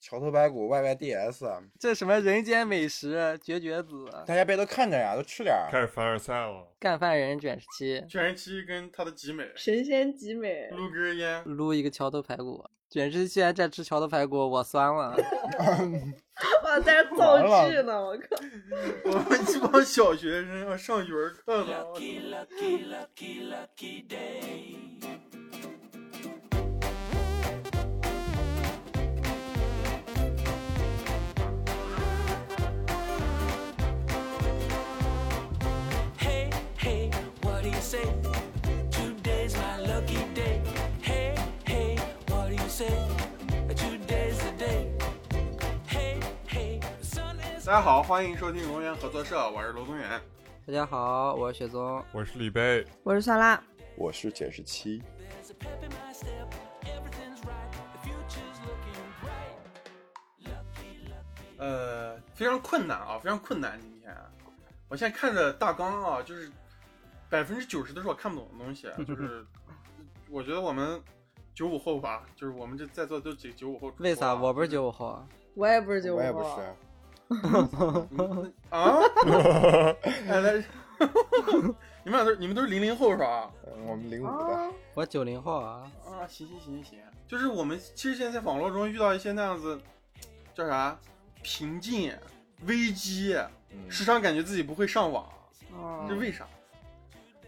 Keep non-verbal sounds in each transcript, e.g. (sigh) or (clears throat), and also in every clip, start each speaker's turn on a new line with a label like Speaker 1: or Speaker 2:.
Speaker 1: 桥头白骨 YYDS 啊，
Speaker 2: 这什么人间美食绝绝子，
Speaker 1: 大家别都看着呀，都吃点儿。
Speaker 3: 开始凡尔赛了。
Speaker 2: 干饭人卷十七，
Speaker 4: 卷七跟他的集美，
Speaker 5: 神仙集美，
Speaker 4: 撸根烟， (laughs)
Speaker 2: 撸一个桥头排骨，卷十七还在吃桥头排骨，我酸了。
Speaker 5: (laughs)
Speaker 2: (laughs)
Speaker 5: 哇，在这造句呢，我靠！
Speaker 4: 我们一帮小学生要上语文课呢。
Speaker 6: Hey, hey, what do you say? Today's my lucky day. Hey, hey, what do you say? Today's the day. Hey, hey, the sun is
Speaker 4: 大家好，欢迎收听龙源合作社，我是罗宗远。
Speaker 2: 大家好，我是雪宗。
Speaker 3: 我是李贝，
Speaker 5: 我是酸辣，
Speaker 1: 我是减十七，
Speaker 6: there's a pep in my step. Everything's right. The future's looking bright. Lucky, lucky.
Speaker 4: 呃，非常困难啊，非常困难。今天，我现在看着大纲啊，就是百分之九十都是我看不懂的东西，啊就是我觉得我们九五后吧，就是我们这在座都几九五后。啊
Speaker 2: 为啥我不是九五后啊？
Speaker 5: 我也不是九五
Speaker 1: 我也不
Speaker 5: 后，啊
Speaker 1: 是。
Speaker 2: (laughs)
Speaker 4: 嗯啊？哎来， (laughs) 你们俩都是你们都是零零后是吧？
Speaker 1: 嗯我们零五的，
Speaker 5: 啊，
Speaker 2: 我九零后啊。
Speaker 4: 啊，行行行行行，就是我们其实现在在网络中遇到一些那样子，叫啥瓶颈、危机，
Speaker 1: 嗯
Speaker 4: 时常感觉自己不会上网，
Speaker 5: 哦
Speaker 4: 这为啥？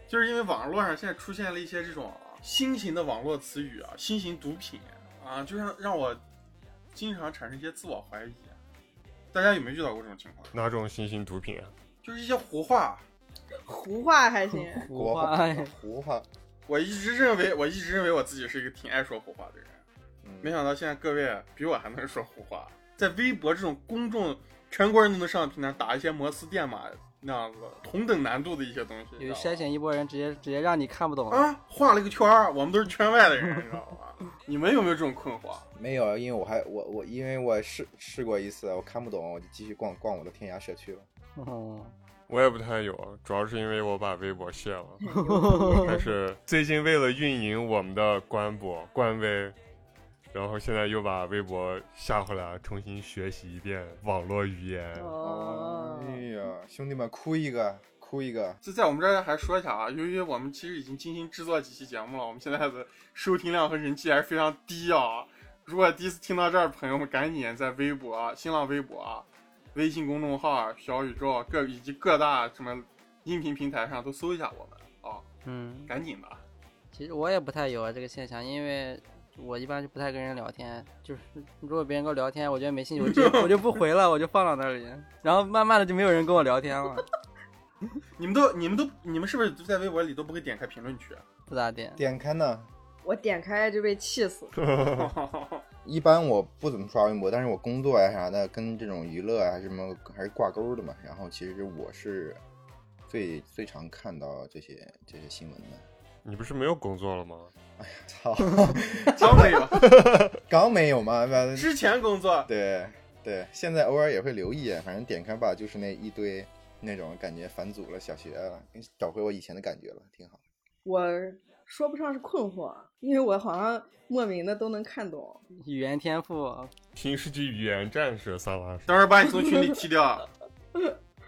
Speaker 4: 就是因为网络上现在出现了一些这种新型的网络词语啊，新型毒品啊，就让让我经常产生一些自我怀疑。大家有没有遇到过这种情况？
Speaker 3: 哪种新型毒品啊？
Speaker 4: 就是一些胡话，
Speaker 5: 胡话还行，
Speaker 2: 胡
Speaker 1: 国
Speaker 2: 话，
Speaker 5: 哎
Speaker 1: 胡话，
Speaker 4: 我一直认为，我一直认为我自己是一个挺爱说胡话的人。
Speaker 1: 嗯
Speaker 4: 没想到现在各位比我还能说胡话，在微博这种公众全国人都能上的平台打一些摩斯电码那样子同等难度的一些东西，
Speaker 2: (laughs) 有
Speaker 4: 你知道
Speaker 2: 筛
Speaker 4: 吧
Speaker 2: 选一波人，直接直接让你看不懂。
Speaker 4: 啊，画了一个圈儿，我们都是圈外的人，你知道吧？ (laughs) 你们有没有这种困惑？
Speaker 1: 没有，因为我还我我因为我试试过一次，我看不懂，我就继续逛逛我的天涯社区了。
Speaker 2: 嗯，
Speaker 3: 我也不太有，主要是因为我把微博卸
Speaker 5: (laughs)
Speaker 3: 了。
Speaker 5: 牛
Speaker 3: 但是最近为了运营我们的官博官微，然后现在又把微博下回来，重新学习一遍网络语言
Speaker 5: 逼。哦
Speaker 1: 哎，呀，兄弟们，哭一个，哭一个！
Speaker 4: 就在我们这儿还说一下啊，由于我们其实已经精心制作几期节目了，我们现在的收听量和人气还是非常低啊。如果第一次听到这儿，朋友们赶紧在微博、啊新浪微博、微信公众号、啊小宇宙各以及各大什么音频平台上都搜一下我们啊，
Speaker 2: (laughs) 嗯，
Speaker 4: 赶紧啊吧。
Speaker 2: 其实我也不太有啊这个现象，因为我一般就不太跟人聊天，就是如果别人跟我聊天，我觉得没兴趣，我就我就不回了，我就放到那里， (laughs) 然后慢慢的就没有人跟我聊天了，
Speaker 4: 你们都、你们都、你们是不是在微博里都不会点开评论 (laughs) 区？啊
Speaker 2: 不咋地。
Speaker 1: 点开呢，
Speaker 5: 我点开就被气死，
Speaker 1: 一般我不怎么刷微博，但是我工作呀、啥的，跟这种娱乐啊什么还是挂钩的嘛。然后其实我是最最常看到这些这些新闻的。
Speaker 3: 你不是没有工作了吗？
Speaker 1: 操，
Speaker 4: 都没有，
Speaker 1: 刚没有嘛？那
Speaker 4: 之前工作
Speaker 1: 对对，现在偶尔也会留意，反正点开吧，就是那一堆那种感觉返祖了小学了，找回我以前的感觉了，挺好。
Speaker 5: 我说不上是困惑，啊因为我好像莫名的都能看懂，
Speaker 2: 语言天赋，
Speaker 3: 新世纪语言战士萨拉是
Speaker 4: 等会儿把你从群里踢掉。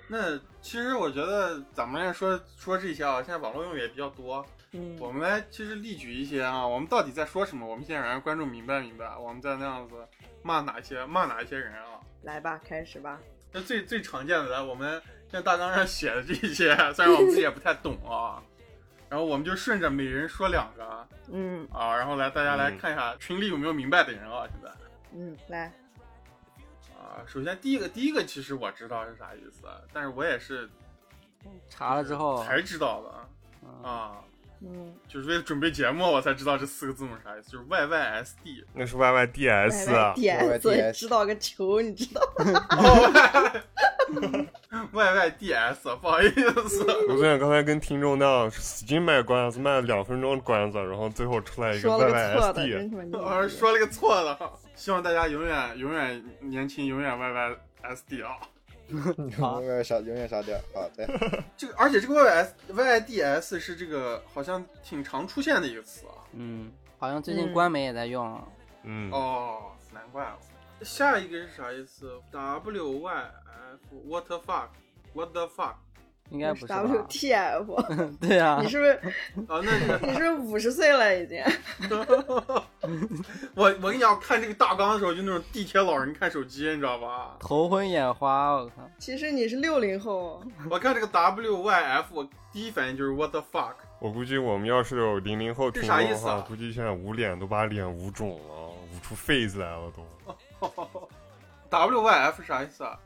Speaker 4: 那其实我觉得咱们来说说这些啊，现在网络用语也比较多。
Speaker 5: 嗯，
Speaker 4: 我们来其实例举一些啊，我们到底在说什么？我们现在让观众明白明白，我们在那样子骂哪些骂哪一些人啊？
Speaker 5: 来吧，开始吧，
Speaker 4: 那最最常见的来，我们像大纲上写的这些，虽然我们自己也不太懂啊，然后我们就顺着每人说两个啊
Speaker 5: 嗯
Speaker 4: 啊，然后来大家来
Speaker 3: 嗯
Speaker 4: 看一下群里有没有明白的人啊，现在。
Speaker 5: 嗯，来，
Speaker 4: 啊，首先第一个，第一个其实我知道是啥意思，但是我也是
Speaker 2: 查了之后，
Speaker 4: 才知道的
Speaker 2: 嗯
Speaker 4: 啊，
Speaker 5: 嗯，
Speaker 4: 就是为了准备节目我才知道这四个字母是啥意思，就是 YYSD。
Speaker 3: 那是 YYDS 啊。
Speaker 5: 点，
Speaker 1: YYDS
Speaker 5: 所以知道个球，你知道
Speaker 4: 哦 YYDS，不好意思，
Speaker 3: 我昨天刚才跟听众那样使劲卖关子，卖了两分钟关子，然后最后出来
Speaker 1: 哎
Speaker 5: (laughs)
Speaker 3: 一个
Speaker 5: 说了个错的，
Speaker 3: YYSD，
Speaker 5: 真他
Speaker 1: (laughs)
Speaker 5: 妈 (laughs) 牛逼
Speaker 4: 我说了个错的。希望大家永远永远年轻，永远 YYSD 啊！
Speaker 2: 好啊
Speaker 1: 永远傻，永远傻屌。好
Speaker 2: (laughs)
Speaker 1: 的，
Speaker 4: 这个，而且这个 YYS YYDS 是这个好像挺常出现的一个词啊。
Speaker 2: 嗯，好像最近
Speaker 5: 嗯
Speaker 2: 官媒也在用，
Speaker 3: 嗯，
Speaker 4: 哦，难怪哦。下一个是啥意思？W Y F What the fuck What the fuck
Speaker 2: 应该不是吧？
Speaker 5: WTF？
Speaker 2: (laughs) 对呀、
Speaker 5: 你是不是
Speaker 4: 啊？那是
Speaker 5: 你是不是五十岁了已经？ (laughs)
Speaker 4: 我我跟你讲，看这个大纲的时候，就那种地铁老人看手机，你知道吧？
Speaker 2: 头昏眼花，我靠！
Speaker 5: 其实你是六零后，
Speaker 4: 我看这个 W Y F，我第一反应就是 What the fuck，
Speaker 3: 我估计我们要是有零零后听众
Speaker 4: 这啥意
Speaker 3: 的
Speaker 4: 思
Speaker 3: 话，
Speaker 4: 啊
Speaker 3: 估计现在捂脸都把脸捂肿了，捂出痱子来了都。
Speaker 4: W Y F 啥意思啊？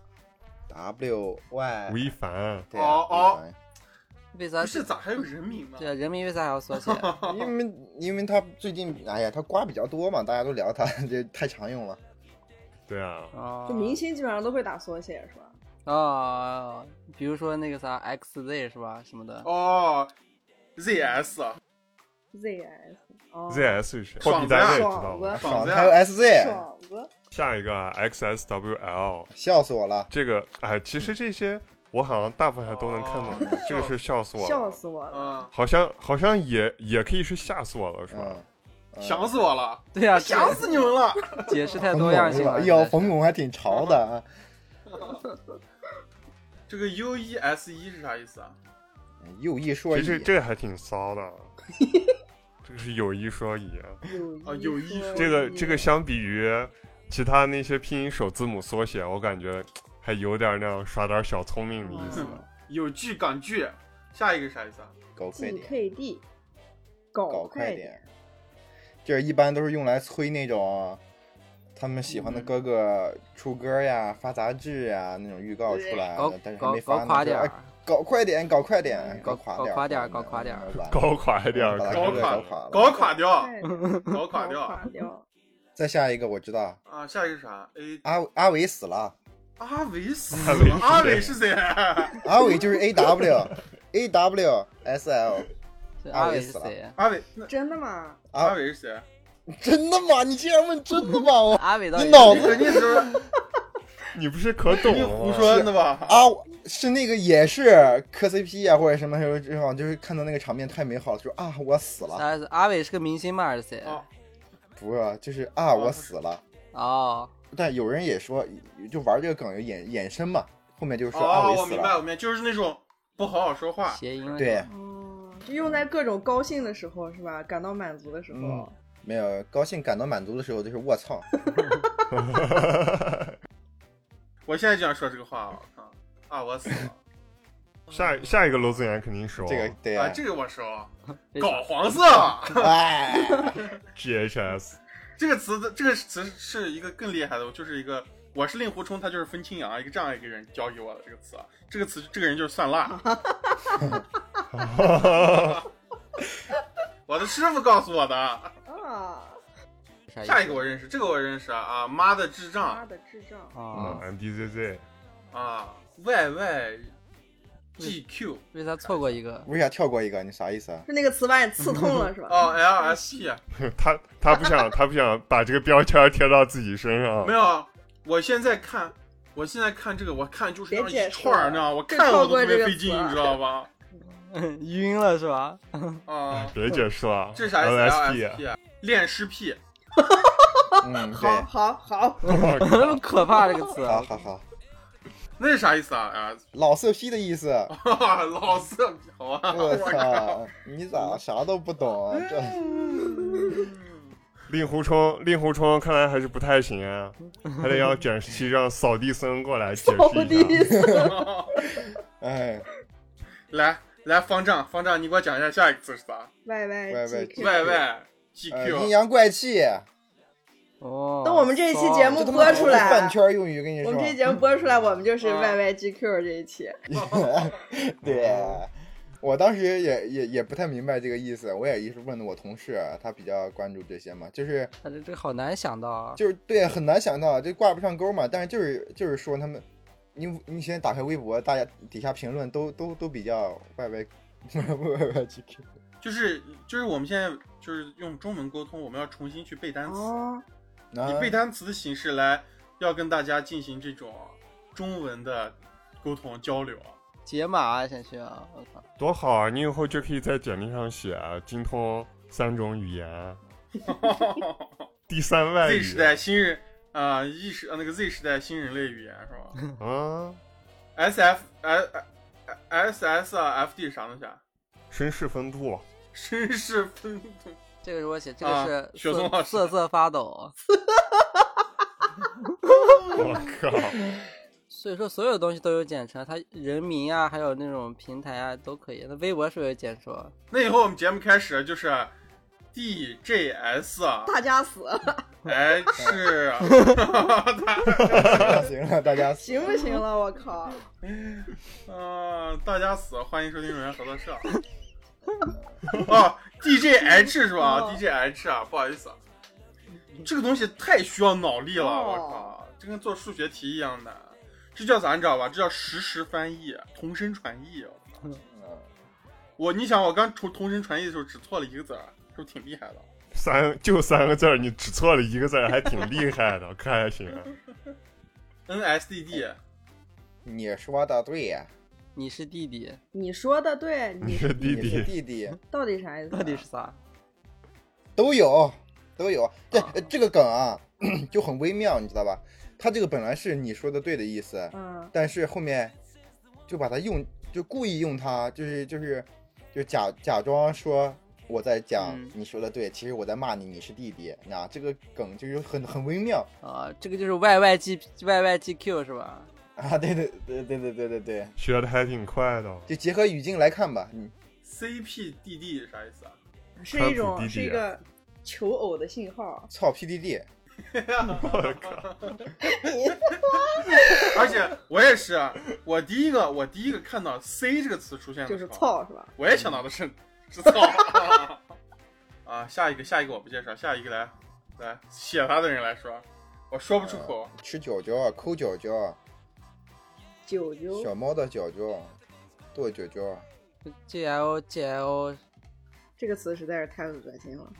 Speaker 1: W Y，
Speaker 4: 哎
Speaker 3: 吴亦凡，
Speaker 1: (laughs) 对啊
Speaker 4: 哦哦，
Speaker 2: 为啥
Speaker 4: 不？是咋还有人名呢？
Speaker 2: 对啊，人民为啥还要缩
Speaker 4: (laughs)
Speaker 2: 写？
Speaker 1: 吴亦凡因为因为他最近，哎呀，他瓜比较多嘛，大家都聊他， (laughs) 这太常用了。
Speaker 3: 对啊，
Speaker 2: 哦
Speaker 5: 就明星基本上都会打缩写是吧？
Speaker 2: 哦，比如说那个啥 XZ 是吧？什么的，
Speaker 4: 哦，Z S
Speaker 5: ZS 哦，
Speaker 3: ZS 是谁？
Speaker 4: 爽啊
Speaker 3: 货币单位知道
Speaker 5: 爽
Speaker 3: 吗？
Speaker 5: 子，
Speaker 1: 爽的
Speaker 4: 爽子
Speaker 1: 还有
Speaker 4: 呀，
Speaker 1: S Z，
Speaker 5: 爽子，
Speaker 3: 下一个啊
Speaker 4: 嗯
Speaker 3: XSWL，
Speaker 1: 笑死我了。
Speaker 3: 这个哎，其实这些我好像大部分还都能看懂
Speaker 4: 哦，
Speaker 3: 这个是笑死我
Speaker 5: 笑
Speaker 3: 了，
Speaker 5: 死我了！
Speaker 4: 嗯，
Speaker 3: 好像好像也也可以是吓死我了，是吧
Speaker 1: 嗯？，嗯
Speaker 4: 想死我了，
Speaker 2: 对呀、
Speaker 4: (laughs) 想死你们了！
Speaker 2: 这解释太
Speaker 1: 冯
Speaker 2: 多
Speaker 1: 巩
Speaker 2: 样
Speaker 1: 是
Speaker 2: 性
Speaker 1: 吧
Speaker 2: 了。
Speaker 1: 哎呦，
Speaker 2: 实在是
Speaker 1: 冯巩还挺潮的
Speaker 2: (laughs)
Speaker 1: 啊。
Speaker 4: 这个 U E S E 是啥意思啊？
Speaker 1: 右翼说
Speaker 3: 其
Speaker 1: 一，
Speaker 3: 实这个还挺骚
Speaker 4: (laughs)
Speaker 3: 的，这个是有一说一啊。
Speaker 4: 啊
Speaker 5: 有
Speaker 4: 有
Speaker 5: 一
Speaker 4: 一说
Speaker 3: 这个这个相比于其他那些拼音首字母缩写，我感觉还有点那样耍点小聪明的意思。
Speaker 4: 嗯有句港剧，下一个啥意思啊？
Speaker 1: 搞快点，
Speaker 5: GKD，搞
Speaker 1: 搞
Speaker 5: 快
Speaker 1: 快，点。这一般都是用来催那种他们喜欢的哥哥出歌呀、发杂志呀那种预告出来
Speaker 2: 搞
Speaker 1: 的，但是还
Speaker 2: 搞
Speaker 1: 没发呢。
Speaker 2: 搞垮
Speaker 1: 就是
Speaker 2: 点儿
Speaker 1: 哎，搞快点，搞快点
Speaker 5: 嗯，
Speaker 1: 垮
Speaker 2: 搞
Speaker 1: 点儿，
Speaker 2: 垮点儿
Speaker 1: 搞
Speaker 2: 搞垮点儿
Speaker 3: 搞垮一点儿，
Speaker 1: 搞
Speaker 4: 搞
Speaker 1: 快点
Speaker 4: 垮
Speaker 1: 搞垮了，
Speaker 4: 搞垮掉，
Speaker 5: 快点
Speaker 4: 搞垮
Speaker 5: 搞
Speaker 4: 掉
Speaker 5: 垮掉，
Speaker 1: 再下一个我知道，
Speaker 4: 啊！下一个啥？A
Speaker 1: 阿阿伟死了，
Speaker 4: 阿伟死
Speaker 3: 阿伟是
Speaker 4: 了，
Speaker 3: 谁啊
Speaker 4: 阿伟是谁？啊
Speaker 1: 阿伟就是 A W (laughs) A W S L，
Speaker 2: 这
Speaker 1: 阿
Speaker 2: 阿
Speaker 1: 伟
Speaker 2: 伟是
Speaker 1: 死了
Speaker 2: 谁？啊
Speaker 4: 阿伟，那
Speaker 5: 真的吗？
Speaker 4: 阿伟是谁？啊
Speaker 1: 真的吗？你竟然问真的吗？我
Speaker 2: 阿伟到底
Speaker 1: 你脑
Speaker 4: 你
Speaker 1: 子
Speaker 4: 肯定是
Speaker 3: 你不是可懂
Speaker 4: 你
Speaker 3: 了
Speaker 4: 胡
Speaker 3: 吗？
Speaker 4: 说的吧？
Speaker 1: 啊，我是那个也是磕 CP 啊，或者什么时候这种，就是看到那个场面太美好了，就说啊我死了，
Speaker 2: 啥意思？阿伟是个明星吗？还是谁？
Speaker 4: 啊，
Speaker 1: 不是，就是啊
Speaker 5: 嗯
Speaker 1: 我死了。
Speaker 2: 哦，
Speaker 1: 但有人也说，就玩这个梗有衍衍生嘛，后面就是说阿
Speaker 4: 哦，我
Speaker 1: 伟死
Speaker 4: 明白，我
Speaker 1: 了，
Speaker 4: 明白，就是那种不好好说话。
Speaker 2: 谐音了
Speaker 1: 对，
Speaker 5: 哦，就用在各种高兴的时候是吧？感到满足的时候，
Speaker 1: 嗯没有高兴感到满足的时候，就是我操，
Speaker 4: 我现在就想说这个话，我靠！啊，我死了！
Speaker 3: 下下一个罗子言肯定熟
Speaker 1: 这个 (laughs) 对
Speaker 4: 啊，
Speaker 1: 啊，
Speaker 4: 这个我熟，
Speaker 2: 这
Speaker 4: 搞黄色
Speaker 1: 哎，
Speaker 3: GHS，
Speaker 4: 这个词的，这个词是一个更厉害的，就是一个我是令狐冲，他就是分清扬，一个这样一个人教给我的这个词啊。这个词，这个人就是算辣。 (laughs) 我的师傅告诉我的。
Speaker 5: 啊，
Speaker 1: 哎
Speaker 2: 啥意思
Speaker 4: 下一个我认识，这个我认识啊啊！妈的智
Speaker 5: 妈
Speaker 4: 障
Speaker 5: 的智障！
Speaker 2: 哦，
Speaker 3: 嗯，MDZZ，
Speaker 4: 啊！Y Y G Q
Speaker 2: 为啥错过一个？ (laughs)
Speaker 1: 为啥跳过一个？你啥意思啊？
Speaker 5: 是那个词把你刺痛了是吧？
Speaker 4: 哦 L S T
Speaker 3: (laughs) 他他不想他不想把这个标签贴到自己身上
Speaker 4: 没。有，啊我现在看，我现在看这个，我看就是这样
Speaker 5: 别解
Speaker 4: 一
Speaker 5: 释
Speaker 4: 串儿，
Speaker 5: 了
Speaker 4: 你知道吗？我
Speaker 5: 这
Speaker 4: 看
Speaker 5: 跳
Speaker 4: 我都
Speaker 5: 过
Speaker 4: 特
Speaker 5: 这
Speaker 4: 别
Speaker 5: 个
Speaker 4: 费
Speaker 5: 词
Speaker 4: 劲，
Speaker 5: 啊
Speaker 4: 你知道吧？
Speaker 2: 晕了是吧？
Speaker 4: 啊，
Speaker 3: 别解释了，
Speaker 4: 这是啥意思啊
Speaker 3: LSD，
Speaker 4: ？LSP 恋尸癖，
Speaker 1: 嗯，对，
Speaker 5: 好好好，
Speaker 2: 那么可怕这个词，啊
Speaker 1: 好好好，
Speaker 4: 那是啥意思啊？ (laughs)
Speaker 1: 老色批的意思，
Speaker 4: 啊，老色批，好啊！ (laughs)
Speaker 1: 我操，你咋
Speaker 4: 嗯
Speaker 1: 啥都不懂啊？这。
Speaker 3: 令狐冲，令狐冲看来还是不太行啊，还得让卷十七让扫地僧过来解
Speaker 5: 好的
Speaker 3: 释一
Speaker 5: 意
Speaker 3: 下。
Speaker 5: 思，
Speaker 1: 哎，
Speaker 4: 来来，方丈，方丈，你给我讲一下下一个词是啥
Speaker 5: 歪
Speaker 1: 歪
Speaker 5: 歪
Speaker 1: 歪
Speaker 5: GQ
Speaker 4: ？Y Y G
Speaker 1: 呃阴
Speaker 4: Q
Speaker 1: 阳怪气，
Speaker 2: 哦，
Speaker 5: 等我们这一期节目
Speaker 1: 这他
Speaker 5: 播
Speaker 1: 妈
Speaker 5: 出
Speaker 1: 都是饭
Speaker 5: 来，
Speaker 1: 圈用语，跟你
Speaker 5: 我
Speaker 1: 说
Speaker 5: 们，这一节目播出来，我们就是
Speaker 4: 啊
Speaker 5: Y Y G Q 这一期。
Speaker 1: (laughs) 对。我当时也也也不太明白这个意思，我也一直问的我同事，啊他比较关注这些嘛，就是
Speaker 2: 啊这这好难想到啊。
Speaker 1: 就是对，很难想到这挂不上钩嘛，但是就是就是说他们，你你现在打开微博，大家底下评论都都都比较 Y Y Y Y G Q，
Speaker 4: 就是就是我们现在就是用中文沟通，我们要重新去背单词。
Speaker 5: 哦，
Speaker 4: 以背单词的形式来要跟大家进行这种中文的沟通交流。 (laughs)
Speaker 2: 解码啊，先去啊！我操，
Speaker 3: 多好啊！你以后就可以在简历上写啊精通三种语言，第三外
Speaker 4: Z
Speaker 3: 语。
Speaker 4: 时代新人啊、啊，E 时啊那个 Z 时代新人类语言是
Speaker 3: (laughs)
Speaker 4: 吧
Speaker 3: 啊，
Speaker 4: ？S F S S S 啊 F D 啥东西啊？
Speaker 3: 绅士风度，
Speaker 4: 绅士风度
Speaker 2: 这个是我写，这
Speaker 4: 啊
Speaker 2: 个是
Speaker 4: 雪松
Speaker 2: 瑟
Speaker 4: 老师
Speaker 2: 瑟瑟发 (laughs) 抖。啊
Speaker 3: 我靠，
Speaker 2: (laughs) 所以说，所有东西都有简称，它人民啊，还有那种平台啊，都可以。那微博是不是有简说？
Speaker 4: 那以后我们节目开始就是啊 D J S 啊
Speaker 5: 大家 (laughs) 死，
Speaker 4: H，啊
Speaker 1: 行了，大家
Speaker 5: 行不行了？我靠，
Speaker 4: 啊，大家死，欢迎收听《人员合作
Speaker 5: (laughs)
Speaker 4: 社》哦，D J H 是吧
Speaker 5: 哦
Speaker 4: ？D J H 啊，不好意思，啊，这个东西太需要脑力了，
Speaker 5: 哦
Speaker 4: 我靠，这跟做数学题一样难。这叫啥你知道吧？这叫实时翻译，同声传译。我靠
Speaker 1: 嗯
Speaker 4: 我你想，我刚同同声传译的时候只错了一个字儿，是不是挺厉害的？
Speaker 3: 三 (laughs) 就三个字儿，你只错了一个字儿，还挺厉害的，可还行啊。
Speaker 5: 哎
Speaker 4: NSDD，
Speaker 1: 你说的对呀，
Speaker 2: 你是弟弟，
Speaker 5: 你说的 (laughs) 对，
Speaker 3: 你
Speaker 5: 你
Speaker 3: 是弟
Speaker 1: 你是
Speaker 3: 弟，
Speaker 1: 弟
Speaker 3: (laughs)
Speaker 1: 弟
Speaker 5: 到底啥意思
Speaker 2: (laughs)
Speaker 5: 啊？
Speaker 2: 到底是啥？
Speaker 1: 都有都有。这、
Speaker 2: 啊
Speaker 1: 呃这个梗啊 (clears throat) 就很微妙，你知道吧？它这个本来是你说的对的意思，
Speaker 5: 嗯
Speaker 1: 但是后面就把它用，就故意用它，就是就是就假假装说我在讲
Speaker 2: 嗯
Speaker 1: 你说的对，其实我在骂你，你是弟弟，你知道这个梗就是很很微妙 (laughs)
Speaker 2: 啊，这个就是 Y Y G Y Y G Q 是吧？
Speaker 1: 啊，对对对对对对对对，
Speaker 3: 学的还挺快的。
Speaker 1: 就结合语境来看吧，嗯，
Speaker 4: CPDD 是啥意思啊？
Speaker 5: 是
Speaker 3: 川
Speaker 5: 一
Speaker 3: 普弟
Speaker 5: 种
Speaker 3: 弟
Speaker 5: 是一个求偶的信号。
Speaker 1: 操 PDD，
Speaker 3: 我 (laughs) 靠，
Speaker 4: 而且我也是，啊我第一个我第一个看到 C 这个词出现的
Speaker 5: 就
Speaker 4: 时
Speaker 5: 是
Speaker 4: 候，
Speaker 5: 操是吧？
Speaker 4: 我也想到的是是操。啊 (laughs) 啊，下一个下一个我不介绍，下一个来来写他的人来说，我说不出口。
Speaker 1: 吃九九，抠九九，
Speaker 5: 九九
Speaker 1: 小猫的九九，跺九九，
Speaker 2: G L G L
Speaker 5: 这个词实在是太恶心了，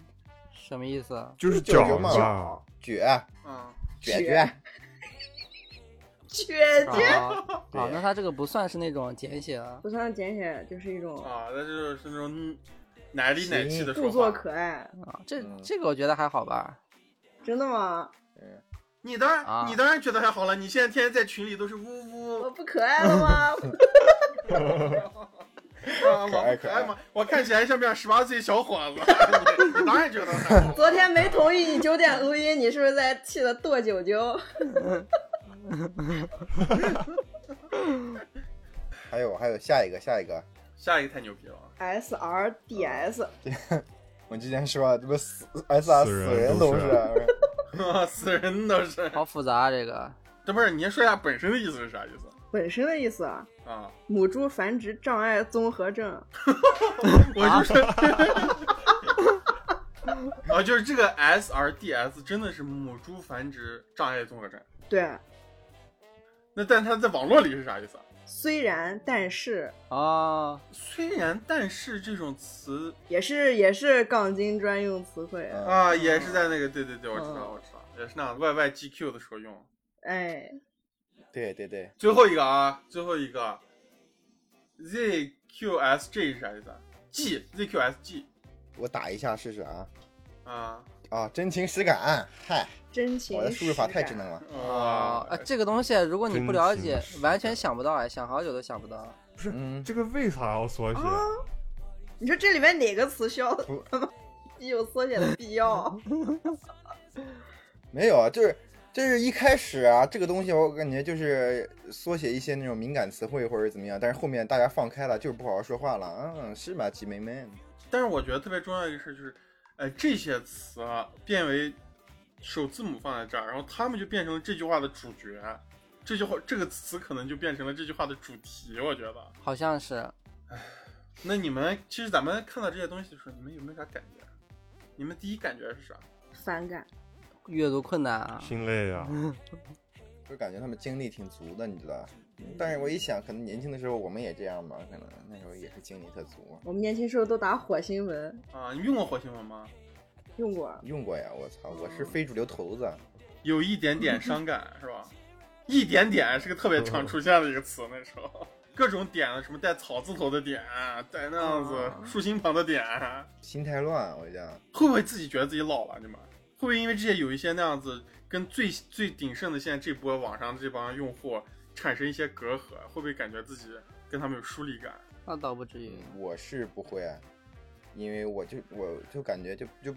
Speaker 2: 什么意思啊？
Speaker 3: 就是
Speaker 1: 九
Speaker 3: 脚
Speaker 1: 九嘛
Speaker 3: 嘛，
Speaker 1: 撅啊
Speaker 4: 嗯，
Speaker 1: 撅
Speaker 5: 撅
Speaker 1: 撅，
Speaker 5: 绝
Speaker 2: 啊
Speaker 5: 绝
Speaker 2: 啊，
Speaker 1: 对
Speaker 2: 那它这个不算是那种简写啊了。
Speaker 5: 不算简写，就是一种
Speaker 4: 啊，那就是是那种奶里奶气的
Speaker 5: 故
Speaker 4: 说
Speaker 5: 作
Speaker 4: 话。
Speaker 5: 可爱。
Speaker 2: 啊，这
Speaker 1: 嗯
Speaker 2: 这个我觉得还好吧。
Speaker 5: 真的吗？
Speaker 4: 你当然、
Speaker 2: 啊
Speaker 4: 你当然觉得还好了，你现在天天在群里都是呜
Speaker 5: 我
Speaker 4: 呜，
Speaker 5: 不可爱了吗？
Speaker 4: 啊，我
Speaker 1: 可爱
Speaker 4: 不可
Speaker 1: 可
Speaker 4: 爱
Speaker 1: 爱
Speaker 4: 吗？ (laughs) 我看起来像不像十八岁小伙子？ (laughs) 你你当然觉得还
Speaker 5: (laughs)
Speaker 4: 好。
Speaker 5: (laughs) 昨天没同意你九点录音，你是不是在气的跺九九？
Speaker 1: 还有还有下一个下一个，
Speaker 4: 下一个太牛逼了。
Speaker 5: S R D S，啊
Speaker 1: 我之前说啊这不死 S R 死
Speaker 3: 死人
Speaker 1: 人
Speaker 3: 都
Speaker 1: 都
Speaker 3: 是
Speaker 1: 是啊，
Speaker 4: (laughs) 死人都是。
Speaker 2: 好复杂啊，这个
Speaker 4: 这不是，你先说一下本身的意思是啥意思
Speaker 5: 本身的意思啊，
Speaker 4: 啊？
Speaker 5: 母猪繁殖障碍综合症。
Speaker 4: 我就说， (laughs) 啊，就是这个 SRDS 真的是母猪繁殖障碍综合症。
Speaker 5: 对，
Speaker 4: 那但它在网络里是啥意思啊？
Speaker 5: 虽然但是
Speaker 2: 哦，
Speaker 4: 虽然但是这种词
Speaker 5: 也是也是杠精专用词汇。
Speaker 1: 嗯 (laughs)
Speaker 4: 啊，也是在那个对对对，我知道
Speaker 5: 嗯
Speaker 4: 我知道，也是那 YYGQ 的时候用。
Speaker 5: 哎，
Speaker 1: 嗯对对对，
Speaker 4: 最后一个啊，最后一个 ZQSG 是啥意思啊？G ZQSG
Speaker 1: 我打一下试试啊
Speaker 4: 啊
Speaker 1: 啊，真情实感，嗨，
Speaker 5: 真情
Speaker 1: 我的输入法太智能
Speaker 5: 了。
Speaker 1: 了，
Speaker 2: 哦，啊，这个东西如果你不了解，完全想不到哎，想好久都想不到。
Speaker 1: 嗯，
Speaker 3: 这个为啥要缩写？
Speaker 5: 你说这里面哪个词需要
Speaker 1: 不 (laughs)
Speaker 5: 有缩写的必要？ (laughs)
Speaker 1: 没有啊，就是就是一开始啊，这个东西我感觉就是缩写一些那种敏感词汇或者怎么样，但是后面大家放开了，就是不好好说话了，嗯，是吗，鸡妹妹？
Speaker 4: 但是我觉得特别重要的一个事儿就是，呃，这些词啊变为首字母放在这儿，然后他们就变成了这句话的主角，这句话这个词可能就变成了这句话的主题。我觉得，
Speaker 2: 好像是，
Speaker 4: 那你们其实咱们看到这些东西的时候，你们有没有啥感觉？你们第一感觉是啥？
Speaker 5: 反感。
Speaker 2: 阅读困难啊，
Speaker 3: 心累啊，
Speaker 1: 就感觉他们精力挺足的，你知道？但是我一想，可能年轻的时候我们也这样吧，可能那时候也是精力特足。
Speaker 5: 我们年轻时候都打火星文，
Speaker 4: 啊，你用过火星文吗？
Speaker 5: 用过。
Speaker 1: 用过呀，我操，我是非主流头子，
Speaker 4: 有一点点伤感，是吧？一点点是个特别常出现的一个词，那时候 (laughs) 各种点啊了，什么带草字头的点，带那样子
Speaker 5: 啊
Speaker 4: 竖心旁的点，啊
Speaker 1: 心太乱，我讲。
Speaker 4: 会不会自己觉得自己老了？你们会不会因为这些有一些那样子跟最最鼎盛的现在这波网上这帮用户产生一些隔阂？会不会感觉自己跟他们有疏离感？
Speaker 2: 那倒不至于。
Speaker 1: 嗯，我是不会啊，因为我就我就感觉就就，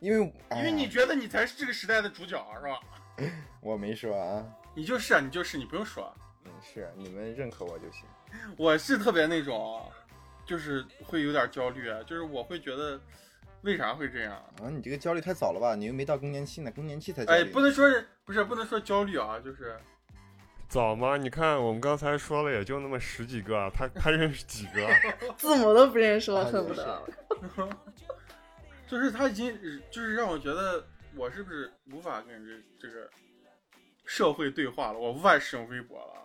Speaker 1: 因为
Speaker 4: 因
Speaker 1: 哎
Speaker 4: 为
Speaker 1: 呀
Speaker 4: 你觉得你才是这个时代的主角，是吧？
Speaker 1: 我没说啊，
Speaker 4: 你就是啊，你就是，你不用说。
Speaker 1: 嗯，是你们认可我就行。
Speaker 4: 我是特别那种，就是会有点焦虑，啊就是我会觉得为啥会这样？
Speaker 1: 啊，你这个焦虑太早了吧？你又没到更年期呢，更年期才焦虑
Speaker 4: 哎，
Speaker 1: 呢。
Speaker 4: 不能说是不是不能说焦虑啊，就是
Speaker 3: 早吗？你看我们刚才说了，也就那么十几个，他他认识几个？
Speaker 5: 字母都不认识了，
Speaker 1: 啊
Speaker 5: 恨不
Speaker 1: 也是
Speaker 5: 得。
Speaker 4: 就是他已经就是让我觉得我是不是无法跟这这个社会对话了，我无法使用微博了。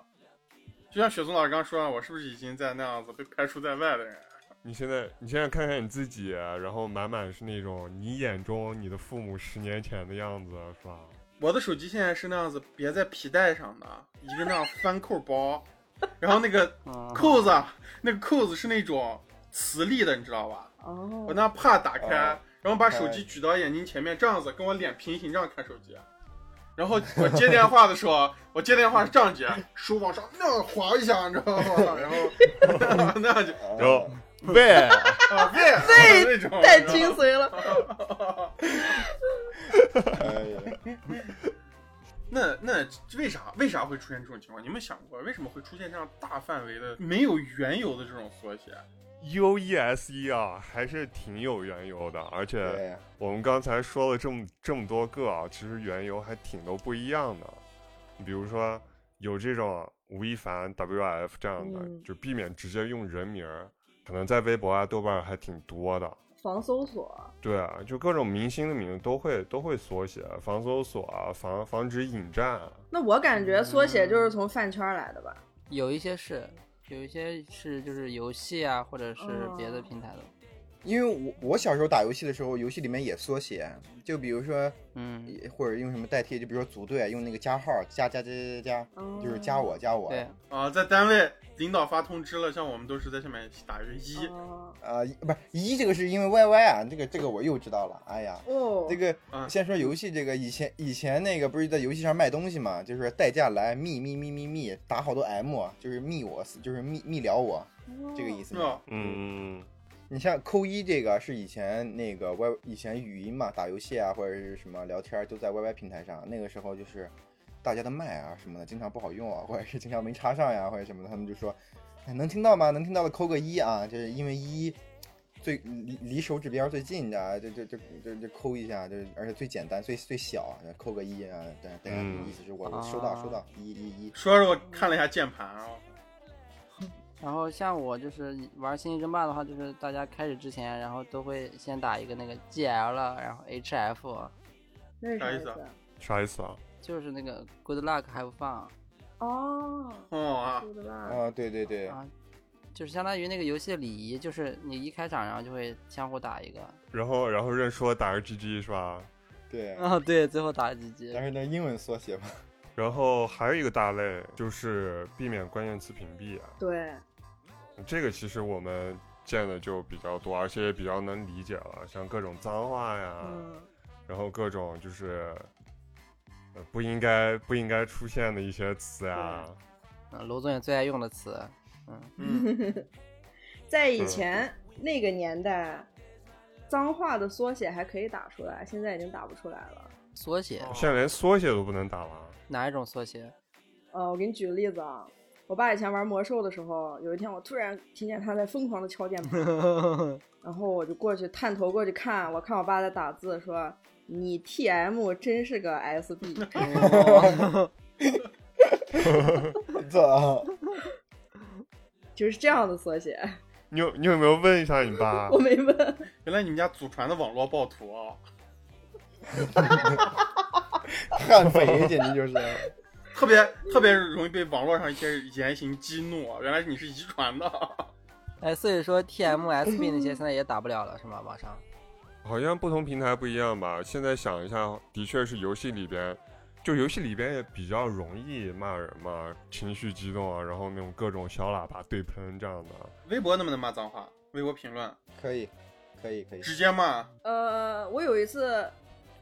Speaker 4: 就像雪松老师刚说的，我是不是已经在那样子被排除在外的人？
Speaker 3: 你现在你现在看看你自己，啊然后满满是那种你眼中你的父母十年前的样子，啊是吧？
Speaker 4: 我的手机现在是那样子别在皮带上的，一个那样翻扣包，然后那个
Speaker 2: 嗯，
Speaker 4: 扣子，啊那个扣子是那种磁力的，你知道吧？我
Speaker 5: 哦，
Speaker 4: 那怕打开，
Speaker 1: 哦
Speaker 4: 然后把手机举到眼睛前面，这样子跟我脸平行，这样看手机。然后我接电话的时候，我接电话是这样接，手往上那样滑一下，你知道吗？然后
Speaker 5: (laughs)
Speaker 4: 那样就
Speaker 1: 啊，
Speaker 3: 然后喂，
Speaker 4: 啊，喂
Speaker 5: 喂
Speaker 4: 那种
Speaker 5: 太
Speaker 4: 你知道吗
Speaker 5: 精髓了。
Speaker 1: 哎 (laughs) 呀
Speaker 4: 那那为啥为啥会出现这种情况？你们想过为什么会出现这样大范围的没有缘由的这种缩写？
Speaker 3: U E S E 啊，还是挺有缘由的，而
Speaker 1: 对
Speaker 3: 且
Speaker 1: 呀，
Speaker 3: 我们刚才说了这么这么多个啊，其实缘由还挺都不一样的。你比如说有这种吴亦凡 W I F 这样的，
Speaker 5: 嗯
Speaker 3: 就避免直接用人名儿，可能在微博啊、豆瓣儿还挺多的。
Speaker 5: 防搜索，
Speaker 3: 对啊，就各种明星的名字都会都会缩写，防搜索啊，防防止引战啊。
Speaker 5: 那我感觉缩写就是从饭圈来的吧？
Speaker 2: 有一些是，有一些是就是游戏啊，或者是别的平台的。
Speaker 1: 因为我我小时候打游戏的时候，游戏里面也缩写，就比如说
Speaker 2: 嗯，
Speaker 1: 或者用什么代替，就比如说组队啊用那个加号加加加加加，
Speaker 5: 哦
Speaker 1: 嗯就是加我加我。
Speaker 2: 对，
Speaker 4: 啊，在单位领导发通知了，像我们都是在下面打一个一。
Speaker 5: 哦
Speaker 1: 啊，一不是一这个是因为 YY 啊，这个这个我又知道了。哎呀，
Speaker 5: 哦，
Speaker 1: 这个
Speaker 4: 嗯
Speaker 1: 先说游戏这个，以前以前那个不是在游戏上卖东西嘛，就是代驾来密密密密密打好多 M，就是啊密我，就是密密聊我这个意思嘛。
Speaker 4: 哦，
Speaker 3: 嗯，
Speaker 1: 你像扣一这个是以前那个 Y 以前语音嘛，打游戏啊或者是什么聊天都在 YY 平台上，那个时候就是大家的麦啊什么的经常不好用啊，或者是经常没插上呀或者什么的，他们就说、哎、能听到吗？能听到的扣个一啊，就是因为一最离离手指边最近的啊，就就就就就扣一下，就是而且最简单最最小，扣个一啊，对对，
Speaker 3: 嗯
Speaker 1: 意思是我我收到
Speaker 2: 啊
Speaker 1: 收到一一一，
Speaker 4: 说着我看了一下键盘啊，
Speaker 2: 然后像我就是玩星际争霸的话，就是大家开始之前，然后都会先打一个那个 GL，然后 HF，
Speaker 5: 那是啥
Speaker 4: 啥
Speaker 5: 意
Speaker 4: 意
Speaker 5: 思
Speaker 4: 思？
Speaker 3: 啥意思啊？
Speaker 2: 就是那个 Good Luck Have Fun
Speaker 5: 哦，
Speaker 4: 哦啊，
Speaker 5: 说的吧？
Speaker 1: 啊对对对，
Speaker 2: 啊，就是相当于那个游戏礼仪，就是你一开场然后就会相互打一个。
Speaker 3: 然后然后认输打个 GG 是吧？
Speaker 1: 对，
Speaker 2: 啊，对，最后打几局。
Speaker 1: 但是那英文缩写嘛， (laughs)
Speaker 3: 然后还有一个大类就是避免关键词屏蔽啊，
Speaker 5: 对，
Speaker 3: 这个其实我们见的就比较多，而且也比较能理解了，像各种脏话呀，
Speaker 5: 嗯，
Speaker 3: 然后各种就是呃不应该不应该出现的一些词呀，
Speaker 2: 嗯，楼总也最爱用的词，
Speaker 4: 嗯，
Speaker 5: 在以前那个年代，脏话的缩写还可以打出来，现在已经打不出来了。
Speaker 2: 缩写，
Speaker 4: 哦
Speaker 3: 现在连缩写都不能打了。啊
Speaker 2: 哪一种缩写？
Speaker 5: 呃，我给你举个例子啊，我爸以前玩魔兽的时候，有一天我突然听见他在疯狂的敲键盘，然后我就过去探头过去看，我看我爸在打字说。你 T M 真是个 S B，
Speaker 1: 操，
Speaker 5: 就是这样的缩写。
Speaker 3: 你有你有没有问一下你爸
Speaker 5: 我？没问，
Speaker 4: 原来你们家祖传的网络暴徒啊，
Speaker 1: (laughs)
Speaker 4: (laughs)
Speaker 1: 悍匪简直就是。
Speaker 4: 特别特别容易被网络上一些言行激怒，啊原来你是遗传的。 (laughs)
Speaker 2: 哎，所以说 TMSB 那些现在也打不了了，是吗？网上？
Speaker 3: 好像不同平台不一样吧？现在想一下，的确是游戏里边，就游戏里边也比较容易骂人嘛，情绪激动啊，然后那种各种小喇叭对喷这样的。
Speaker 4: 微博能不能骂脏话？微博评论
Speaker 1: 可以，可以，可以，
Speaker 4: 直接骂，
Speaker 5: 呃，我有一次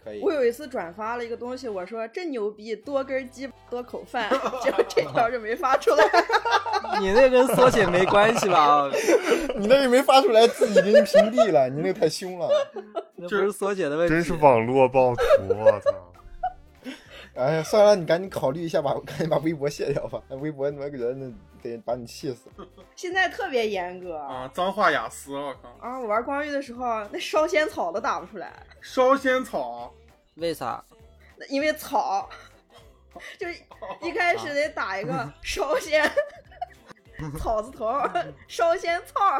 Speaker 1: 可以
Speaker 5: 我。有一次转发了一个东西，我说真牛逼，多根鸡多口饭， (laughs) 结果这条就没发出来。
Speaker 2: 你那跟缩写没关系吧？
Speaker 1: 你那也没发出来，自己给你屏蔽了，你那太凶
Speaker 5: (laughs)
Speaker 1: 了。
Speaker 2: 那不是缩写的问题，
Speaker 3: 真是网络暴徒，我操！
Speaker 1: 哎呀，算了，你赶紧考虑一下吧，赶紧把微博卸掉吧。那微博他妈人得把你气死。
Speaker 5: 现在特别严格
Speaker 4: 啊，脏话雅思，我靠，
Speaker 5: 啊！我玩光遇的时候，那烧仙草都打不出来，
Speaker 4: 烧仙草，啊
Speaker 2: 为啥？
Speaker 5: 那因为草，就是一开始得打一个烧仙。草字头，烧仙草，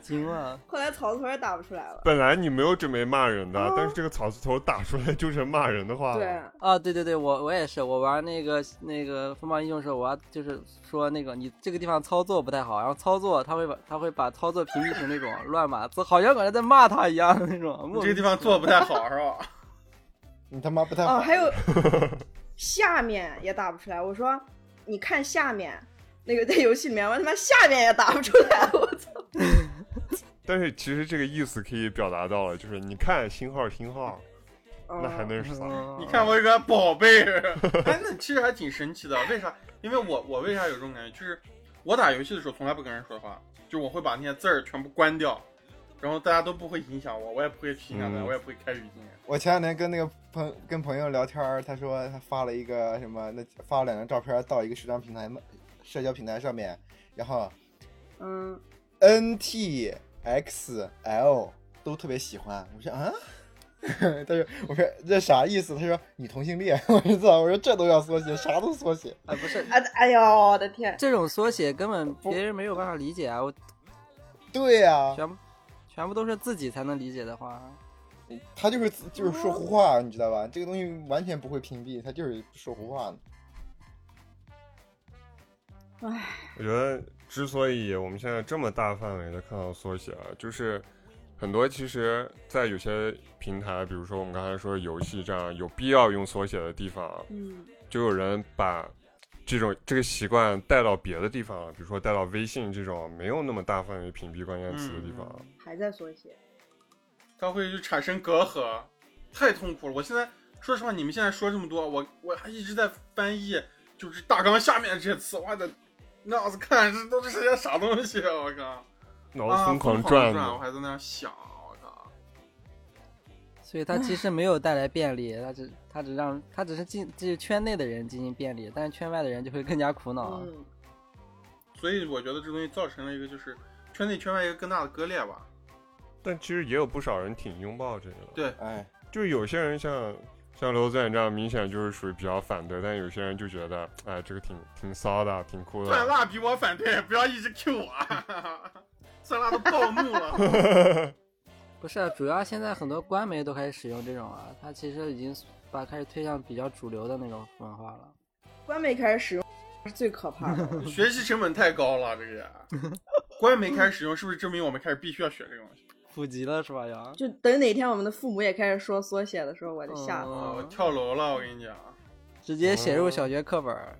Speaker 2: 惊了！
Speaker 5: 后来草字头也打不出来了。
Speaker 3: 本来你没有准备骂人的，但是这个草字头打出来就成骂人的话了。
Speaker 5: 对，
Speaker 2: 啊，对对对，我我也是，我玩那个那个风暴英雄的时候，我要就是说那个你这个地方操作不太好，然后操作他会把他会把操作屏蔽成那种乱码字，好像感觉在骂他一样的那种。
Speaker 4: 你
Speaker 2: 莫
Speaker 4: 这个
Speaker 2: 名
Speaker 4: 地方做的不太好是吧？
Speaker 1: 你他妈不太
Speaker 5: 哦，
Speaker 1: 好。
Speaker 5: 还有下面也打不出来。我说，你看下面那个在游戏里面，我他妈下面也打不出来，我操！
Speaker 3: 但是其实这个意思可以表达到了，就是你看星号星号，那还能是啥？
Speaker 2: 嗯
Speaker 4: 你看我有个宝贝，哎，那其实还挺神奇的。为啥？因为我我为啥有这种感觉？就是我打游戏的时候从来不跟人说话，就我会把那些字儿全部关掉，然后大家都不会影响我，我也不会去影响大家，
Speaker 3: 嗯
Speaker 4: 我也不会开语音。
Speaker 1: 我前两天跟那个朋跟朋友聊天儿，他说他发了一个什么，那发了两张照片儿到一个社交平台社交平台上面，然后
Speaker 5: 嗯，
Speaker 1: N T X L 都特别喜欢。我说啊， (laughs) 他说我说这啥意思？他说你同性恋。 (laughs) 我说操，我说这都要缩写，啥都缩写。
Speaker 2: 哎不是
Speaker 5: 哎哎呦，我的天！
Speaker 2: 这种缩写根本别人没有办法理解啊，我
Speaker 1: 对呀、
Speaker 2: 全部全部都是自己才能理解的话，
Speaker 1: 他就是自就是说胡话，你知道吧？这个东西完全不会屏蔽，他就是说胡话呢。
Speaker 3: 我觉得之所以我们现在这么大范围的看到缩写啊，就是很多其实，在有些平台，比如说我们刚才说游戏这样有必要用缩写的地方，
Speaker 5: 嗯，
Speaker 3: 就有人把这种这个习惯带到别的地方了，比如说带到微信这种没有那么大范围屏蔽关键词的地方。
Speaker 5: 还在缩写。
Speaker 4: 它会就产生隔阂，太痛苦了。我现在说实话，你们现在说这么多，我我还一直在翻译，就是大纲下面这些词，我的脑子看这都是些啥东西啊，我靠！
Speaker 3: 脑
Speaker 4: 啊，
Speaker 3: 子疯狂
Speaker 4: 转，
Speaker 3: 转的，
Speaker 4: 我还在那儿想，我靠！
Speaker 2: 所以它其实没有带来便利，它只它只让它只是进就是圈内的人进行便利，但是圈外的人就会更加苦恼。啊
Speaker 5: 嗯，
Speaker 4: 所以我觉得这东西造成了一个就是圈内圈外一个更大的割裂吧。
Speaker 3: 但其实也有不少人挺拥抱这个的。
Speaker 4: 对
Speaker 1: 哎，
Speaker 3: 就是有些人像像刘子远这样，明显就是属于比较反对，但有些人就觉得，哎，这个挺挺骚的，挺酷
Speaker 4: 蒜
Speaker 3: 的。
Speaker 4: 辣比我反对，不要一直 Q 我， (laughs) 蒜辣都暴怒了。
Speaker 3: (laughs)
Speaker 2: 不是、啊，主要现在很多官媒都开始使用这种啊，它其实已经把开始推向比较主流的那种文化了。
Speaker 5: 官媒开始使用是最可
Speaker 4: (laughs)
Speaker 5: 怕的。
Speaker 4: 学习成本太高了，这个也。官媒开始使用，是不是证明我们开始必须要学这个东西？
Speaker 2: 普及了是吧？要
Speaker 5: 就等哪天我们的父母也开始说缩写的时候，我就吓死了。
Speaker 4: 啊，我跳楼了，我跟你讲，
Speaker 2: 直接写入小学课本儿，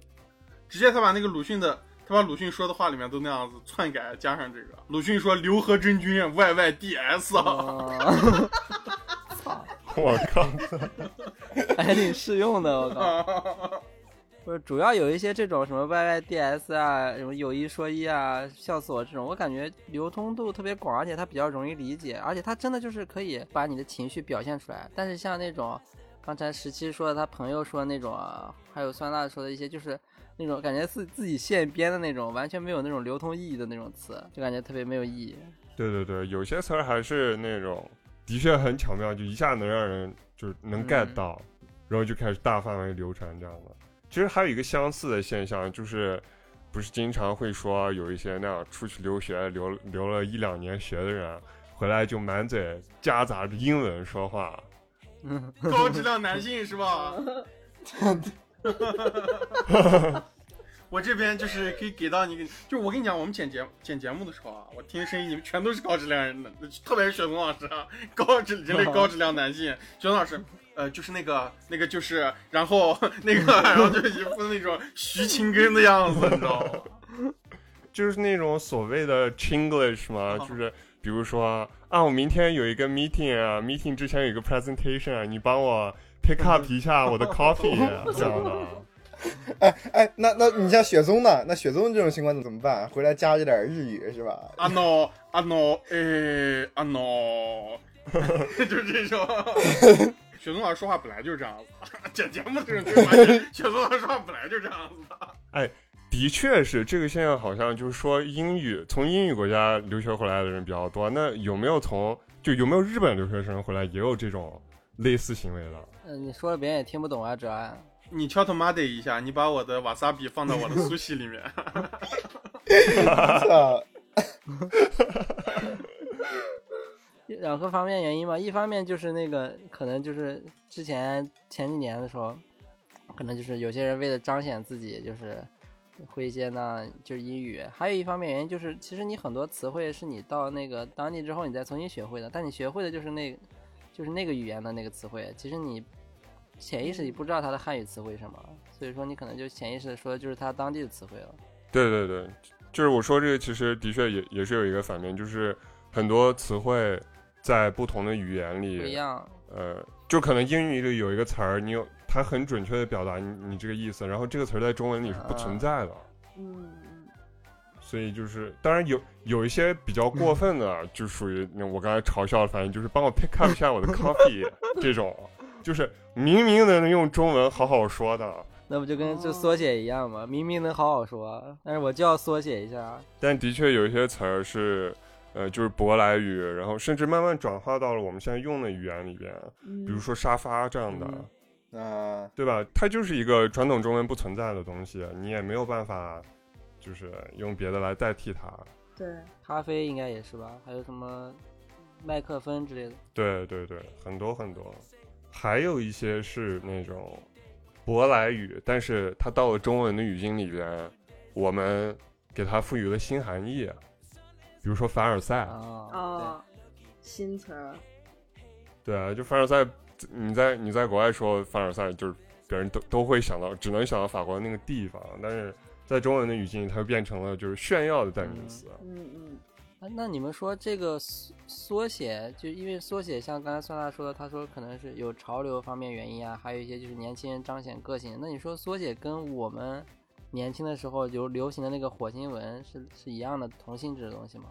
Speaker 4: 直接他把那个鲁迅的，他把鲁迅说的话里面都那样子篡改，加上这个。鲁迅说刘和真君 YYDS 啊，
Speaker 2: 嗯， (laughs)
Speaker 3: 我靠！
Speaker 2: 还挺适哎用的。我靠，不是，主要有一些这种什么 YYDS 啊，什么有一说一啊，笑死我这种，我感觉流通度特别广，而且它比较容易理解，而且它真的就是可以把你的情绪表现出来。但是像那种刚才十七说的他朋友说的那种啊，还有酸辣说的一些，就是那种感觉自自己现编的那种，完全没有那种流通意义的那种词，就感觉特别没有意义。
Speaker 3: 对对对，有些词儿还是那种的确很巧妙，就一下能让人就是能
Speaker 2: 嗯
Speaker 3: get 到，然后就开始大范围流传这样的。其实还有一个相似的现象，就是不是经常会说有一些那样出去留学留留了一两年学的人，回来就满嘴夹杂着英文说话。
Speaker 2: 嗯，
Speaker 4: (laughs) 高质量男性是吧？ (laughs) 我这边就是可以给到你个，就是我跟你讲，我们剪节剪节目的时候啊，我听声音，你们全都是高质量人的，特别是雪松老师，啊， (laughs) 高质人类高质量男性，雪松老师，呃，就是那个那个就是，然后 (laughs) 那个，然后就一副那种徐勤根的样子，你知道吗？
Speaker 3: 嗯就是那种所谓的 Chinglish 嘛，就是比如说啊，我明天有一个 meeting 啊，meeting 之前有一个 presentation 啊，你帮我 pick up 一下我的 coffee (laughs) 啊这样的。
Speaker 1: 哎，那那你像雪松呢？那雪松这种情况怎么办？回来加着点日语是吧？ (laughs)
Speaker 4: 啊 no 啊 no 哎啊 no，就是这种。雪松老师说话本来就是这样子，剪节目的人就发现雪松老师说话本来就这样子的。
Speaker 3: 的确是这个现象，好像就是说英语从英语国家留学回来的人比较多。那有没有从就有没有日本留学生回来也有这种类似行为的？
Speaker 2: 嗯，你说了别人也听不懂啊，主要。
Speaker 4: 你敲他妈的一下，你把我的瓦萨比放到我的苏西里面。 (laughs)
Speaker 1: 操，
Speaker 2: 两个方面原因吧，一方面就是那个可能就是之前前几年的时候，可能就是有些人为了彰显自己就是会一些呢就是英语，还有一方面原因就是其实你很多词汇是你到那个当地之后你再重新学会的，但你学会的就是那就是那个语言的那个词汇，其实你潜意识里不知道它的汉语词汇是什么，所以说你可能就潜意识的说的就是它当地的词汇了。
Speaker 3: 对对对，就是我说这个，其实的确也也是有一个反面，就是很多词汇在不同的语言
Speaker 2: 不一
Speaker 3: 里，
Speaker 2: 样，
Speaker 3: 呃，就可能英语里有一个词儿，你有它很准确的表达你你这个意思，然后这个词儿在中文里是不存在的。
Speaker 5: 嗯，
Speaker 3: 所以就是，当然有有一些比较过分的，就属于那我刚才嘲笑的，反正就是帮我 pick up 一下我的 coffee 这种，就是明明能用中文好好说的，
Speaker 2: 那不就跟这缩写一样嘛？明明能好好说，但是我就要缩写一下。
Speaker 3: 但的确有一些词儿是，呃，就是舶来语，然后甚至慢慢转化到了我们现在用的语言里边，
Speaker 5: 嗯
Speaker 3: 比如说沙发这样的，
Speaker 2: 嗯
Speaker 1: 啊，
Speaker 3: 对吧？它就是一个传统中文不存在的东西，你也没有办法，就是用别的来代替它。
Speaker 5: 对，
Speaker 2: 咖啡应该也是吧？还有什么麦克风之类的？
Speaker 3: 对对对，很多很多，还有一些是那种舶来语，但是它到了中文的语境里边，我们给它赋予了新含义，比如说凡尔赛。
Speaker 2: 啊，
Speaker 5: 啊，新词儿，
Speaker 3: 对啊，就凡尔赛，你在你在国外说凡尔赛，就是别人都都会想到，只能想到法国那个地方，但是在中文的语境里，它就变成了就是炫耀的代名词。啊
Speaker 5: 嗯嗯，
Speaker 2: 对。啊那你们说这个缩缩写，就因为缩写，像刚才酸辣说的，他说可能是有潮流方面原因啊，还有一些就是年轻人彰显个性。那你说缩写跟我们年轻的时候流流行的那个火星文是是一样的同性质的东西吗？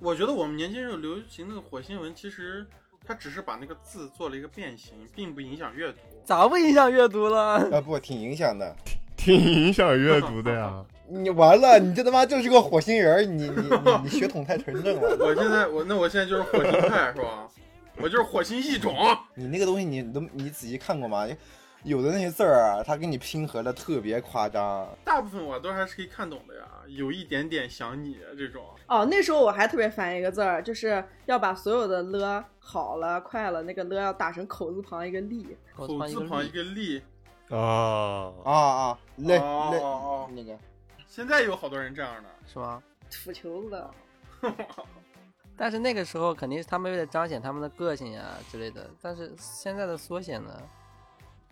Speaker 4: 我觉得我们年轻时候流行那个火星文，其实它只是把那个字做了一个变形，并不影响阅读。
Speaker 2: 咋不影响阅读了？ (laughs)
Speaker 1: 啊不，挺影响的。
Speaker 3: 挺影响阅读的呀。
Speaker 1: 你完了，你这他妈就是个火星人儿，你你你你血统太纯正了。
Speaker 4: 我现在我那我现在就是火星派是吧？我就是火星异种。
Speaker 1: 你那个东西你都你仔细看过吗？有的那些字儿啊，它给你拼合的特别夸张。
Speaker 4: 大部分我都还是可以看懂的呀，有一点点想你啊这种。
Speaker 5: 哦，那时候我还特别烦一个字儿，就是要把所有的了、好了、快了那个了要打成口字旁一个立，
Speaker 2: 口
Speaker 4: 口字旁一个立。
Speaker 3: 啊，
Speaker 1: 啊啊，累
Speaker 4: 哦
Speaker 1: 累
Speaker 4: 哦哦
Speaker 1: 那个
Speaker 4: 现在有好多人这样的。
Speaker 2: 是吗？
Speaker 5: 土球子的。
Speaker 2: 但是那个时候肯定是他们为了彰显他们的个性啊之类的，但是现在的缩写呢？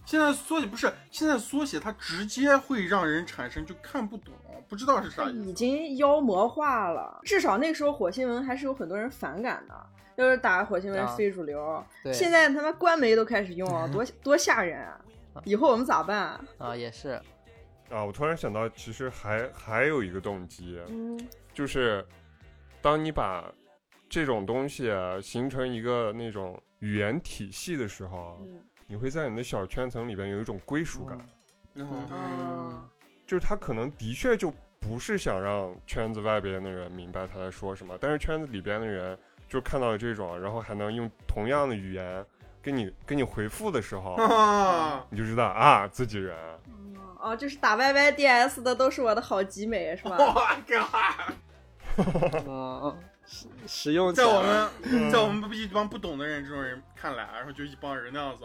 Speaker 4: 现在缩写不是，现在缩写它直接会让人产生就看不懂，不知道是啥意
Speaker 5: 已
Speaker 4: 思。
Speaker 5: 经妖魔化了。至少那时候火星文还是有很多人反感的，就是打火星文
Speaker 2: 啊
Speaker 5: 非主流。
Speaker 2: 对，
Speaker 5: 现在他妈官媒都开始用了，多多吓人啊！以后我们咋办？
Speaker 2: 啊也是，
Speaker 3: 啊，我突然想到，其实还还有一个动机，
Speaker 5: 嗯，
Speaker 3: 就是当你把这种东西、啊、形成一个那种语言体系的时候，啊
Speaker 5: 嗯
Speaker 3: 你会在你的小圈层里边有一种归属感，
Speaker 1: 嗯
Speaker 5: 嗯
Speaker 3: 就是他可能的确就不是想让圈子外边的人明白他在说什么，但是圈子里边的人就看到了这种，然后还能用同样的语言跟你跟你回复的时候，
Speaker 1: 嗯 (laughs)
Speaker 4: 啊，
Speaker 3: 你就知道啊自己人。
Speaker 5: 哦，就是打 YYDS 的都是我的好集美是吧？
Speaker 4: (laughs) God！
Speaker 2: 嗯，实实用
Speaker 4: 在我们
Speaker 1: 嗯
Speaker 4: 在我们一帮不懂的人这种人看来，然后就一帮人那样子。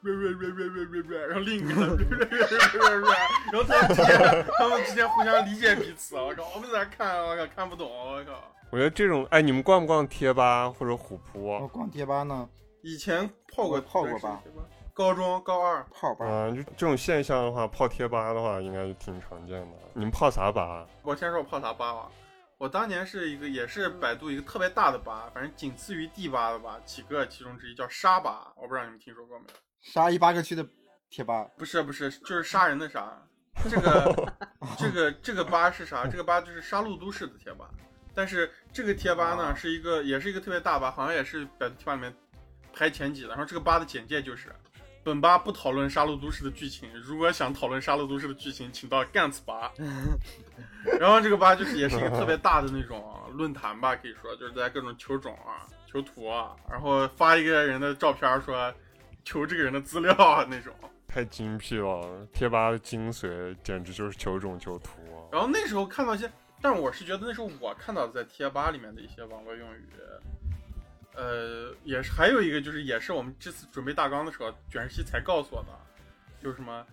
Speaker 4: 瑞瑞瑞瑞瑞瑞瑞，然后另一个瑞瑞瑞瑞瑞瑞，然后他们之间，他们之间互相理解彼此。我靠，我们在那看，我靠，看不懂，我靠。
Speaker 3: 我觉得这种，哎，你们逛不逛贴吧或者虎扑？
Speaker 1: 我逛哦贴吧呢，
Speaker 4: 以前泡过
Speaker 1: 我泡过吧，
Speaker 4: 高中高二
Speaker 1: 泡吧。
Speaker 3: 嗯，就这种现象的话，泡贴吧的话，应该是挺常见的。你们泡啥吧？
Speaker 4: 我先说我泡啥吧吧，啊我当年是一个，也是百度一个特别大的吧，反正仅次于第八的吧，几个其中之一叫沙吧，我不知道你们听说过没有？
Speaker 1: 杀一巴克区的贴吧，
Speaker 4: 不是不是，就是杀人的杀。这个这个这个吧是啥？这个吧就是杀戮都市的贴吧，但是这个贴吧呢是一个，也是一个特别大吧，好像也是百度贴吧里面排前几的。然后这个吧的简介就是：本吧不讨论杀戮都市的剧情，如果想讨论杀戮都市的剧情，请到 Gans 吧。然后这个吧就是也是一个特别大的那种论坛吧，可以说就是在各种求种啊、求图啊，然后发一个人的照片说求这个人的资料啊那种。
Speaker 3: 太精辟了，贴吧的精髓简直就是求种求图啊。
Speaker 4: 然后那时候看到一些，但是我是觉得那时候我看到的在贴吧里面的一些网络用语，呃，也是还有一个就是也是我们这次准备大纲的时候，卷西才告诉我的，就是什么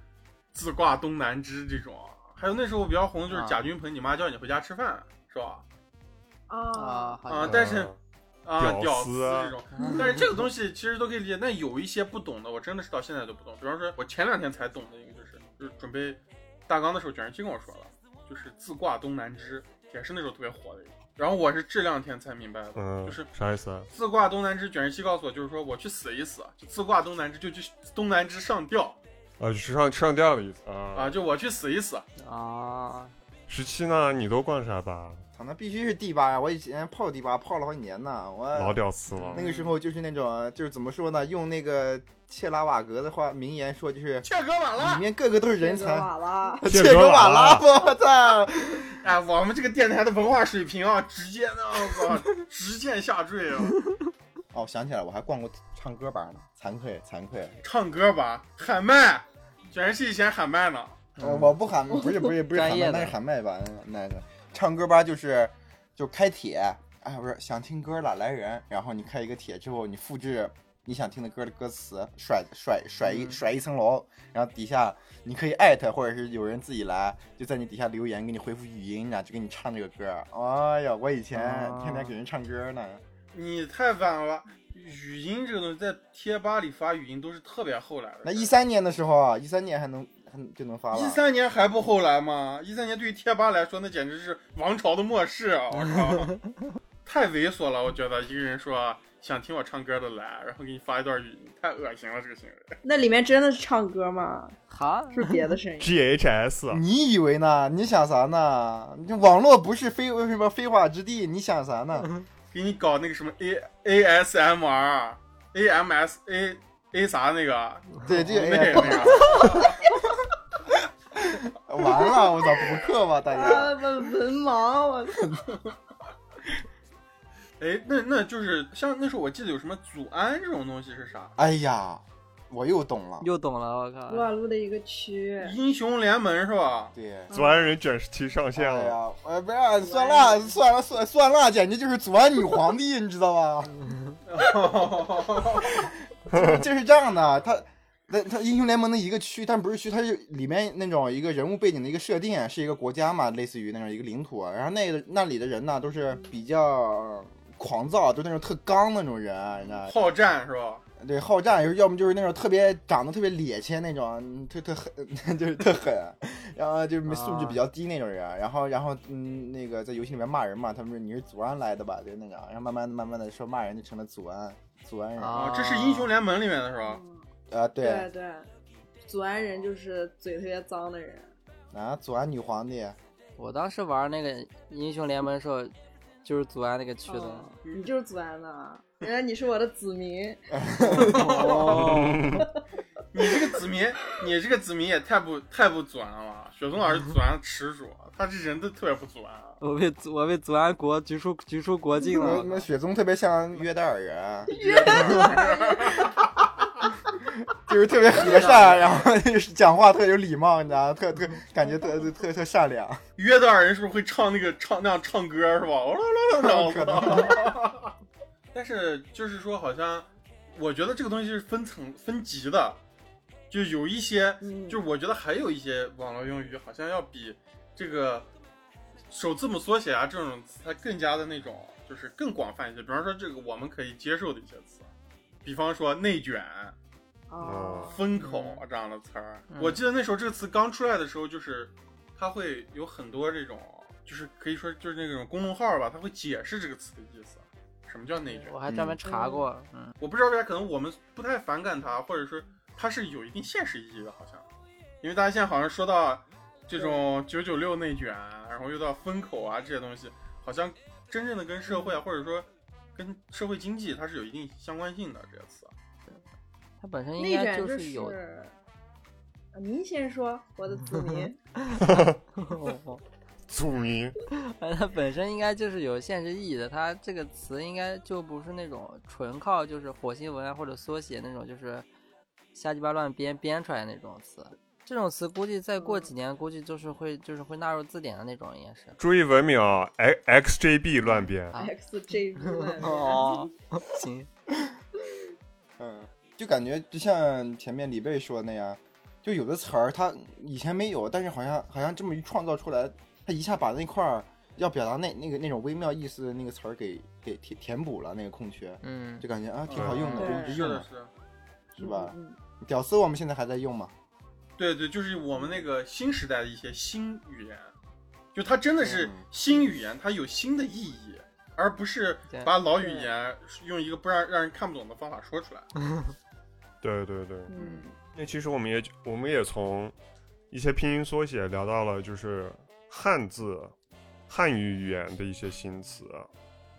Speaker 4: 自挂东南枝这种，啊还有那时候比较红的就是
Speaker 2: 啊
Speaker 4: 贾君鹏你妈叫你回家吃饭是吧？
Speaker 5: 啊，
Speaker 2: 啊，好
Speaker 4: 啊
Speaker 2: 像，
Speaker 4: 但是
Speaker 3: 嗯
Speaker 4: 啊，
Speaker 3: 屌
Speaker 4: 屌
Speaker 3: 丝啊
Speaker 4: 这种，但是这个东西其实都可以理解。但有一些不懂的，我真的是到现在都不懂。比方说，我前两天才懂的一个就是，就是准备大纲的时候，卷人机跟我说了，就是自挂东南枝，也是那时候特别火的一个。然后我是这两天才明白的，
Speaker 3: 嗯，
Speaker 4: 就是
Speaker 3: 啥意思啊？
Speaker 4: 自挂东南枝，卷人机告诉我，就是说我去死一死，就自挂东南枝，就去东南枝上吊
Speaker 3: 啊，就是上上吊的意思啊
Speaker 4: 啊，。就我去死一死。
Speaker 2: 啊，
Speaker 3: 十七呢，你都逛啥吧？
Speaker 1: 操，那必须是第八呀！我以前泡第八泡了好几年呢，我
Speaker 3: 老屌丝了
Speaker 1: 呃那，个时候就是那种，就是怎么说呢？用那个切拉瓦格的话名言说，就是
Speaker 4: 切格瓦
Speaker 1: 里
Speaker 4: 拉，
Speaker 1: 面个个都是人
Speaker 5: 别惹
Speaker 1: 才。
Speaker 5: 瓦拉，
Speaker 1: 切
Speaker 3: 切格
Speaker 1: 格
Speaker 3: 瓦
Speaker 1: 瓦
Speaker 3: 拉
Speaker 1: 拉，我操！
Speaker 4: 哎，我们这个电台的文化水平啊，直接那我操，直线下坠啊！
Speaker 1: 哦，我想起来，我还逛过唱歌吧呢，惭愧惭愧。
Speaker 4: 唱歌吧，喊麦，卷是以前喊麦呢。
Speaker 1: 哦我不喊，不是不是不是喊
Speaker 2: 专业
Speaker 1: 麦，
Speaker 2: 的
Speaker 1: 那是喊麦吧？那个唱歌吧就是就开帖，哎，不是想听歌了来人，然后你开一个帖之后，你复制你想听的歌的歌词，甩甩甩一
Speaker 4: 嗯
Speaker 1: 甩一层楼，然后底下你可以艾特，或者是有人自己来就在你底下留言，给你回复语音啊呢，就给你唱这个歌。哎呀，我以前
Speaker 2: 啊
Speaker 1: 天天给人唱歌呢，
Speaker 4: 你太晚了，语音这个东西在贴吧里发语音都是特别后来的事。
Speaker 1: 那一三年的时候啊，一三年还能还就能发了，
Speaker 4: 一三年还不后来吗？一三年对于贴吧来说，那简直是王朝的末世啊！我靠， (laughs) 太猥琐了，我觉得一个人说想听我唱歌的来，然后给你发一段语音，太恶心了，这个行为。
Speaker 5: 那里面真的是唱歌吗？
Speaker 2: 好，
Speaker 5: 是别的声
Speaker 3: (laughs)
Speaker 5: 音
Speaker 3: GHS
Speaker 1: 你以为呢？你想啥呢？这网络不是非为什么非法之地？你想啥呢？
Speaker 4: 给你搞那个什么 A A S M R A M S A A 啥那个，
Speaker 1: 对，这
Speaker 4: 那个
Speaker 1: 哎
Speaker 4: 那个，
Speaker 1: 呀完了，我操，补课吧，大
Speaker 5: (laughs) 啊，
Speaker 1: 家。
Speaker 5: 文文盲，我操
Speaker 4: 哎，那那就是像那时候我记得有什么祖安这种东西是啥？
Speaker 1: 哎呀，我又懂了。
Speaker 2: 又懂了，我靠
Speaker 5: 撸，啊撸的一个区，
Speaker 4: 英雄联盟
Speaker 1: (laughs)
Speaker 4: 是吧？
Speaker 1: 对，
Speaker 3: 左岸人卷十七上线
Speaker 1: 哎
Speaker 3: 了，
Speaker 1: 呀，哎，不要算了，算了，算算了，简直就是祖安女皇帝，你知道吧？ (laughs) 这是这样的，他。那它英雄联盟的一个区，但不是区，它是里面那种一个人物背景的一个设定，啊是一个国家嘛，类似于那种一个领土。啊然后那个那里的人呢，都是比较狂躁，都那种特刚那种人，啊你知道吧
Speaker 4: 好战是吧？
Speaker 1: 对，好战，就是要么就是那种特别长得特别趔趄那种，嗯特特狠， (laughs) 就是特狠，啊然后就是素质比较低那种人。啊然后，然后嗯，那个在游戏里面骂人嘛，他们说你是祖安来的吧，就是那种。然后慢慢慢慢的说骂人就成了祖安，祖安人。
Speaker 2: 啊
Speaker 4: 啊，这是英雄联盟里面的是吧？
Speaker 1: 啊，
Speaker 5: 对
Speaker 1: 对，
Speaker 5: 对，祖安人就是嘴特别脏的人，
Speaker 1: 啊，祖安女皇帝，
Speaker 2: 我当时玩那个英雄联盟的时候，就是祖安那个区的
Speaker 5: 哦，你就是祖安的，啊原来你是我的子民，
Speaker 2: 哦， (laughs)
Speaker 4: 你这个子民，你这个子民也太不太不祖安了。雪松老师祖安耻辱，啊他这人都特别不祖安啊。
Speaker 2: 我被祖我被祖安国逐出逐出国境了
Speaker 1: 那，那雪宗特别像约旦尔人，啊就是特别和善，然后就是讲话特有礼貌，你知道吗，特特感觉特特特特善 (laughs) 良。
Speaker 4: 约旦尔人是不是会唱那个唱那样唱歌是吧？哦啦啦啦啦啦。但是就是说，好像我觉得这个东西是分层分级的，就有一些，
Speaker 5: 嗯
Speaker 4: 就我觉得还有一些网络用语好像要比这个首字母缩写啊这种词它更加的那种，就是更广泛一些。比方说这个我们可以接受的一些词，比方说内卷、
Speaker 5: 哦，
Speaker 4: 风口啊这样的词儿。
Speaker 2: 嗯
Speaker 4: 我记得那时候这个词刚出来的时候，就是它会有很多这种就是可以说就是那种公众号吧，它会解释这个词的意思，什么叫内卷
Speaker 2: 我。还专门查过，嗯，
Speaker 4: 我不知道为啥，可能我们不太反感它，或者说它是有一定现实意义的，好像，因为大家现在好像说到这种九九六内卷，然后又到风口啊这些东西，好像真正的跟社会啊，或者说跟社会经济它是有一定相关性的这些词。啊
Speaker 2: 它本身应
Speaker 5: 内
Speaker 2: 该
Speaker 5: 卷
Speaker 2: 就
Speaker 5: 就是 (laughs)
Speaker 2: 有， (laughs)
Speaker 5: 啊您先说，我的子民。
Speaker 3: 祖民，
Speaker 2: 哎它本身应该就是有现实意义的。它这个词应该就不是那种纯靠就是火星文案啊或者缩写那种，就是瞎鸡巴乱编编出来那种词。这种词估计再过几年，估计就是会就是会纳入字典的那种，应该是。
Speaker 3: 注意文明啊，X X J B 乱编，
Speaker 2: 啊
Speaker 5: XJB
Speaker 2: (laughs)
Speaker 5: 问
Speaker 2: 哦， (laughs) 行，
Speaker 1: 嗯，就感觉就像前面李贝说的那样，就有的词儿它以前没有，但是好像好像这么一创造出来，它一下把那块儿要表达那那个那种微妙意思的那个词儿给给填填补了那个空缺，
Speaker 2: 嗯，
Speaker 1: 就感觉啊挺好用的，
Speaker 5: 嗯
Speaker 1: 就一直
Speaker 4: 是
Speaker 1: 用
Speaker 4: 的，
Speaker 1: 了，
Speaker 4: 是的，
Speaker 1: 是吧？
Speaker 5: 嗯嗯
Speaker 1: 屌丝我们现在还在用嘛？
Speaker 4: 对对，就是我们那个新时代的一些新语言，就它真的是
Speaker 1: 嗯
Speaker 4: 新语言，它有新的意义，而不是
Speaker 2: 对
Speaker 4: 把老语言用一个不让让人看不懂的方法说
Speaker 1: (laughs)
Speaker 4: 出来。
Speaker 3: 对对对。
Speaker 5: 嗯，
Speaker 3: 那其实我们也我们也从一些拼音缩写聊到了就是汉字、汉语语言的一些新词，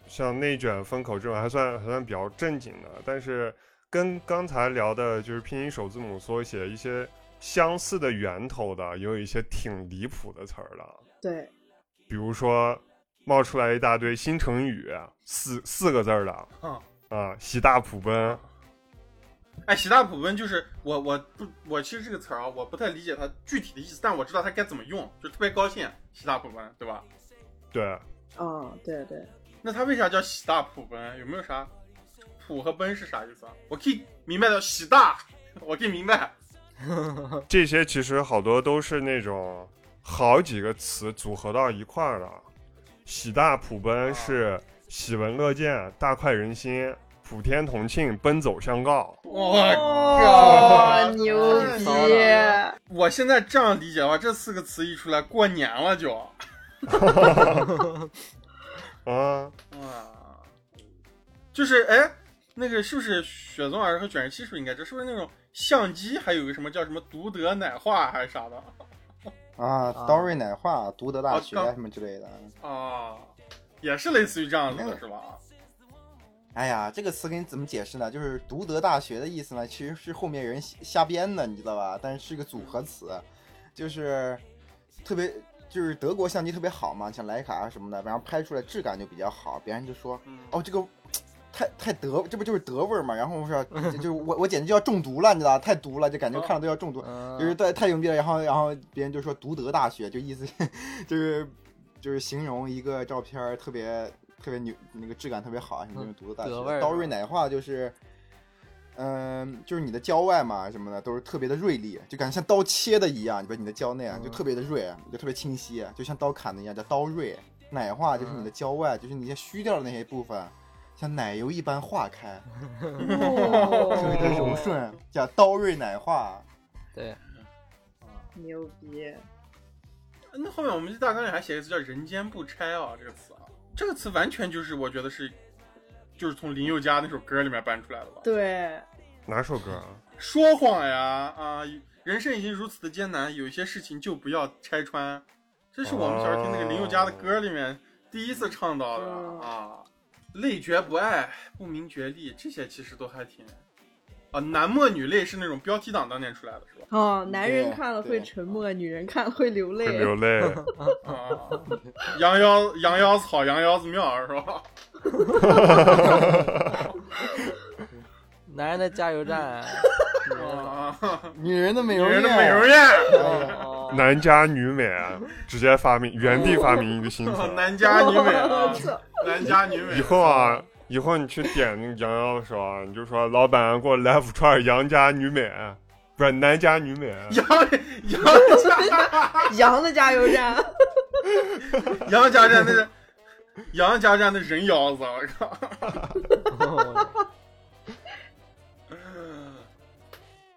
Speaker 3: 像内卷、风口这种还算还算比较正经的，但是跟刚才聊的就是拼音首字母缩写一些相似的源头的，也有一些挺离谱的词儿了。
Speaker 5: 对，
Speaker 3: 比如说冒出来一大堆新成语，四四个字儿的，
Speaker 4: 嗯
Speaker 3: 啊、喜大普奔，
Speaker 4: 哎，喜大普奔就是我，我不，我其实这个词儿啊，我不太理解它具体的意思，但我知道它该怎么用，就特别高兴，喜大普奔，对吧？
Speaker 3: 对，
Speaker 5: 哦，对对，
Speaker 4: 那它为啥叫喜大普奔？有没有啥普和奔是啥意思啊？我可以明白到喜大， (laughs) 我可以明白。
Speaker 3: 这些其实好多都是那种好几个词组合到一块儿了。喜大普
Speaker 4: 啊
Speaker 3: 奔是喜闻乐见、大快人心、普天同庆、奔走相告。
Speaker 4: 我
Speaker 5: 哦
Speaker 4: 靠，，
Speaker 5: 牛
Speaker 2: 太
Speaker 5: 逼！
Speaker 2: 骚了
Speaker 4: (laughs) 我现在这样理解的话，这四个词一出来，过年了就。
Speaker 3: 啊，
Speaker 4: 哇，就是哎，那个是不是雪宗老师和卷石七是不是应该这？是不是那种相机还有个什么叫什么独得奶化还是啥的
Speaker 1: 啊，刀瑞奶化、读德大学
Speaker 4: 啊刚
Speaker 1: 啊什么之类的。
Speaker 4: 啊？也是类似于这样子的
Speaker 1: 嗯
Speaker 4: 是吧？
Speaker 1: 哎呀，这个词给你怎么解释呢？就是“读德大学”的意思呢，其实是后面人瞎编的，你知道吧？但是是个组合词，就是特别就是德国相机特别好嘛，像徕卡啊什么的，然后拍出来质感就比较好，别人就说
Speaker 4: 嗯，
Speaker 1: 哦这个。太太德，这不就是德味儿嘛？然后我说， (laughs) 就就我我简直就要中毒了，你知道吧？太毒了，就感觉看了都要中毒。
Speaker 2: 嗯
Speaker 1: 就是太太牛逼了，然后然后别人就说独德大学，就意思就是就是形容一个照片儿特别特别牛，那个质感特别好，什么
Speaker 2: 嗯
Speaker 1: 就是独德大
Speaker 2: 德味儿
Speaker 1: 学。刀
Speaker 2: 是
Speaker 1: 锐
Speaker 2: 吧
Speaker 1: 奶化就是，嗯、就是你的郊外嘛什么的都是特别的锐利，就感觉像刀切的一样，你把你的郊内啊就特别的锐，就特别清晰，啊就像刀砍的一样，叫刀锐。奶化就是你的郊外，就是你那些虚掉的那些部分，像奶油一般化开，特别的柔
Speaker 5: (laughs) 哦，
Speaker 1: 顺，叫刀锐奶化。
Speaker 2: 对，
Speaker 5: 牛逼！
Speaker 4: 那后面我们这大纲里还写一个词叫“人间不拆”啊，这个词啊，这个词完全就是我觉得是，就是从林宥嘉那首歌里面搬出来的吧？
Speaker 5: 对，
Speaker 3: 哪首歌啊？
Speaker 4: 说谎呀啊！人生已经如此的艰难，有些事情就不要拆穿。这是我们小时候听那个林宥嘉的歌里面第一次唱到的、
Speaker 5: 哦
Speaker 4: 啊。泪觉不爱，不明觉厉，这些其实都还挺啊。男默女泪是那种标题党当年出来的，是吧？
Speaker 5: 哦，男人
Speaker 1: 对
Speaker 5: 看了
Speaker 1: 对
Speaker 5: 会沉默，女人看了会流
Speaker 3: 会
Speaker 5: 泪。
Speaker 3: 流泪。
Speaker 4: 啊，羊腰羊腰草，羊腰子庙是吧？
Speaker 2: 男人的加油站，啊女人的
Speaker 4: 啊，
Speaker 3: 嗯
Speaker 4: (laughs)
Speaker 1: 女人的美
Speaker 4: 女
Speaker 1: 容院，
Speaker 4: 人的美容院，
Speaker 2: (laughs)
Speaker 4: (laughs)
Speaker 3: (laughs)
Speaker 2: 哦，
Speaker 3: 男家女美，直接发明原地发明一个新词
Speaker 4: 啊。 (laughs) 男家女
Speaker 3: (laughs)
Speaker 4: 美啊
Speaker 5: 我，操
Speaker 4: 男家女美
Speaker 3: 以。后啊，以后你去点那个羊羊的时候啊，你就说老板给我来五串杨家女美，不是男家女美。
Speaker 4: 羊羊家。
Speaker 5: 羊的加油站， (laughs)
Speaker 4: 杨家站那是杨家站的人腰子，我靠！
Speaker 3: (laughs)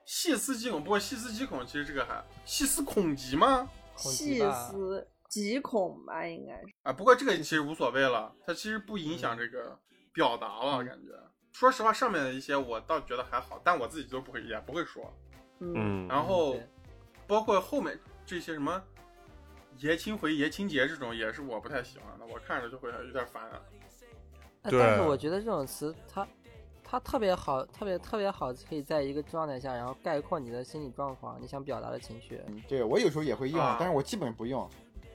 Speaker 4: 细思极恐，不过细思极恐其实这个还细思恐极吗？
Speaker 2: 恐
Speaker 5: 细
Speaker 2: 惧吧
Speaker 5: 思极恐吧，应该是。
Speaker 4: 啊，不过这个其实无所谓了，它其实不影响这个表达了，感觉。说实话，上面的一些我倒觉得还好，但我自己都不会，也不会说。
Speaker 5: 嗯，
Speaker 3: 嗯，
Speaker 4: 然后
Speaker 2: 对
Speaker 4: 包括后面这些什么爷青回、爷青结这种，也是我不太喜欢的，我看着就会有点烦、
Speaker 2: 哎
Speaker 3: 对
Speaker 2: 但是我觉得这种词，它它特别好，特别特别好，可以在一个状态下，然后概括你的心理状况，你想表达的情绪。
Speaker 1: 对我有时候也会用，
Speaker 4: 啊
Speaker 1: 但是我基本不用。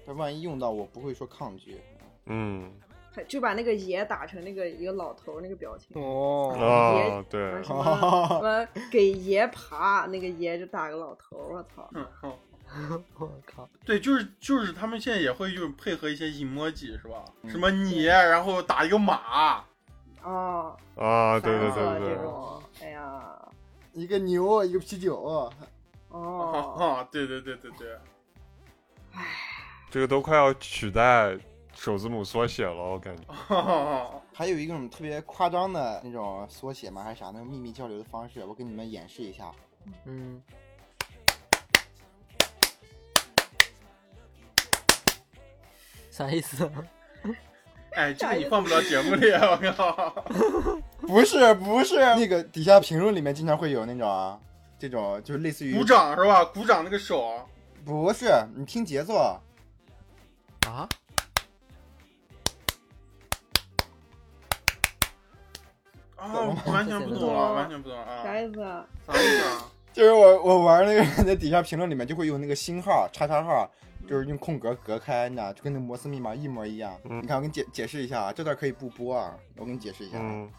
Speaker 1: 但万一用到，我不会说抗拒。
Speaker 3: 嗯
Speaker 5: 还就把那个爷打成那个一个老头儿那个表情，
Speaker 2: 哦，
Speaker 3: 啊，对，
Speaker 5: 什么什么给爷爬，那个爷就打个老头儿，我操！
Speaker 4: 嗯，
Speaker 2: 我靠，
Speaker 4: 对，就是就是他们现在也会就是配合一些 emoji 是吧？什么你，啊然后打一个马，
Speaker 5: 哦，
Speaker 3: 啊，对
Speaker 5: 烦
Speaker 3: 对
Speaker 5: 死了
Speaker 3: 对
Speaker 5: 这
Speaker 3: 对，
Speaker 5: 种，哎呀，
Speaker 1: 一个牛，啊一个啤酒，
Speaker 5: (laughs) 哦，
Speaker 4: 哦，对对对对对，
Speaker 3: 这个都快要取代首字母缩写了，我感觉。
Speaker 4: 哦
Speaker 1: 还有一种特别夸张的那种缩写嘛，还是啥那种秘密交流的方式，我给你们演示一下。
Speaker 2: 嗯，啥意思？
Speaker 4: 哎，这个你放不了节目里，我靠！
Speaker 1: 不是不是，那个底下评论里面经常会有那种啊，这种就类似于
Speaker 4: 鼓掌是吧？鼓掌那个手，
Speaker 1: 不是，你听节奏，
Speaker 2: 啊？
Speaker 4: 啊，
Speaker 1: 懂了
Speaker 4: 我完全不懂了，完全不懂了
Speaker 5: 啥
Speaker 4: 啊！
Speaker 5: 意思啊？
Speaker 4: 啥意思啊？
Speaker 1: 就是我我玩那个在底下评论里面就会用那个星号叉叉号，就是用空格隔开，你知道，就跟那摩斯密码一模一样。
Speaker 3: 嗯
Speaker 1: 你看，我给你解解释一下啊，这段可以不播啊，我给你解释一下啊。
Speaker 3: 嗯，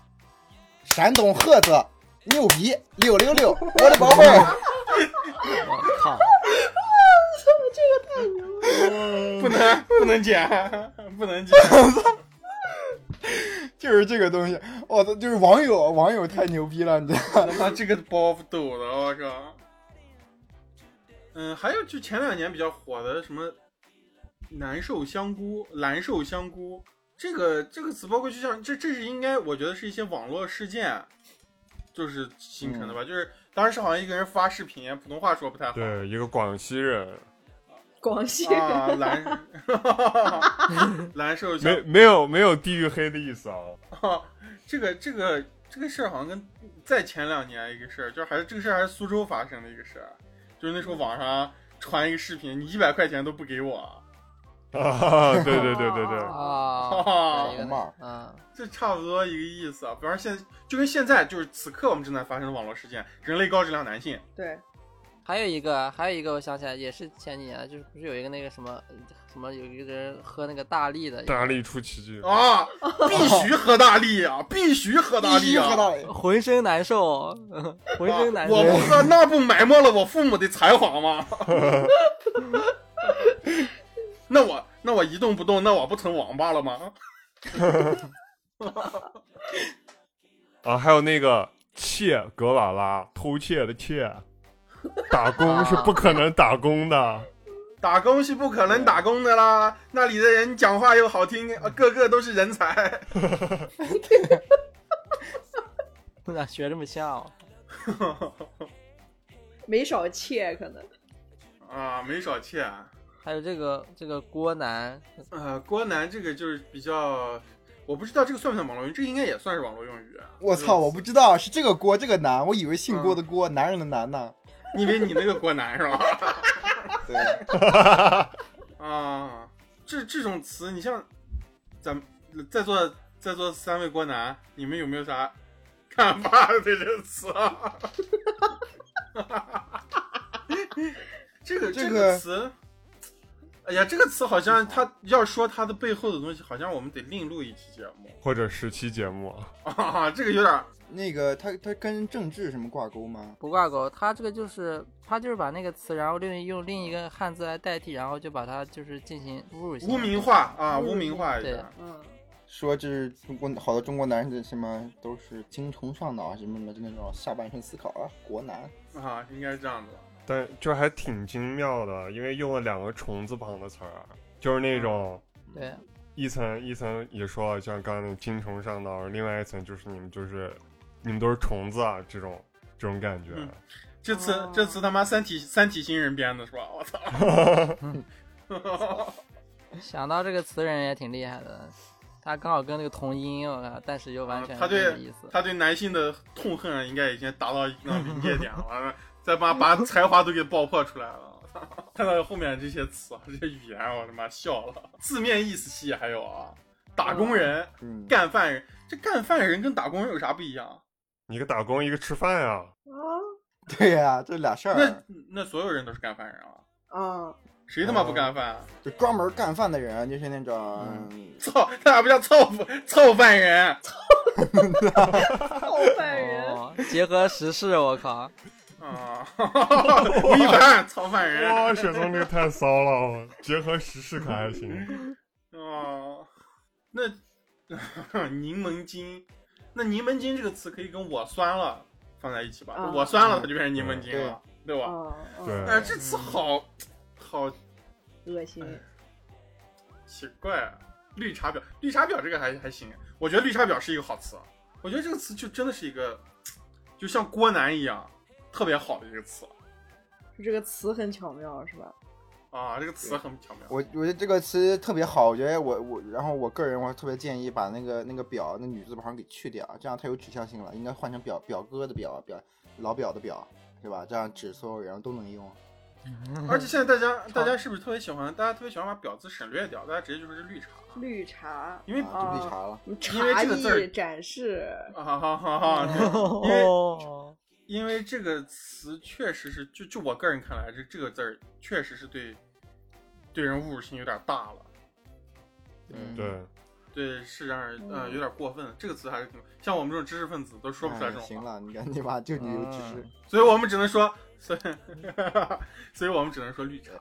Speaker 1: 山东菏泽，牛逼，六六 (laughs) 六，我的宝贝儿，
Speaker 2: 我靠！
Speaker 4: 不能不能剪，不能剪。
Speaker 1: (laughs) 就是这个东西，我操，就是网友网友太牛逼了，你知道。
Speaker 4: 他妈这个包袱抖的，我靠！嗯，还有就前两年比较火的什么难受香菇、蓝瘦香菇，这个这个词，包括就像这这是应该，我觉得是一些网络事件，就是形成的吧。就是当时好像一个人发视频，普通话说不太好，
Speaker 3: 嗯对，一个广西人，
Speaker 5: 广西人
Speaker 4: 啊，蓝 (laughs) 蓝瘦香
Speaker 3: 没没有没有地域黑的意思啊。 (laughs)
Speaker 4: 啊，这个这个这个事儿好像跟在前两年一个事儿，就是还是这个事儿还是苏州发生的一个事儿，就是那时候网上传一个视频，你一百块钱都不给我，
Speaker 3: 啊，对对对对对，
Speaker 2: 啊，
Speaker 4: 哈
Speaker 2: 对一
Speaker 1: 红
Speaker 2: 个
Speaker 1: 帽
Speaker 2: 啊，
Speaker 4: 这差不多一个意思啊。比方说现在就跟现在就是此刻我们正在发生的网络事件，人类高质量男性
Speaker 5: 对，
Speaker 2: 还有一个，还有一个，我想起来，也是前几年，就是不是有一个那个什么什么，有一个人喝那个大力的，
Speaker 3: 大力出奇迹
Speaker 4: 啊，必须喝大力啊，必须喝大力啊。
Speaker 1: 大力，
Speaker 2: 浑身难受，浑身难
Speaker 4: 啊
Speaker 2: 受。
Speaker 4: 我不喝，那不埋没了我父母的才华吗？ (laughs) 那我那我一动不动，那我不成王八了吗？
Speaker 3: 啊！还有那个窃格瓦拉，偷窃的窃，打工是不可能打工的。
Speaker 4: 打工是不可能打工的啦，那里的人讲话又好听，呃个个都是人才。 (laughs)
Speaker 2: 咋学这么像哦？
Speaker 5: 没少切，可能
Speaker 4: 啊，没少欠。
Speaker 2: 还有这个这个郭楠，
Speaker 4: 呃，郭楠这个就是比较，我不知道这个算不算网络用语，这应该也算是网络用语。啊
Speaker 1: 我操，我不知道是这个锅这个男，我以为姓郭的郭，男人的男 (laughs) 呢。
Speaker 4: 你以为你那个郭楠是吧？
Speaker 1: 对，
Speaker 4: 啊，这这种词，你像咱们在座在座三位郭楠，你们有没有啥看法对这个词啊？这个
Speaker 1: 这个
Speaker 4: 个词，哎呀，这个词好像它要说它的背后的东西，好像我们得另录一期节目
Speaker 3: 或者十期节目，
Speaker 4: 啊。这个有点
Speaker 1: 那个他他跟政治什么挂钩吗？
Speaker 2: 不挂钩，他这个就是他就是把那个词，然后另用另一个汉字来代替，然后就把它就是进行侮辱性
Speaker 4: 污名化啊，污名化一
Speaker 2: 对
Speaker 4: 下。
Speaker 5: 嗯，
Speaker 1: 说这是中国好多中国男人的什么都是精虫上脑啊什么什么，就那种下半身思考啊，国男。
Speaker 4: 啊，应该是这样子。
Speaker 3: 但就还挺精妙的，因为用了两个虫字旁的词儿，啊就是那种
Speaker 2: 对，
Speaker 3: 一层一层也说了，像刚刚那个精虫上脑，另外一层就是你们就是你们都是虫子啊，这种这种感觉。
Speaker 4: 嗯这词、
Speaker 5: 哦
Speaker 4: 这词他妈三体三体星人编的是吧？我操！
Speaker 2: 想到这个词人也挺厉害的，他刚好跟那个同音，我靠，但是又完全
Speaker 4: 啊他
Speaker 2: 不一个
Speaker 4: 对
Speaker 2: 意思。
Speaker 4: 他对男性的痛恨应该已经达到一定的临界点了，再把把才华都给爆破出来了。 (laughs) 我操看到后面这些词啊，这些语言，我他妈笑了。字面意思系还有啊，打工人、
Speaker 1: (laughs) 嗯，
Speaker 4: 干饭人，这干饭人跟打工人有啥不一样？
Speaker 3: 你一个打工，一个吃饭啊。
Speaker 1: 对呀、这俩事
Speaker 4: 那
Speaker 1: 儿，
Speaker 4: 那所有人都是干饭人啊，
Speaker 5: 啊，
Speaker 4: 谁他妈不干饭、啊？
Speaker 1: 就专门干饭的人，啊就是那种，
Speaker 4: 操，那还不叫操操饭人？
Speaker 5: 好烦人。
Speaker 2: 哦，结合时事，我靠，
Speaker 4: 啊， (laughs) 吴亦凡操饭人。
Speaker 3: 哇，雪松这个太骚了，结合时事可还行。
Speaker 4: 哦，那 (laughs) 柠檬精，那柠檬精这个词可以跟我酸了放在一起吧？
Speaker 5: 啊
Speaker 4: 我酸了，它就变成柠檬精
Speaker 1: 嗯
Speaker 4: 了，对吧？
Speaker 5: 啊，
Speaker 3: 对
Speaker 5: 啊
Speaker 4: 哎、这词好好
Speaker 5: 嗯恶心，
Speaker 4: 奇怪啊！绿茶婊，绿茶婊这个还还行，我觉得绿茶婊是一个好词，我觉得这个词就真的是一个，就像郭楠一样，特别好的一个词
Speaker 5: 这个词很巧妙，是吧？
Speaker 4: 啊，这个词很巧妙。
Speaker 1: 我我觉得这个词特别好，我觉得我我，然后我个人我特别建议把那个那个表那女字旁给去掉，这样它有指向性了，应该换成表表哥的表表老表的表，是吧？这样指所有人都能用。啊
Speaker 4: 而且现在大家
Speaker 1: (laughs)
Speaker 4: 大家是不是特别喜欢？大家特别喜欢把婊子省略掉，大家直接就说是绿茶，啊
Speaker 5: 绿茶，
Speaker 4: 因为
Speaker 1: 啊，就绿茶了。
Speaker 5: 你
Speaker 4: 因为
Speaker 5: 茶
Speaker 4: 这个字儿
Speaker 5: 艺展示，
Speaker 4: 啊哈哈哈哈，因为
Speaker 2: 哦，
Speaker 4: 因为这个词确实是，就就我个人看来，这这个字儿确实是对对人侮辱性有点大了，
Speaker 1: 嗯，
Speaker 3: 对，
Speaker 4: 对，是让人呃有点过分。这个词还是挺像我们这种知识分子都说不出来这
Speaker 1: 哎
Speaker 4: 种
Speaker 1: 行
Speaker 4: 话，
Speaker 1: 了，你看你吧，就你有指示
Speaker 2: 嗯。
Speaker 4: 所以我们只能说，所以 (laughs) 所以我们只能说绿茶。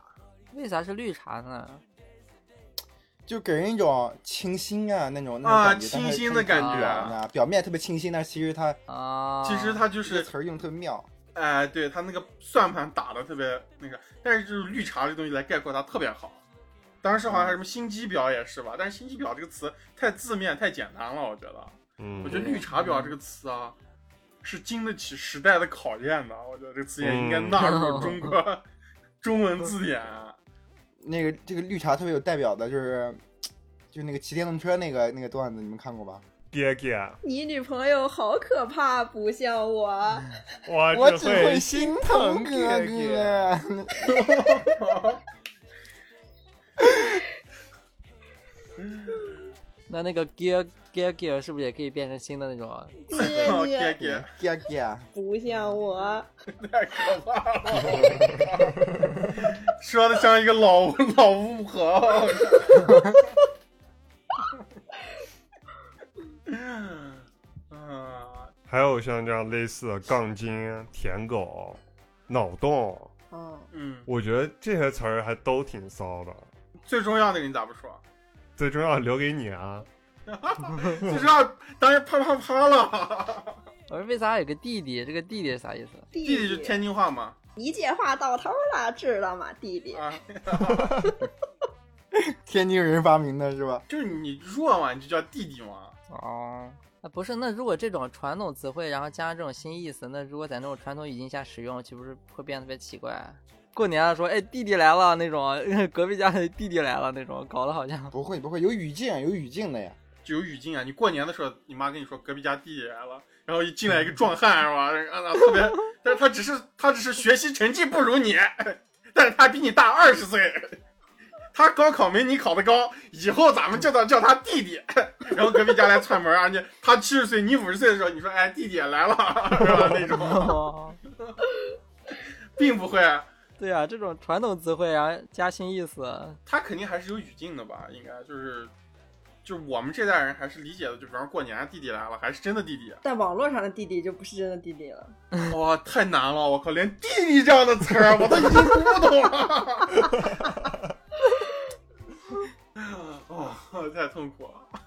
Speaker 2: 为啥是绿茶呢？
Speaker 1: 就给人一种清新啊那种那种
Speaker 4: 啊
Speaker 1: 感觉，但
Speaker 4: 清
Speaker 1: 是
Speaker 4: 新
Speaker 1: 又
Speaker 4: 的感
Speaker 1: 很
Speaker 2: 觉
Speaker 1: 软啊，表面特别清新，但是其实它
Speaker 2: 啊，
Speaker 4: 其实它就
Speaker 1: 这个
Speaker 4: 是，
Speaker 1: 词儿用得特别妙。
Speaker 4: 哎、对他那个算盘打的特别那个，但是就是绿茶这东西来概括它特别好。当时好像还有什么心机婊也是吧，但是心机婊这个词太字面太简单了，我觉得。
Speaker 3: 嗯
Speaker 4: 我，觉得“绿茶婊”这个词啊，是经得起时代的考验的。我觉得这个词也应该纳入中国、中文字典。啊
Speaker 1: 那个这个绿茶特别有代表的就是，就那个骑电动车那个那个段子，你们看过吧？
Speaker 3: 爹爹，
Speaker 5: 你女朋友好可怕，不像我。
Speaker 4: 嗯 (laughs)
Speaker 3: 我
Speaker 1: 我只
Speaker 3: 只
Speaker 1: 会
Speaker 3: 会
Speaker 1: 心疼
Speaker 3: 疼
Speaker 1: 哥
Speaker 3: 爹爹。
Speaker 1: 哥。
Speaker 2: 那那个 gear gear gear 是不是也可以变成新的那种？
Speaker 4: 好，
Speaker 5: 爹
Speaker 4: 爹
Speaker 5: 爹
Speaker 4: 爹，
Speaker 1: 哥 (laughs) 哥，
Speaker 5: 不像我，
Speaker 4: 太可怕了！说的像一个老老巫婆。 (laughs) 我靠啊，
Speaker 3: 还有像这样类似的杠精、舔狗、脑洞，
Speaker 5: 嗯，
Speaker 4: 嗯，
Speaker 3: 我觉得这些词儿还都挺骚的。
Speaker 4: 最重要的你咋不说？
Speaker 3: 最重要留给你啊！
Speaker 4: 最重要当然啪啪啪了。
Speaker 2: 我说为啥有个弟弟？这个弟弟是啥意思？
Speaker 5: 弟
Speaker 4: 弟弟就天津话嘛
Speaker 5: 一句话到头了，知道吗？弟弟，
Speaker 4: 啊，
Speaker 1: 天津人发明的是吧？
Speaker 4: 就是你弱嘛，你就叫弟弟嘛。
Speaker 2: 哦，那不是，那如果这种传统词汇，然后加上这种新意思，那如果在那种传统语境下使用，岂不是会变得特别奇怪？啊过年了说，哎，弟弟来了那种， (laughs) 隔壁家的弟弟来了那种，搞得好像 (laughs)
Speaker 1: 不会不会，有语境有语境的呀。
Speaker 4: 就有语境啊！你过年的时候，你妈跟你说隔壁家弟弟来了，然后一进来一个壮汉是吧？啊，特别，但是他只是他只是学习成绩不如你， (laughs) 但是他比你大二十岁，他高考没你考的高，以后咱们就叫叫他弟弟。然后隔壁家来串门啊，你他七十岁，你五十岁的时候，你说哎弟弟也来了是吧？
Speaker 2: (laughs)
Speaker 4: 那种
Speaker 2: 哦，
Speaker 4: 并不会，
Speaker 2: 对啊，这种传统词汇，然后加新意思，
Speaker 4: 他肯定还是有语境的吧？应该就是。就是我们这代人还是理解的，就比方说过年啊弟弟来了，还是真的弟弟。
Speaker 5: 但网络上的弟弟就不是真的弟弟了。
Speaker 4: 哇，太难了！我靠，连弟弟这样的词儿啊我都已经读不懂了。 (laughs) 哦，太痛苦了。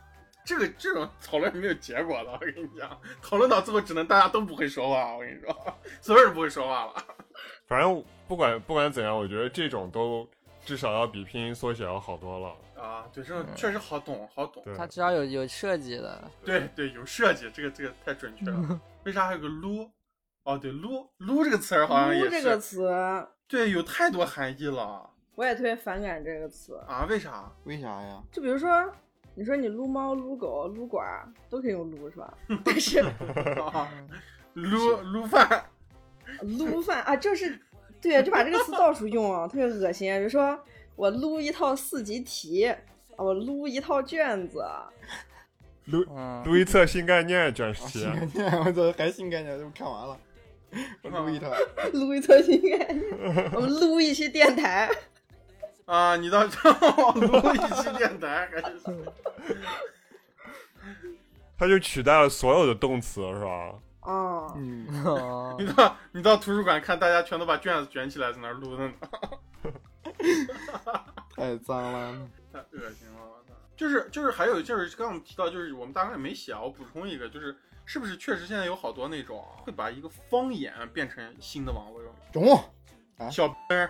Speaker 4: 这个这种讨论是没有结果的，我跟你讲，讨论到最后只能大家都不会说话。我跟你说，所有人不会说话了。
Speaker 3: 反正不管不管怎样，我觉得这种都至少要比拼音缩写要好多了。
Speaker 4: 啊，对，这种确实好懂，好懂。
Speaker 3: 对，
Speaker 2: 它至少有有设计的，
Speaker 4: 对对，有设计，这个这个太准确 (laughs) 了。为啥还有个撸？哦，对，撸撸这个词儿好像也
Speaker 5: 撸
Speaker 4: 是，
Speaker 5: 这个词，
Speaker 4: 对，有太多含义了。
Speaker 5: 我也特别反感这个词。
Speaker 4: 啊？为啥？
Speaker 1: 为啥呀？
Speaker 5: 就比如说，你说你撸猫、撸狗、撸管儿都可以用撸是吧？但是
Speaker 4: 啊 (laughs) 撸撸饭
Speaker 5: 撸饭啊，就是对，就把这个词到处用啊，特别恶心。比如说我撸一套四级题，啊我撸一套卷子，
Speaker 3: 撸
Speaker 2: 嗯，
Speaker 3: 撸一册新概念卷
Speaker 1: 啊
Speaker 3: 十
Speaker 1: 新，概念，我操，还新概念，都看完了，我录一套。
Speaker 5: 撸一套应该，我们撸一期电台，
Speaker 4: 啊！你到这撸一期电台还 (laughs) 是
Speaker 3: 它就取代了所有的动词，是吧？
Speaker 5: 啊、
Speaker 1: 嗯，
Speaker 2: 哦
Speaker 4: (laughs) 你到你到图书馆看，大家全都把卷子卷起来在那儿撸的呢，
Speaker 1: 太脏了。
Speaker 4: 太恶心了！我操！就是就是还有就是刚刚我们提到就是我们大概没写啊，我补充一个就是是不是确实现在有好多那种会把一个方言变成新的网络用语，
Speaker 1: 中午，
Speaker 4: 小灯儿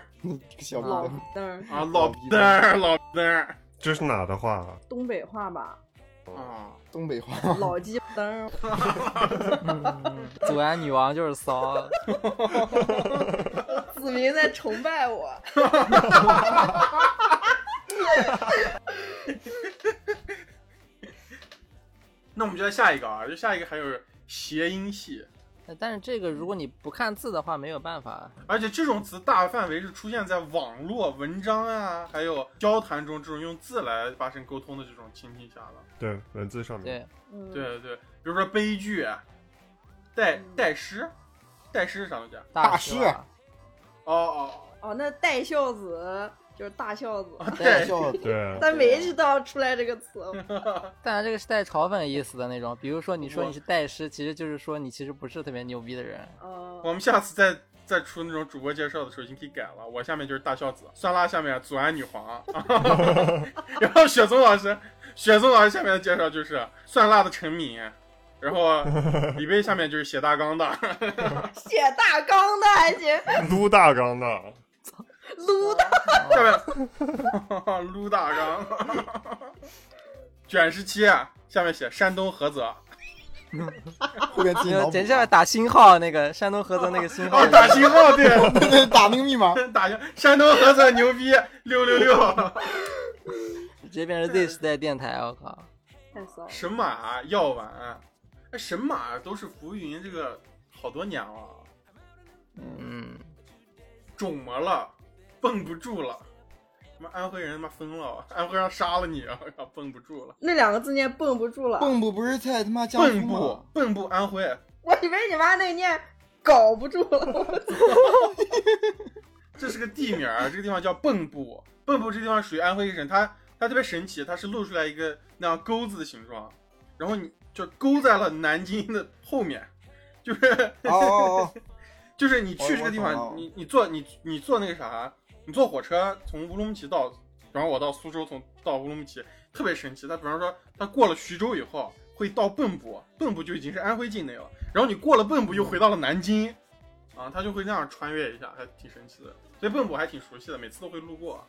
Speaker 1: 小
Speaker 5: 老
Speaker 1: 哥，
Speaker 5: 灯儿，
Speaker 4: 啊，老逼灯儿，老逼灯儿
Speaker 3: 这是哪的话？
Speaker 5: 东北话吧，
Speaker 4: 啊，
Speaker 1: 东北话，
Speaker 5: 老鸡灯儿，
Speaker 2: 祖安女王就是骚， (laughs)
Speaker 5: 子民在崇拜我，
Speaker 4: 那我们就来下一个啊，就下一个还有谐音系，
Speaker 2: 但是这个如果你不看字的话，没有办法。
Speaker 4: 而且这种词大范围是出现在网络文章啊，还有交谈中这种用字来发生沟通的这种情境下了。
Speaker 3: 对，文字上面。
Speaker 2: 对，
Speaker 5: 嗯，
Speaker 4: 对对对，比如说悲剧，代代诗，代诗是啥东西啊？
Speaker 1: 大
Speaker 2: 师
Speaker 1: 师
Speaker 2: 吧，
Speaker 4: 哦哦
Speaker 5: 哦，那带孝子就是大孝子，
Speaker 2: 啊
Speaker 4: 哦，
Speaker 1: 带
Speaker 4: 代
Speaker 1: 笑的。
Speaker 3: 对，
Speaker 5: (laughs) 但每一句都要出来这个词，哦
Speaker 2: 但这个是带嘲讽意思的那种，比如说你说
Speaker 4: 我
Speaker 2: 你是代师，其实就是说你其实不是特别牛逼的人。
Speaker 4: (laughs)
Speaker 5: 嗯，
Speaker 4: 我们下次再再出那种主播介绍的时候，已经可以改了。我下面就是大孝子，酸辣下面祖安女皇， (laughs) 然后雪松老师，雪松老师下面的介绍就是酸辣的陈敏，然后李贝下面就是写大纲的，
Speaker 5: 写大纲的还行，
Speaker 3: 撸大纲的，
Speaker 5: 撸的
Speaker 4: 下面 (laughs) 撸大纲，卷十七下面写山东菏泽，
Speaker 1: 后面自己脑补啊
Speaker 2: 就等一下打星号，那个山东菏泽那个星号
Speaker 4: 哦，打 (laughs) 星号对，
Speaker 1: 对 (laughs) 打那个密码，
Speaker 4: 打星山东菏泽牛逼六六六，
Speaker 2: 直接变成 Z 时代电台，我靠！
Speaker 5: 太骚了，
Speaker 4: 神马药丸，哎，神马都是浮云这个好多年了，
Speaker 2: 嗯，
Speaker 4: 肿么了，绷不住了。他妈安徽人他妈疯了，安徽人杀了你，啊！绷不住了，
Speaker 5: 那两个字念蹦不住了，
Speaker 1: 蚌埠不是在他妈江苏
Speaker 4: 蚌
Speaker 1: 吗
Speaker 4: 埠？蚌埠安徽，
Speaker 5: 我以为你妈那念搞不住了， (laughs)
Speaker 4: 这是个地名儿，这个地方叫蚌埠。蚌埠这地方属于安徽省，它它特别神奇，它是露出来一个那样钩子的形状，然后你就勾在了南京的后面，就是
Speaker 1: 哦哦哦，
Speaker 4: 就是你去这个地
Speaker 1: 我我懂
Speaker 4: 方，
Speaker 1: 了
Speaker 4: 你你坐你你坐那个啥，你坐火车从乌鲁木齐到，比方说我到苏州从到乌鲁木齐，特别神奇。它比方说它过了徐州以后会到蚌埠，蚌埠就已经是安徽境内了，然后你过了蚌埠又回到了南京，啊，它就会那样穿越一下，还挺神奇的。所以蚌埠还挺熟悉的，每次都会路过。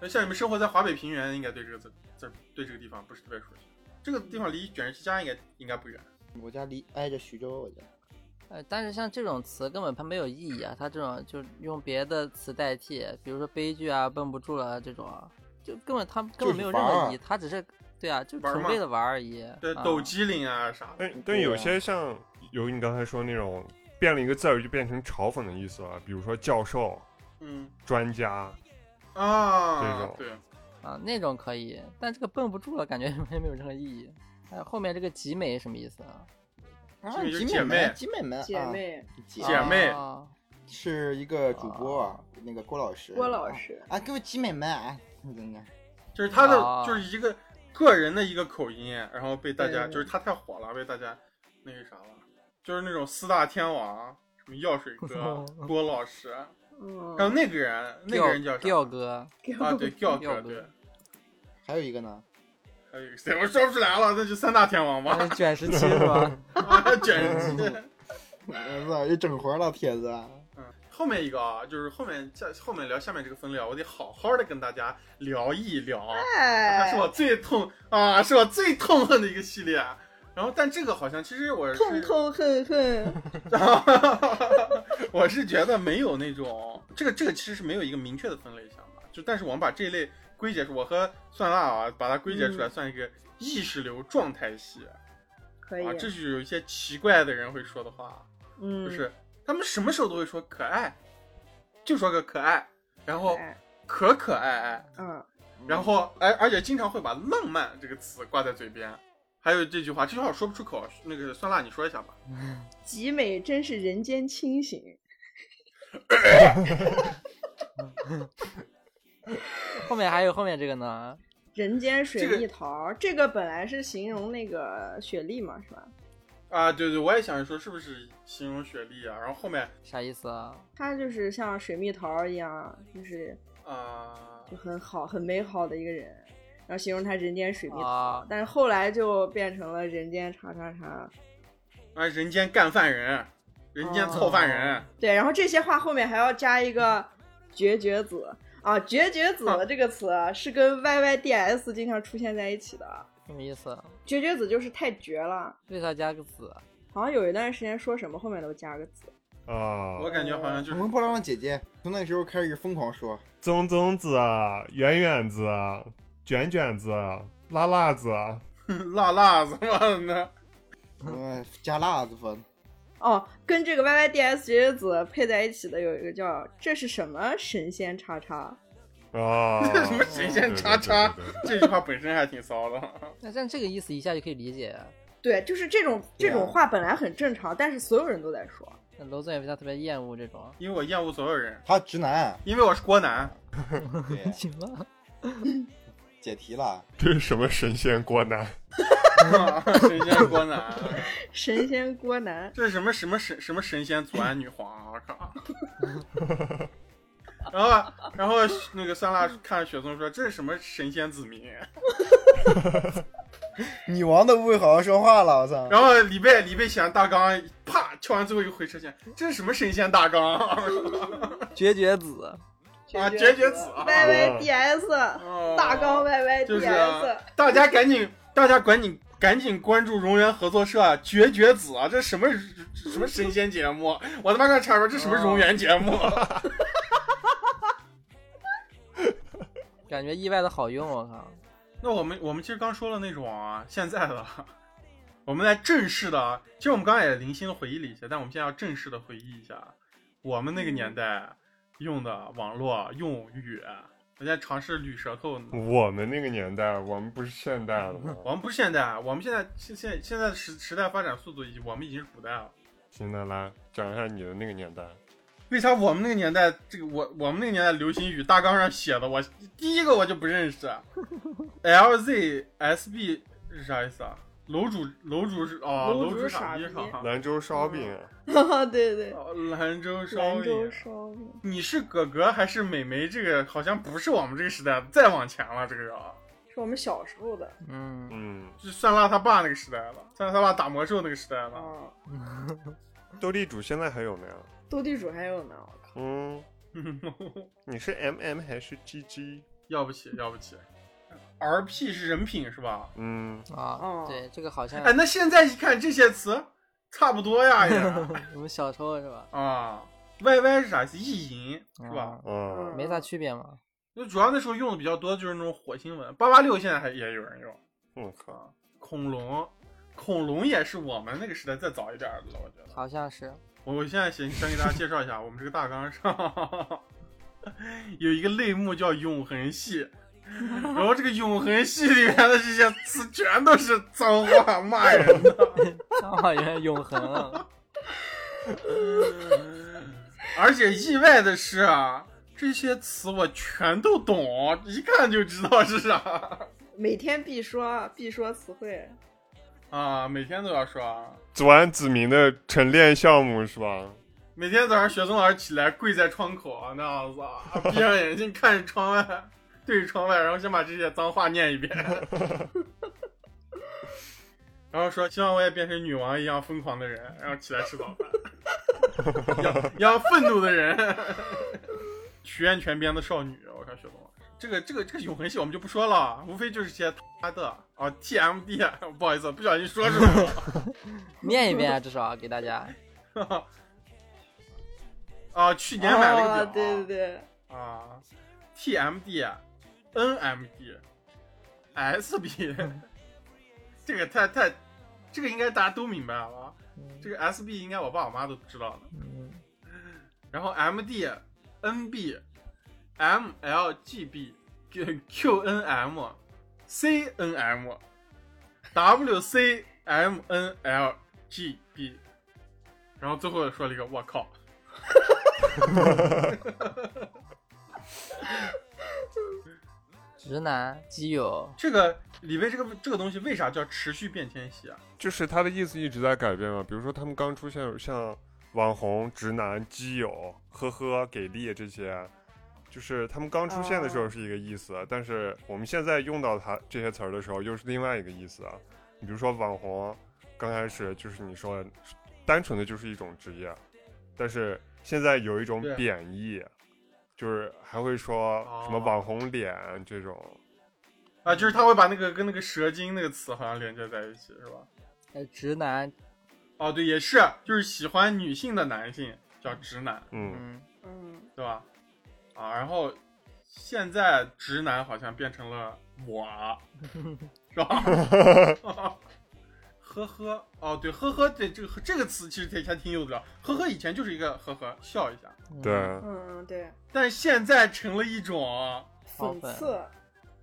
Speaker 4: 那像你们生活在华北平原，应该对这个字字对这个地方不是特别熟悉。这个地方离卷石七家应该应该不远。
Speaker 1: 我家离挨着徐州，我家。
Speaker 2: 呃，但是像这种词根本它没有意义啊，它这种就用别的词代替，比如说悲剧啊、绷不住了、啊、这种啊，就根本它根本没有任
Speaker 1: 就是玩
Speaker 2: 何
Speaker 1: 儿
Speaker 2: 意义，它只是对啊，就
Speaker 4: 玩儿
Speaker 2: 纯
Speaker 4: 嘛
Speaker 2: 为了玩儿而已。
Speaker 4: 对，
Speaker 2: 啊
Speaker 4: 抖机灵啊啥的。
Speaker 1: 哎
Speaker 3: 但但有些像有你刚才说那种变了一个字儿就变成嘲讽的意思了，比如说教授、
Speaker 4: 嗯
Speaker 3: 专家，
Speaker 4: 啊，
Speaker 3: 这
Speaker 4: 对。
Speaker 2: 啊那种可以，但这个绷不住了，感觉 (laughs) 没没有任何意义。还有后面这个集美什么意思啊？
Speaker 1: 啊，
Speaker 4: 这个
Speaker 1: 集
Speaker 4: 姐妹
Speaker 1: 妹，集妹们，
Speaker 5: 姐妹，
Speaker 1: 啊，姐
Speaker 4: 姐妹
Speaker 2: 啊
Speaker 1: 是一个主播啊，那个郭老师，
Speaker 5: 郭老师，
Speaker 1: 啊，各位集美们啊，真的，
Speaker 4: 就是他的、
Speaker 2: 啊、
Speaker 4: 就是一个个人的一个口音，然后被大家
Speaker 1: 对
Speaker 4: 就是他太火了，被大家那个啥了，就是那种四大天王，什么药水哥郭老师，
Speaker 5: 嗯，
Speaker 4: 还有那个人，那个人叫啥？
Speaker 2: 吊哥，
Speaker 4: 啊，对，吊
Speaker 2: 吊
Speaker 4: 哥，
Speaker 2: 哥
Speaker 4: 对，
Speaker 1: 还有一个呢，
Speaker 4: 还有一个谁，我说不出来了，那就三大天
Speaker 2: (laughs)
Speaker 4: 王吧，
Speaker 2: 啊卷十七是
Speaker 4: (laughs)
Speaker 2: 吧？
Speaker 4: 啊，卷机。
Speaker 1: 我操，又整活了，铁子，
Speaker 4: 嗯，后面一个啊，就是后面下后面聊下面这个分类啊，我得好好的跟大家聊一聊。它
Speaker 5: 哎
Speaker 4: 是，我最痛啊，是我最痛恨的一个系列。啊然后，但这个好像其实我是
Speaker 5: 痛痛恨恨，
Speaker 4: (laughs) 我是觉得没有那种这个这个其实是没有一个明确的分类项吧，就但是我们把这一类归结出，我和蒜辣啊，把它归结出来，
Speaker 5: 嗯
Speaker 4: 算一个意识流状态系、
Speaker 5: (laughs) 可以
Speaker 4: 啊，，这是有一些奇怪的人会说的话，
Speaker 5: 嗯，
Speaker 4: 就是他们什么时候都会说可爱，就说个可爱，然后
Speaker 5: 哎，
Speaker 4: 可可爱爱，
Speaker 5: 嗯，
Speaker 4: 然后哎，而且经常会把浪漫这个词挂在嘴边。还有这句话，这句话我说不出口，那个酸辣你说一下吧。
Speaker 5: 集美真是人间清醒，
Speaker 2: 后面还有后面这个呢，
Speaker 5: 人间
Speaker 4: 这个
Speaker 5: 水蜜桃，这个本来是形容那个雪莉嘛，是吧？
Speaker 4: 啊，对对，我也想说是不是形容雪莉啊？然后后面
Speaker 2: 啥意思啊？
Speaker 5: 她就是像水蜜桃一样，就是
Speaker 4: 啊、
Speaker 5: 就很好、很美好的一个人，然后形容她人间水蜜桃，
Speaker 2: 啊，
Speaker 5: 但是后来就变成了人间叉叉叉。
Speaker 4: 啊，人间干饭人，人间凑饭人，
Speaker 5: 对，然后这些话后面还要加一个绝绝子啊，绝绝子
Speaker 4: 啊
Speaker 5: 这个词啊是跟 YYDS 经常出现在一起的。
Speaker 2: 什么意思？
Speaker 5: 绝绝子就是太绝了，
Speaker 2: 为啥加个子？
Speaker 5: 好像有一段时间说什么后面都加个子。
Speaker 3: 啊
Speaker 4: 我感觉好像就
Speaker 1: 乘
Speaker 4: 是 (laughs)
Speaker 1: 风破浪的姐姐，从那个时候开始疯狂说，
Speaker 3: 棕棕子啊，圆圆子啊，卷卷子啊，辣辣子啊，
Speaker 4: 辣辣子嘛那，
Speaker 1: 什么加辣子风，
Speaker 5: 哦，跟这个 YYDS 绝绝子配在一起的有一个叫这是什么神仙叉叉，
Speaker 3: 啊
Speaker 4: (laughs) 什么神仙叉叉
Speaker 3: 对对对对对
Speaker 4: (laughs) 这句话本身还挺骚的。
Speaker 2: 那但这个意思一下就可以理解。
Speaker 5: 对，就是这种
Speaker 1: 对
Speaker 5: 这
Speaker 1: 啊
Speaker 5: 种话本来很正常，但是所有人都在说。
Speaker 2: 那楼总也为他特别厌恶这种。
Speaker 4: 因为我厌恶所有人，
Speaker 1: 他直男，
Speaker 4: 因为我是郭楠。
Speaker 7: (laughs)
Speaker 1: 对，
Speaker 2: 行了，
Speaker 1: 解题了，
Speaker 3: 这是什么神仙锅男？
Speaker 4: (laughs) 神仙郭楠，
Speaker 5: 神仙郭楠，
Speaker 4: 这是什么什么神什么神仙左岸女皇啊！我靠。 (laughs) 然后，然后那个酸辣看雪松说：“这是什么神仙子民
Speaker 1: 女王都不会好好说话了，我？”操！
Speaker 4: 然后李贝李贝想大纲，啪敲完最后一回车线，这是什么神仙大纲？ (laughs)
Speaker 2: 绝绝子，
Speaker 4: 啊
Speaker 5: 绝
Speaker 4: 绝绝子啊
Speaker 5: YYDS
Speaker 4: 哦
Speaker 5: 大纲
Speaker 4: 就是、
Speaker 5: YYDS
Speaker 4: 啊。、大家赶紧，大家赶紧赶紧关注荣源合作社、啊《绝绝子》啊！这什么什么神仙节目？啊我他妈快查出来这什么荣源节目？啊
Speaker 2: 感觉意外的好用，我靠。
Speaker 4: 那我们我们其实刚说了那种啊，现在 (laughs) 的，我们来正式的啊。其实我们刚刚也零星的回忆了一下，但我们现在要正式的回忆一下啊我们那个年代用的网络啊用语。我在尝试捋舌头呢。
Speaker 3: 我们那个年代，我们不是现代了吗？
Speaker 4: 我们不是现代，啊我们现在现现现在的时时代发展速度，已经我们已经是古代了。
Speaker 3: 行，那来讲一下你的那个年代。
Speaker 4: 为啥我们那个年代，这个我我们那个年代流行语大纲上写的，我第一个我就不认
Speaker 5: (laughs)
Speaker 4: 识。LZSB 是啥意思啊？楼主楼主是啊，
Speaker 5: 楼
Speaker 4: 楼
Speaker 5: 主
Speaker 4: 主
Speaker 5: 傻
Speaker 4: 傻逼
Speaker 5: 逼
Speaker 4: 哈。
Speaker 3: 兰州烧饼，
Speaker 5: (laughs) 对对，
Speaker 4: 哦兰州烧
Speaker 5: 兰州
Speaker 4: 饼，
Speaker 5: 烧饼。
Speaker 4: 你是哥哥还是妹妹？这个好像不是我们这个时代，再往前了，这个要
Speaker 5: 是我们小时候的
Speaker 2: 嗯，
Speaker 3: 嗯，
Speaker 4: 就算辣他爸那个时代了，算辣他爸打魔兽那个时代了。
Speaker 5: 啊，
Speaker 3: 嗯斗地主现在还有呢呀。
Speaker 5: 斗地主还有呢，我靠，
Speaker 3: 嗯，你是 M M 还是 G G？
Speaker 4: 要不
Speaker 5: (laughs)
Speaker 4: 起，要不起。R P 是人品是吧？
Speaker 3: 嗯，
Speaker 2: 啊
Speaker 5: 哦，
Speaker 2: 对，这个好像
Speaker 4: 哎，那现在一看这些词，差不多呀
Speaker 5: (laughs)
Speaker 4: 也
Speaker 2: 我们小时候是吧？
Speaker 4: 啊。Y Y 是啥意思？意淫是吧？
Speaker 3: 啊，
Speaker 5: 嗯
Speaker 2: 没啥区别嘛。
Speaker 4: 那主要那时候用的比较多的就是那种火星文，八八六现在还也有人用。
Speaker 3: 我靠，
Speaker 4: 恐龙，恐龙也是我们那个时代再早一点的了，我觉得。
Speaker 2: 好像是，
Speaker 4: 我现在先先给大家介绍一下，我 (laughs) 们这个大纲上有一个类目叫永恒系，然后这个永恒系里面的这些词全都是脏话骂人的，
Speaker 2: 刚好像哦永恒，
Speaker 4: (laughs) 而且意外的是啊，这些词我全都懂，一看就知道是啥
Speaker 5: 每天必说必说词汇，
Speaker 4: 啊，每天都要说啊。
Speaker 3: 左岸子民的晨练项目是吧？
Speaker 4: 每天早上雪松老师起来跪在窗口啊那样子啊，闭上眼睛看着窗外，对着窗外，然后先把这些脏话念一遍，然后说希望我也变成女王一样疯狂的人，然后起来吃早饭，要要愤怒的人， (laughs) 许愿泉边的少女，我看雪松老师。这个这个这个永恒系我们就不说了，无非就是些他的啊 TMD，不好意思，不小心说出来了。
Speaker 2: 念一遍啊，至少给大家。
Speaker 4: 啊，去年买了个表、
Speaker 5: 哦对对对，
Speaker 4: 啊， TMD、NMD、SB，这个太太，这个应该大家都明白了啊。
Speaker 2: 嗯
Speaker 4: 这个 SB 应该我爸我妈都知道的。然后 MD、NB、MLGB、QNM、CNM、WCMNLGB，然后最后说了一个我靠。
Speaker 2: 直男基友，
Speaker 4: 这个里面这个这个东西为啥叫持续变迁期啊？
Speaker 3: 就是他的意思一直在改变嘛。比如说他们刚出现有像网红、直男、基友、呵呵、给力这些，就是他们刚出现的
Speaker 4: 哦
Speaker 3: 时候是一个意思，但是我们现在用到它这些词儿的时候又是另外一个意思啊。你比如说网红，刚开始就是你说的单纯的就是一种职业，但是现在有一种
Speaker 4: 对
Speaker 3: 贬义，就是还会说什么
Speaker 4: 哦
Speaker 3: 网红脸这种。
Speaker 4: 啊，就是他会把那个跟那个蛇精那个词好像连接在一起，是吧？
Speaker 2: 呃，直男，
Speaker 4: 哦，对，也是，就是喜欢女性的男性叫直男，
Speaker 3: 嗯，
Speaker 2: 嗯，
Speaker 5: 嗯，
Speaker 4: 对吧？啊，然后现在直男好像变成了我，是吧？ (laughs) 呵呵，哦，对，呵呵，对这个这个词其实挺还挺有的，呵呵，以前就是一个呵呵笑一下，
Speaker 3: 对，
Speaker 5: 嗯嗯，对，
Speaker 4: 但是现在成了一种
Speaker 2: 好
Speaker 5: 讽
Speaker 2: 粉
Speaker 5: 刺，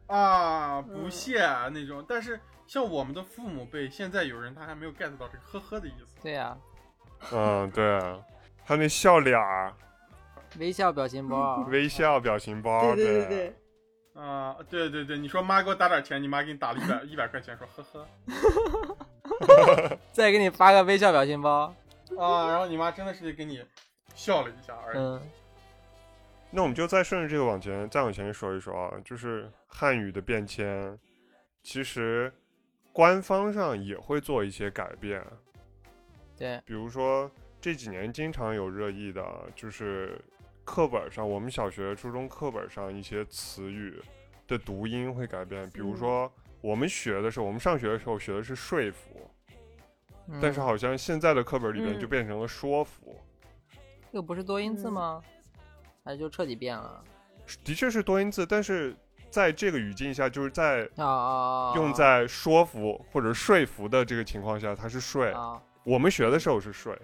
Speaker 4: 啊不屑啊那种，但是像我们的父母辈，现在有人他还没有 get 到这个呵呵的意思。
Speaker 2: 对啊呀、
Speaker 3: 嗯，
Speaker 4: (laughs)
Speaker 3: 对，还有那笑脸儿、
Speaker 2: 微笑表情包，
Speaker 3: (laughs) 微笑表情包，
Speaker 5: 对对对对，
Speaker 4: 啊、对对对，你说妈给我打点钱，你妈给你打了一 (laughs) 百一百块钱，说呵呵
Speaker 2: 再给你发个微笑表情包，
Speaker 4: 啊，然后你妈真的是给你笑了一下
Speaker 3: 哎
Speaker 4: 而已。
Speaker 2: 嗯，
Speaker 3: 那我们就再顺着这个往前，再往前说一说啊，就是汉语的变迁，其实官方上也会做一些改变，
Speaker 2: 对，
Speaker 3: 比如说这几年经常有热议的，就是课本上我们小学、初中课本上一些词语的读音会改变，比
Speaker 5: 嗯
Speaker 3: 如说我们学的时候，我们上学的时候学的是说服，
Speaker 2: 嗯
Speaker 3: 但是好像现在的课本里面
Speaker 5: 嗯
Speaker 3: 就变成了说服。
Speaker 2: 这个不是多音字吗？还是就彻底变了？
Speaker 3: 的确是多音字，但是在这个语境下，就是在
Speaker 2: 啊啊，
Speaker 3: 用在说服或者说服的这个情况下，它是税。
Speaker 2: 啊，
Speaker 3: 我们学的时候是税，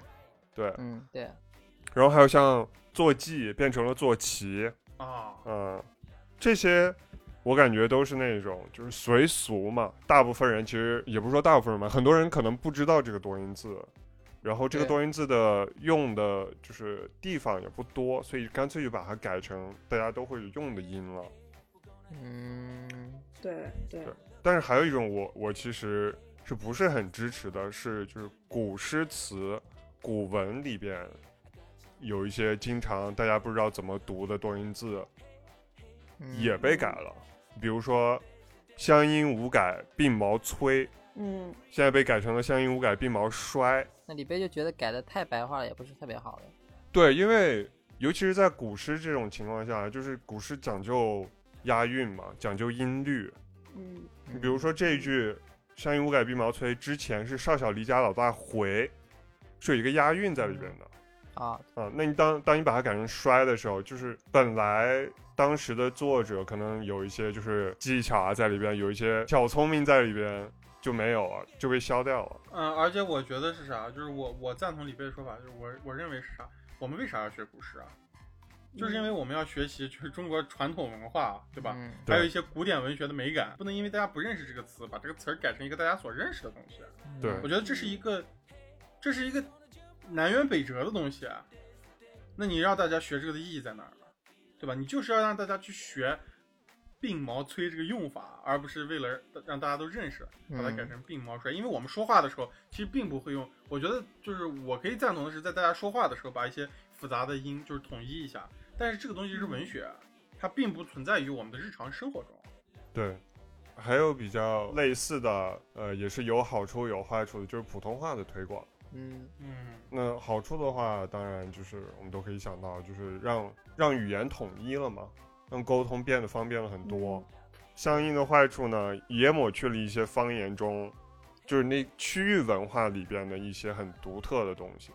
Speaker 3: 对。
Speaker 2: 嗯，对，
Speaker 3: 然后还有像坐骑变成了坐骑，
Speaker 4: 啊，
Speaker 3: 嗯，这些我感觉都是那种就是随俗嘛。大部分人其实也不是说大部分人吧，很多人可能不知道这个多音字，然后这个
Speaker 2: 对
Speaker 3: 多音字的用的就是地方也不多，所以干脆就把它改成大家都会用的音了。
Speaker 2: 嗯，
Speaker 5: 对对
Speaker 3: 对，但是还有一种我我其实是不是很支持的，是就是古诗词、古文里边有一些经常大家不知道怎么读的多音字
Speaker 2: 嗯
Speaker 3: 也被改了，比如说“乡音无改鬓毛衰”，
Speaker 5: 嗯，
Speaker 3: 现在被改成了“乡音无改鬓毛衰
Speaker 2: 那李贝就觉得改的太白话了，也不是特别好的。”。
Speaker 3: 对，因为尤其是在古诗这种情况下，就是古诗讲究押韵嘛，讲究音律，
Speaker 5: 嗯
Speaker 3: 你比如说这一句“乡音无改鬓毛衰”，之前是少小离家老大回，是有一个押韵在里边的
Speaker 2: 啊，
Speaker 3: 啊。那你当当你把它改成“衰”的时候，就是本来当时的作者可能有一些就是技巧啊在里边，有一些小聪明在里边就没有啊，就被消掉了。
Speaker 4: 嗯，而且我觉得是啥，就是我我赞同李贝的说法，就是我我认为是啥，我们为啥要学古诗啊？就是因为我们要学习就是中国传统文化，对吧？
Speaker 2: 嗯
Speaker 3: 对
Speaker 4: 还有一些古典文学的美感，不能因为大家不认识这个词，把这个词儿改成一个大家所认识的东西。
Speaker 3: 对
Speaker 2: 嗯
Speaker 4: 我觉得这是一个，这是一个南辕北辙的东西。啊。那你让大家学这个的意义在哪儿呢？对吧？你就是要让大家去学鬓毛催这个用法，而不是为了让大家都认识，把它改成鬓毛衰。因为我们说话的时候，其实并不会用。我觉得就是我可以赞同的是，在大家说话的时候，把一些复杂的音就是统一一下。但是这个东西是文学，啊它并不存在于我们的日常生活中。
Speaker 3: 对，还有比较类似的，呃，也是有好处有坏处的，就是普通话的推广。
Speaker 2: 嗯，
Speaker 4: 嗯，
Speaker 3: 那好处的话，当然就是我们都可以想到，就是让让语言统一了嘛，让沟通变得方便了很多。相应的坏处呢，也抹去了一些方言中，就是那区域文化里边的一些很独特的东西。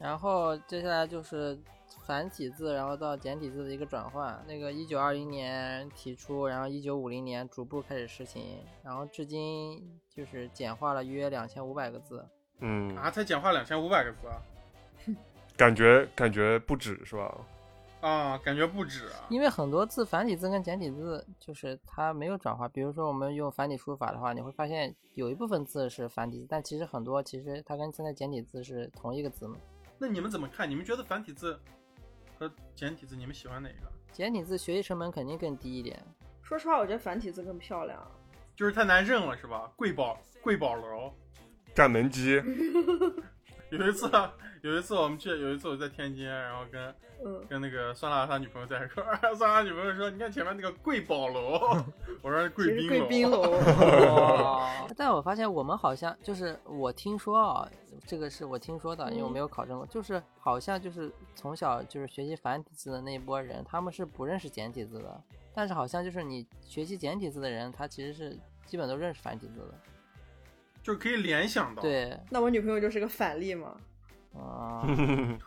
Speaker 2: 然后接下来就是繁体字然后到简体字的一个转换。那个一九二零年提出，然后一九五零年逐步开始实行，然后至今就是简化了约两千五百个字。
Speaker 3: 嗯，
Speaker 4: 啊，才简化两千五百个字啊
Speaker 3: 感觉感觉不止是吧？
Speaker 4: 啊，感觉不止啊。
Speaker 2: 因为很多字繁体字跟简体字就是它没有转化。比如说我们用繁体书法的话，你会发现有一部分字是繁体字，但其实很多其实它跟现在简体字是同一个字母。
Speaker 4: 那你们怎么看？你们觉得繁体字和简体字，你们喜欢哪个？
Speaker 2: 简体字学习成本肯定更低一点，
Speaker 5: 说实话，我觉得繁体字更漂亮。
Speaker 4: 就是太难认了，是吧？贵宝贵宝楼。
Speaker 3: 站门鸡，
Speaker 4: 有一次，有一次我们去，有一次我在天津，然后跟
Speaker 5: 嗯，
Speaker 4: 跟那个酸辣他女朋友在一块儿， (laughs) 酸辣女朋友说：“你看前面那个贵宝
Speaker 5: (laughs)
Speaker 4: 楼。”我说：“
Speaker 5: 其实贵
Speaker 4: 宾
Speaker 5: 宾
Speaker 4: 楼。
Speaker 5: 楼，
Speaker 4: (laughs)
Speaker 2: (laughs) 但我发现我们好像就是我听说啊，这个是我听说的，因为我
Speaker 5: 嗯
Speaker 2: 没有考证过，就是好像就是从小就是学习繁体字的那一波人，他们是不认识简体字的，但是好像就是你学习简体字的人，他其实是基本都认识繁体字的。”
Speaker 4: 就是可以联想到。，
Speaker 2: 对，
Speaker 5: 那我女朋友就是个反例嘛。
Speaker 2: 啊、
Speaker 5: 嗯，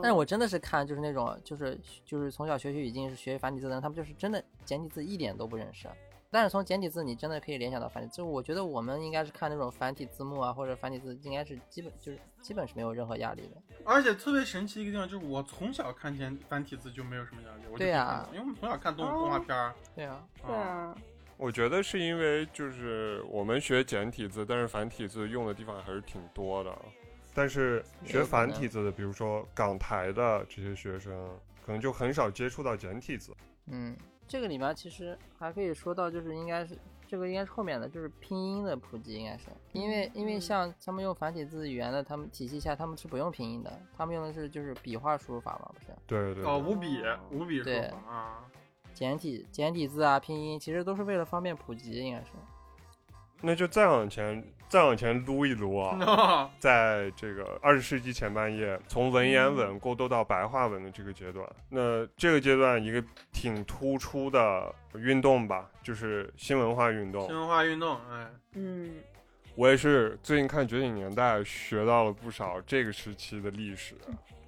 Speaker 2: 但是我真的是看就是那种就是就是从小学习已经是学繁体字的人，他们就是真的简体字一点都不认识。但是从简体字你真的可以联想到繁体字，就我觉得我们应该是看那种繁体字幕啊，或者繁体字应该是基本就是基本是没有任何压力的。
Speaker 4: (laughs) 而且特别神奇一个地方就是，我从小看简繁体字就没有什么了解，我就
Speaker 2: 对
Speaker 4: 呀
Speaker 2: 呀、
Speaker 4: 因为我们从小看动动画片儿。
Speaker 2: 对啊，
Speaker 5: 啊哦对啊，
Speaker 3: 我觉得是因为就是我们学简体字，但是繁体字用的地方还是挺多的。但是学繁体字的，比如说港台的这些学生，可能就很少接触到简体字。
Speaker 2: 嗯，这个里面其实还可以说到，就是应该是这个应该是后面的，就是拼音的普及，应该是因为因为像他们用繁体字语言的，他们体系下他们是不用拼音的，他们用的是就是笔画输入法嘛，不是
Speaker 3: 对对对，
Speaker 4: 哦，五笔五笔书
Speaker 2: 对
Speaker 4: 法啊， (laughs)
Speaker 2: 简体简体字啊，拼音其实都是为了方便普及，应该是。
Speaker 3: 那就再往前再往前撸一撸
Speaker 4: (laughs)
Speaker 3: 啊。
Speaker 4: 哦
Speaker 3: 在这个二十世纪前半叶，从文言文过渡到白话文的这个阶段，那这个阶段一个挺突出的运动吧，就是新文化运
Speaker 4: 新
Speaker 3: 动。
Speaker 4: 文化运动，哎，
Speaker 5: 嗯，
Speaker 3: 我也是最近看《觉醒年代》，学到了不少这个时期的历史。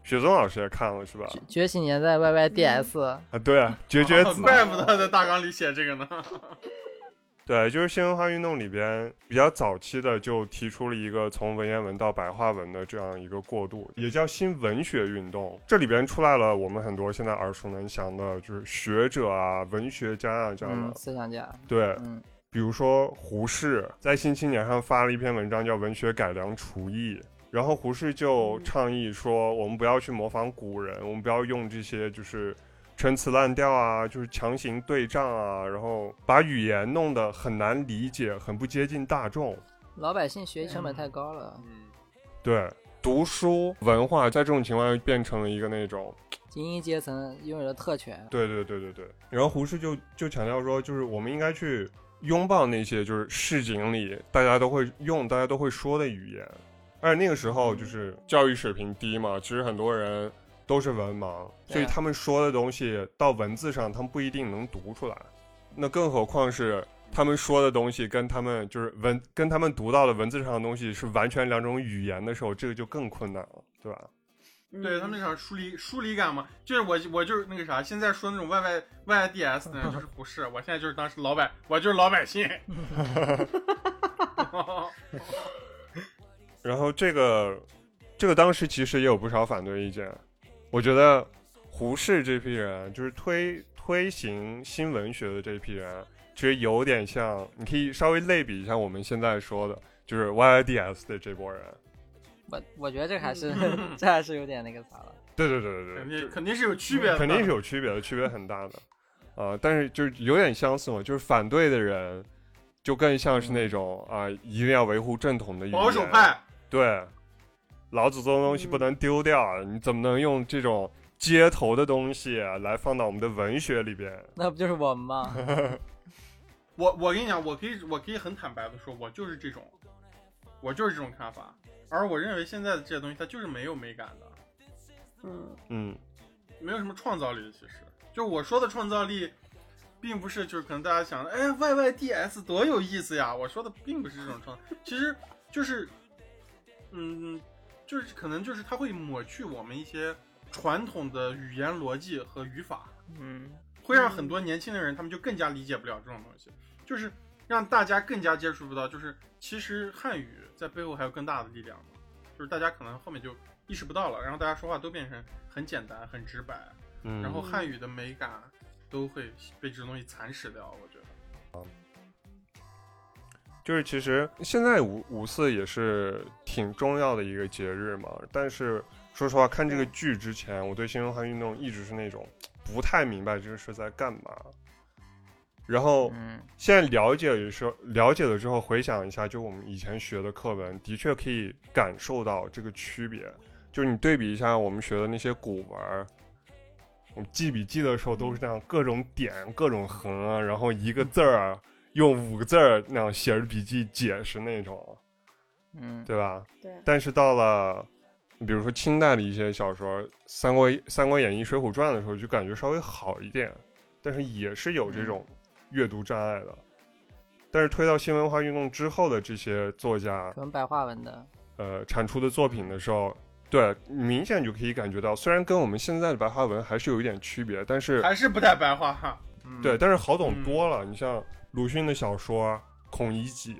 Speaker 3: 雪松老师也看了是吧？
Speaker 2: 觉觉醒年代 YYDS，、
Speaker 3: 啊， (laughs) 对啊，绝绝子，
Speaker 4: 怪不得在大纲里写这个呢。
Speaker 3: 对，就是新文化运动里边比较早期的就提出了一个从文言文到白话文的这样一个过渡，也叫新文学运动。这里边出来了我们很多现在耳熟能详的，就是学者啊、文学家啊这样的。
Speaker 2: 嗯，思想家，
Speaker 3: 对，
Speaker 2: 嗯
Speaker 3: 比如说胡适在《新青年》上发了一篇文章叫《文学改良刍议》，然后胡适就倡议说，我们不要去模仿古人，我们不要用这些就是陈词滥调啊，就是强行对仗啊，然后把语言弄得很难理解，很不接近大众。
Speaker 2: 老百姓学习成本太高了，
Speaker 4: 嗯，
Speaker 3: 对，读书文化在这种情况下变成了一个那种
Speaker 2: 精英阶层拥有了特权。
Speaker 3: 对对对对对。然后胡适就就强调说，就是我们应该去拥抱那些就是市井里大家都会用、大家都会说的语言。而且那个时候就是教育水平低嘛，其实很多人都是文盲，
Speaker 2: 对
Speaker 3: 所以他们说的东西到文字上，他们不一定能读出来。那更何况是他们说的东西跟他们就是文跟他们读到的文字上的东西是完全两种语言的时候，这个就更困难了，对吧？
Speaker 5: 嗯
Speaker 4: 对他们那场疏离疏离感嘛，就是我我就是那个啥，现在说那种 Y Y Y D S 的人就是胡适，我现在就是当时老百，我就是老
Speaker 3: (laughs)
Speaker 4: 百姓。
Speaker 3: 然后这个这个当时其实也有不少反对意见，我觉得胡适这批人就是推推行新文学的这批人，其实有点像，你可以稍微类比一下我们现在说的，就是 YIDS 的这波人。
Speaker 2: 我我觉得这个还是 (laughs) 这还是有点那个啥了。
Speaker 3: 对对对对对，
Speaker 4: 肯
Speaker 3: 就
Speaker 4: 定肯定是有区别的，
Speaker 3: 肯定是有区别的，区别很大的。啊、但是就是有点相似嘛，就是反对的人就更像是那种啊、一定要维护正统的语言
Speaker 4: 嗯保守派。
Speaker 3: 对，老祖宗的东西不能丢掉，你怎么能用这种街头的东西来放到我们的文学里边？
Speaker 2: 那不就是我们吗？
Speaker 4: 我我跟你讲，我可以我可以很坦白的说，我就是这种，我就是这种看法。而我认为现在的这些东西，它就是没有美感的，
Speaker 5: 嗯，
Speaker 3: 嗯，
Speaker 4: 没有什么创造力。其实，就我说的创造力，并不是就是可能大家想的，哎，Y Y D S 多有意思呀。我说的并不是这种创，其实就是，嗯，就是可能就是它会抹去我们一些传统的语言逻辑和语法，
Speaker 2: 嗯
Speaker 4: 会让很多年轻的人他们就更加理解不了这种东西，就是让大家更加接触不到，就是其实汉语在背后还有更大的力量嘛，就是大家可能后面就意识不到了，然后大家说话都变成很简单、很直白，
Speaker 3: 嗯，
Speaker 4: 然后汉语的美感都会被这种东西蚕食掉，我觉得。
Speaker 3: 就是其实现在五五四也是挺重要的一个节日嘛，但是说实话，看这个剧之前，我对新中华运动一直是那种不太明白这个是在干嘛。然后
Speaker 2: 嗯
Speaker 3: 现在了解的时候，了解了之后回想一下，就我们以前学的课文，的确可以感受到这个区别。就是你对比一下我们学的那些古文儿，我们记笔记的时候都是那样，各种点、各种横啊，然后一个字儿啊用五个字儿那样写着笔记解释那种，
Speaker 2: 嗯，
Speaker 3: 对吧？
Speaker 5: 对
Speaker 3: 但是到了，比如说清代的一些小说，《三国三国演义》《水浒传》的时候，就感觉稍微好一点，但是也是有
Speaker 4: 嗯
Speaker 3: 这种阅读障碍的。但是推到新文化运动之后的这些作家，
Speaker 2: 可能白话文的，
Speaker 3: 呃，产出的作品的时候，对，明显就可以感觉到，虽然跟我们现在的白话文还是有一点区别，但是
Speaker 4: 还是不太白话哈。
Speaker 2: 嗯
Speaker 3: 对，，但是好懂
Speaker 4: 嗯
Speaker 3: 多了。你像鲁迅的小说《孔乙己》，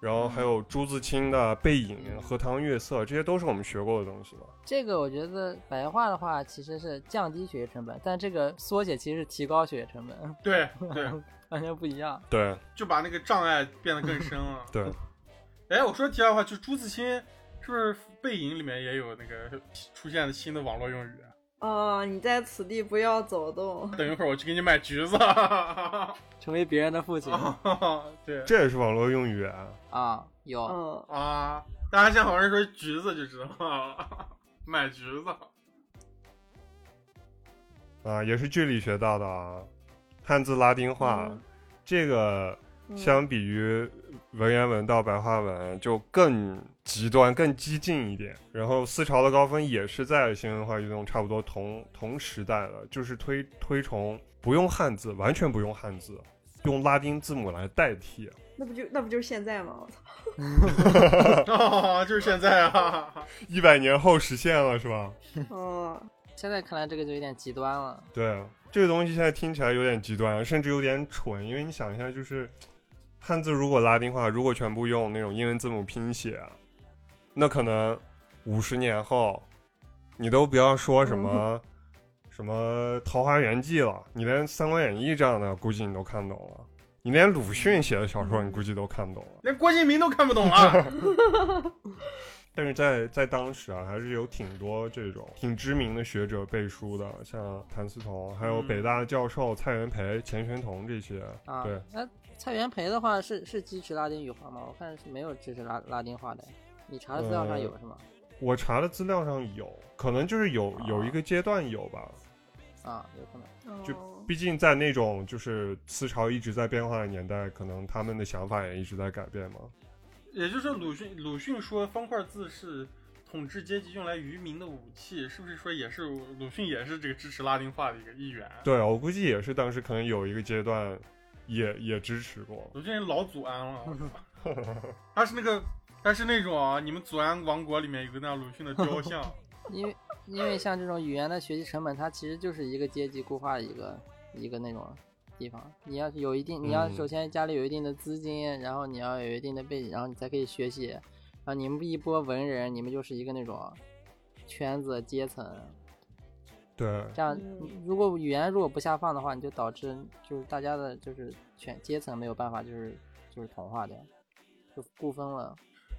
Speaker 3: 然后还
Speaker 4: 嗯
Speaker 3: 有朱自清的《背影》《荷塘月色》，这些都是我们学过的东西嘛。
Speaker 2: 这个我觉得白话的话其实是降低学业成本，但这个缩写其实是提高学业成本， (laughs)
Speaker 4: 对对，
Speaker 2: 完全不一样。
Speaker 3: 对。
Speaker 4: 就把那个障碍变得更深了 (laughs)
Speaker 3: 对，
Speaker 4: 哎，我说题外话，就朱自清是不是《背影》里面也有那个出现的新的网络用语啊？
Speaker 5: 哦，你在此地不要走动。
Speaker 4: 等一会儿我去给你买橘子。 (laughs)
Speaker 2: 成为别人的父亲
Speaker 4: 哦对
Speaker 3: 这也是网络用语啊。
Speaker 2: 啊，有
Speaker 5: 嗯，
Speaker 4: 啊，大家像好像说橘子就知道了，买橘子。 (laughs)
Speaker 3: 啊，也是剧里学到的啊，汉字拉丁化，这个
Speaker 5: 嗯
Speaker 3: 相比于文言文到白话文就更极端、更激进一点。然后思潮的高峰也是在新文化运动差不多同同时代了，就是推推崇不用汉字，完全不用汉字，用拉丁字母来代替。
Speaker 5: 那不就那不就是现在吗？我操，
Speaker 4: 哦，就是现在啊。 (laughs)
Speaker 3: 一百年后实现了是吧？
Speaker 2: (laughs)
Speaker 5: 嗯，
Speaker 2: 现在看来这个就有点极端了。
Speaker 3: 对，啊这个东西现在听起来有点极端，甚至有点蠢，因为你想一下，就是汉字如果拉丁化，如果全部用那种英文字母拼写，啊那可能五十年后，你都不要说什么、什么《桃花源记》了，你连《三国演义》这样的，估计你都看不懂了。你连鲁迅写的小说，你估计都看不懂了。
Speaker 4: 连郭敬明都看不懂啊！
Speaker 3: 但是在在当时啊，还是有挺多这种挺知名的学者背书的，像谭嗣同，还有
Speaker 4: 嗯
Speaker 3: 北大的教授蔡元培、钱玄同这些。
Speaker 2: 啊，
Speaker 3: 对，
Speaker 2: 那蔡元培的话是是支持拉丁语化吗？我看是没有支持拉拉丁化的，你查的资料上
Speaker 3: 呃
Speaker 2: 有是吗？
Speaker 3: 我查的资料上有，可能就是有有一个阶段有吧。
Speaker 2: 啊，有可能。
Speaker 3: 就
Speaker 5: 哦
Speaker 3: 毕竟在那种就是思潮一直在变化的年代，可能他们的想法也一直在改变嘛。
Speaker 4: 也就是说鲁迅，鲁迅说方块字是统治阶级用来愚民的武器，是不是说也是鲁迅也是这个支持拉丁化的一个一员？
Speaker 3: 对，啊我估计也是当时可能有一个阶段也也支持过。
Speaker 4: 鲁迅老祖安了，啊他是那个，他是那种啊，你们祖安王国里面有个那样鲁迅的雕像，
Speaker 2: 因为因为像这种语言的学习成本，它其实就是一个阶级固化的一个一个那种地方。你要是有一定，你要
Speaker 3: 嗯
Speaker 2: 首先家里有一定的资金，然后你要有一定的背景，然后你才可以学习。然后你们一波文人，你们就是一个那种圈子阶层。
Speaker 3: 对，
Speaker 2: 这样
Speaker 5: 嗯，
Speaker 2: 如果语言如果不下放的话，你就导致就是大家的就是全阶层没有办法，就是就是同化掉，就固分了。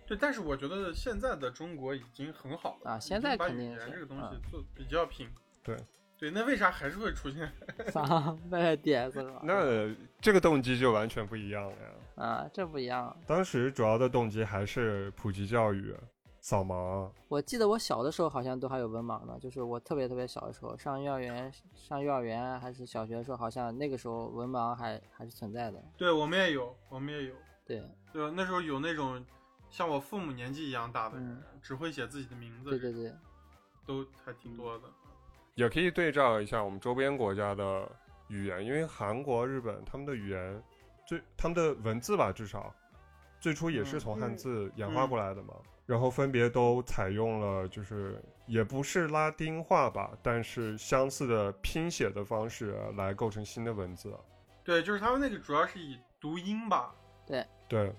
Speaker 4: 对，但是我觉得现在的中国已经很好了
Speaker 2: 啊
Speaker 4: 已
Speaker 2: 现
Speaker 4: 经
Speaker 2: 在
Speaker 4: 把
Speaker 2: 肯
Speaker 4: 语
Speaker 2: 定
Speaker 4: 言
Speaker 2: 是
Speaker 4: 这个东
Speaker 2: 啊
Speaker 4: 西做比较平。
Speaker 3: 对
Speaker 4: 对，那为啥还是会出现？
Speaker 2: 啥卖 DS 是吧？
Speaker 3: (laughs) 那这个动机就完全不一样了呀。
Speaker 2: 啊，这不一样。
Speaker 3: 当时主要的动机还是普及教育、扫盲。
Speaker 2: 我记得我小的时候好像都还有文盲呢，就是我特别特别小的时候，上幼儿园、上幼儿园啊还是小学的时候，好像那个时候文盲还还是存在的。
Speaker 4: 对我们也有，我们也有，
Speaker 2: 对
Speaker 4: 对吧？那时候有那种像我父母年纪一样大的人，只会写自己的名
Speaker 2: 嗯
Speaker 4: 字，
Speaker 2: 对对对，
Speaker 4: 都还挺多的。
Speaker 3: 也可以对照一下我们周边国家的语言，因为韩国、日本他们的语言
Speaker 2: 嗯
Speaker 3: 最他们的文字吧，至少最初也是从汉字演化过来的嘛。然后分别都采用了就是也不是拉丁化吧，但是相似的拼写的方式来构成新的文字。
Speaker 4: 对，就是他们那个主要是以读音吧，
Speaker 3: 对，
Speaker 5: 对，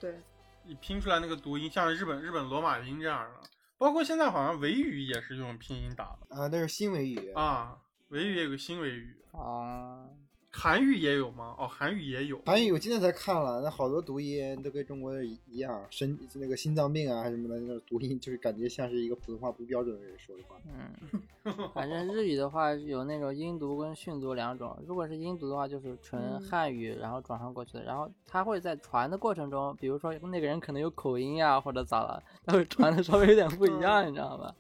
Speaker 4: 以拼出来那个读音，像日本日本罗马拼这样的，包括现在好像维语也是用拼音打的
Speaker 7: 啊，那是新维语，
Speaker 4: 啊，维语也有个新维语，
Speaker 2: 哦
Speaker 7: 啊，
Speaker 4: 韩语也有吗？哦，韩语也有，
Speaker 7: 韩语我今天才看了，那好多读音都跟中国的一一样，神那个心脏病啊什么的，那种读音就是感觉像是一个普通话不标准的人说的话。
Speaker 2: 嗯， (laughs) 反正日语的话有那种音读跟训读两种，如果是音读的话，就是纯
Speaker 5: 嗯
Speaker 2: 汉语、然后转换过去的，然后他会在传的过程中，比如说那个人可能有口音呀、或者咋了，他会传的稍微有点不一样，你知道吧？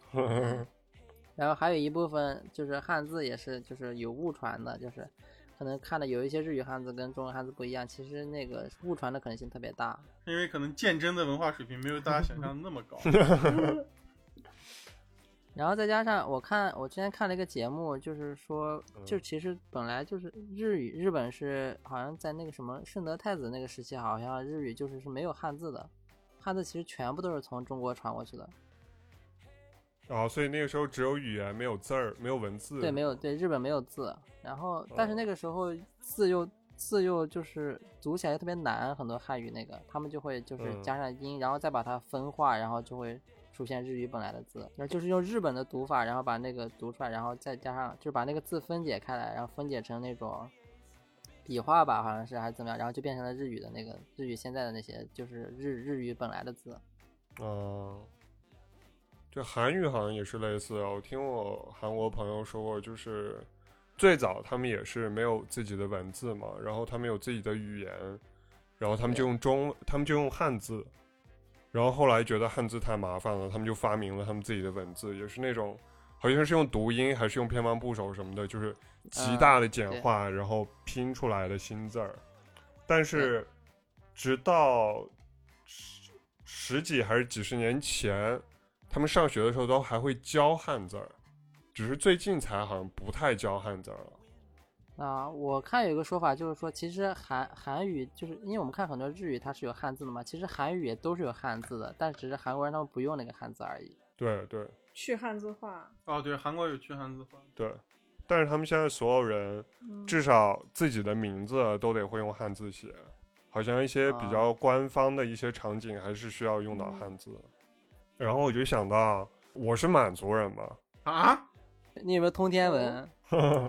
Speaker 2: 然后还有一部分就是汉字也是就是有误传的，就是可能看的有一些日语汉字跟中文汉字不一样，其实那个误传的可能性特别大。
Speaker 4: 因为可能鉴真的文化水平没有大家想象的那么
Speaker 7: (laughs)
Speaker 4: 高。
Speaker 2: 然后再加上我看我之前看了一个节目，就是说，就
Speaker 3: 嗯
Speaker 2: 其实本来就是日语，日本是好像在那个什么顺德太子那个时期，好像日语就是是没有汉字的，汉字其实全部都是从中国传过去的。
Speaker 3: 啊，所以那个时候只有语言，没有字儿，没有文字。哦
Speaker 2: 对，没有对日本没有字，然后但是那个时候字又字又就是读起来特别难，很多汉语那个他们就会就是
Speaker 3: 嗯
Speaker 2: 加上音，然后再把它分化，然后就会出现日语本来的字，然后就是用日本的读法，然后把那个读出来，然后再加上就是把那个字分解开来，然后分解成那种。笔画吧，好像是还是怎么样，然后就变成了日语的那个日语现在的那些，就是日日语本来的字。
Speaker 3: 啊，这韩语好像也是类似的。啊我听我韩国朋友说过，就是最早他们也是没有自己的文字嘛，然后他们有自己的语言，然后他们就用中，他们就用汉字，然后后来觉得汉字太麻烦了，他们就发明了他们自己的文字，也是那种好像是用读音还是用偏旁部首什么的，就是极
Speaker 2: 嗯
Speaker 3: 大的简
Speaker 2: 对
Speaker 3: 化，然后拼出来的新字儿。但是直到十十几还是几十年前，他们上学的时候都还会教汉字儿，只是最近才好像不太教汉字儿了。
Speaker 2: 啊，我看有一个说法，就是说，其实韩韩语就是因为我们看很多日语它是有汉字的嘛，其实韩语也都是有汉字的，但只是韩国人他们不用那个汉字而已。
Speaker 3: 对对
Speaker 5: 去汉字化，
Speaker 4: 哦，对，韩国有去汉字化，
Speaker 3: 对，但是他们现在所有人
Speaker 5: 嗯
Speaker 3: 至少自己的名字都得会用汉字写，好像一些
Speaker 5: 啊
Speaker 3: 比较官方的一些场景还是需要用到汉字。
Speaker 5: 嗯
Speaker 3: 然后我就想到，我是满族人嘛，
Speaker 4: 啊，
Speaker 2: 你有没有通天文？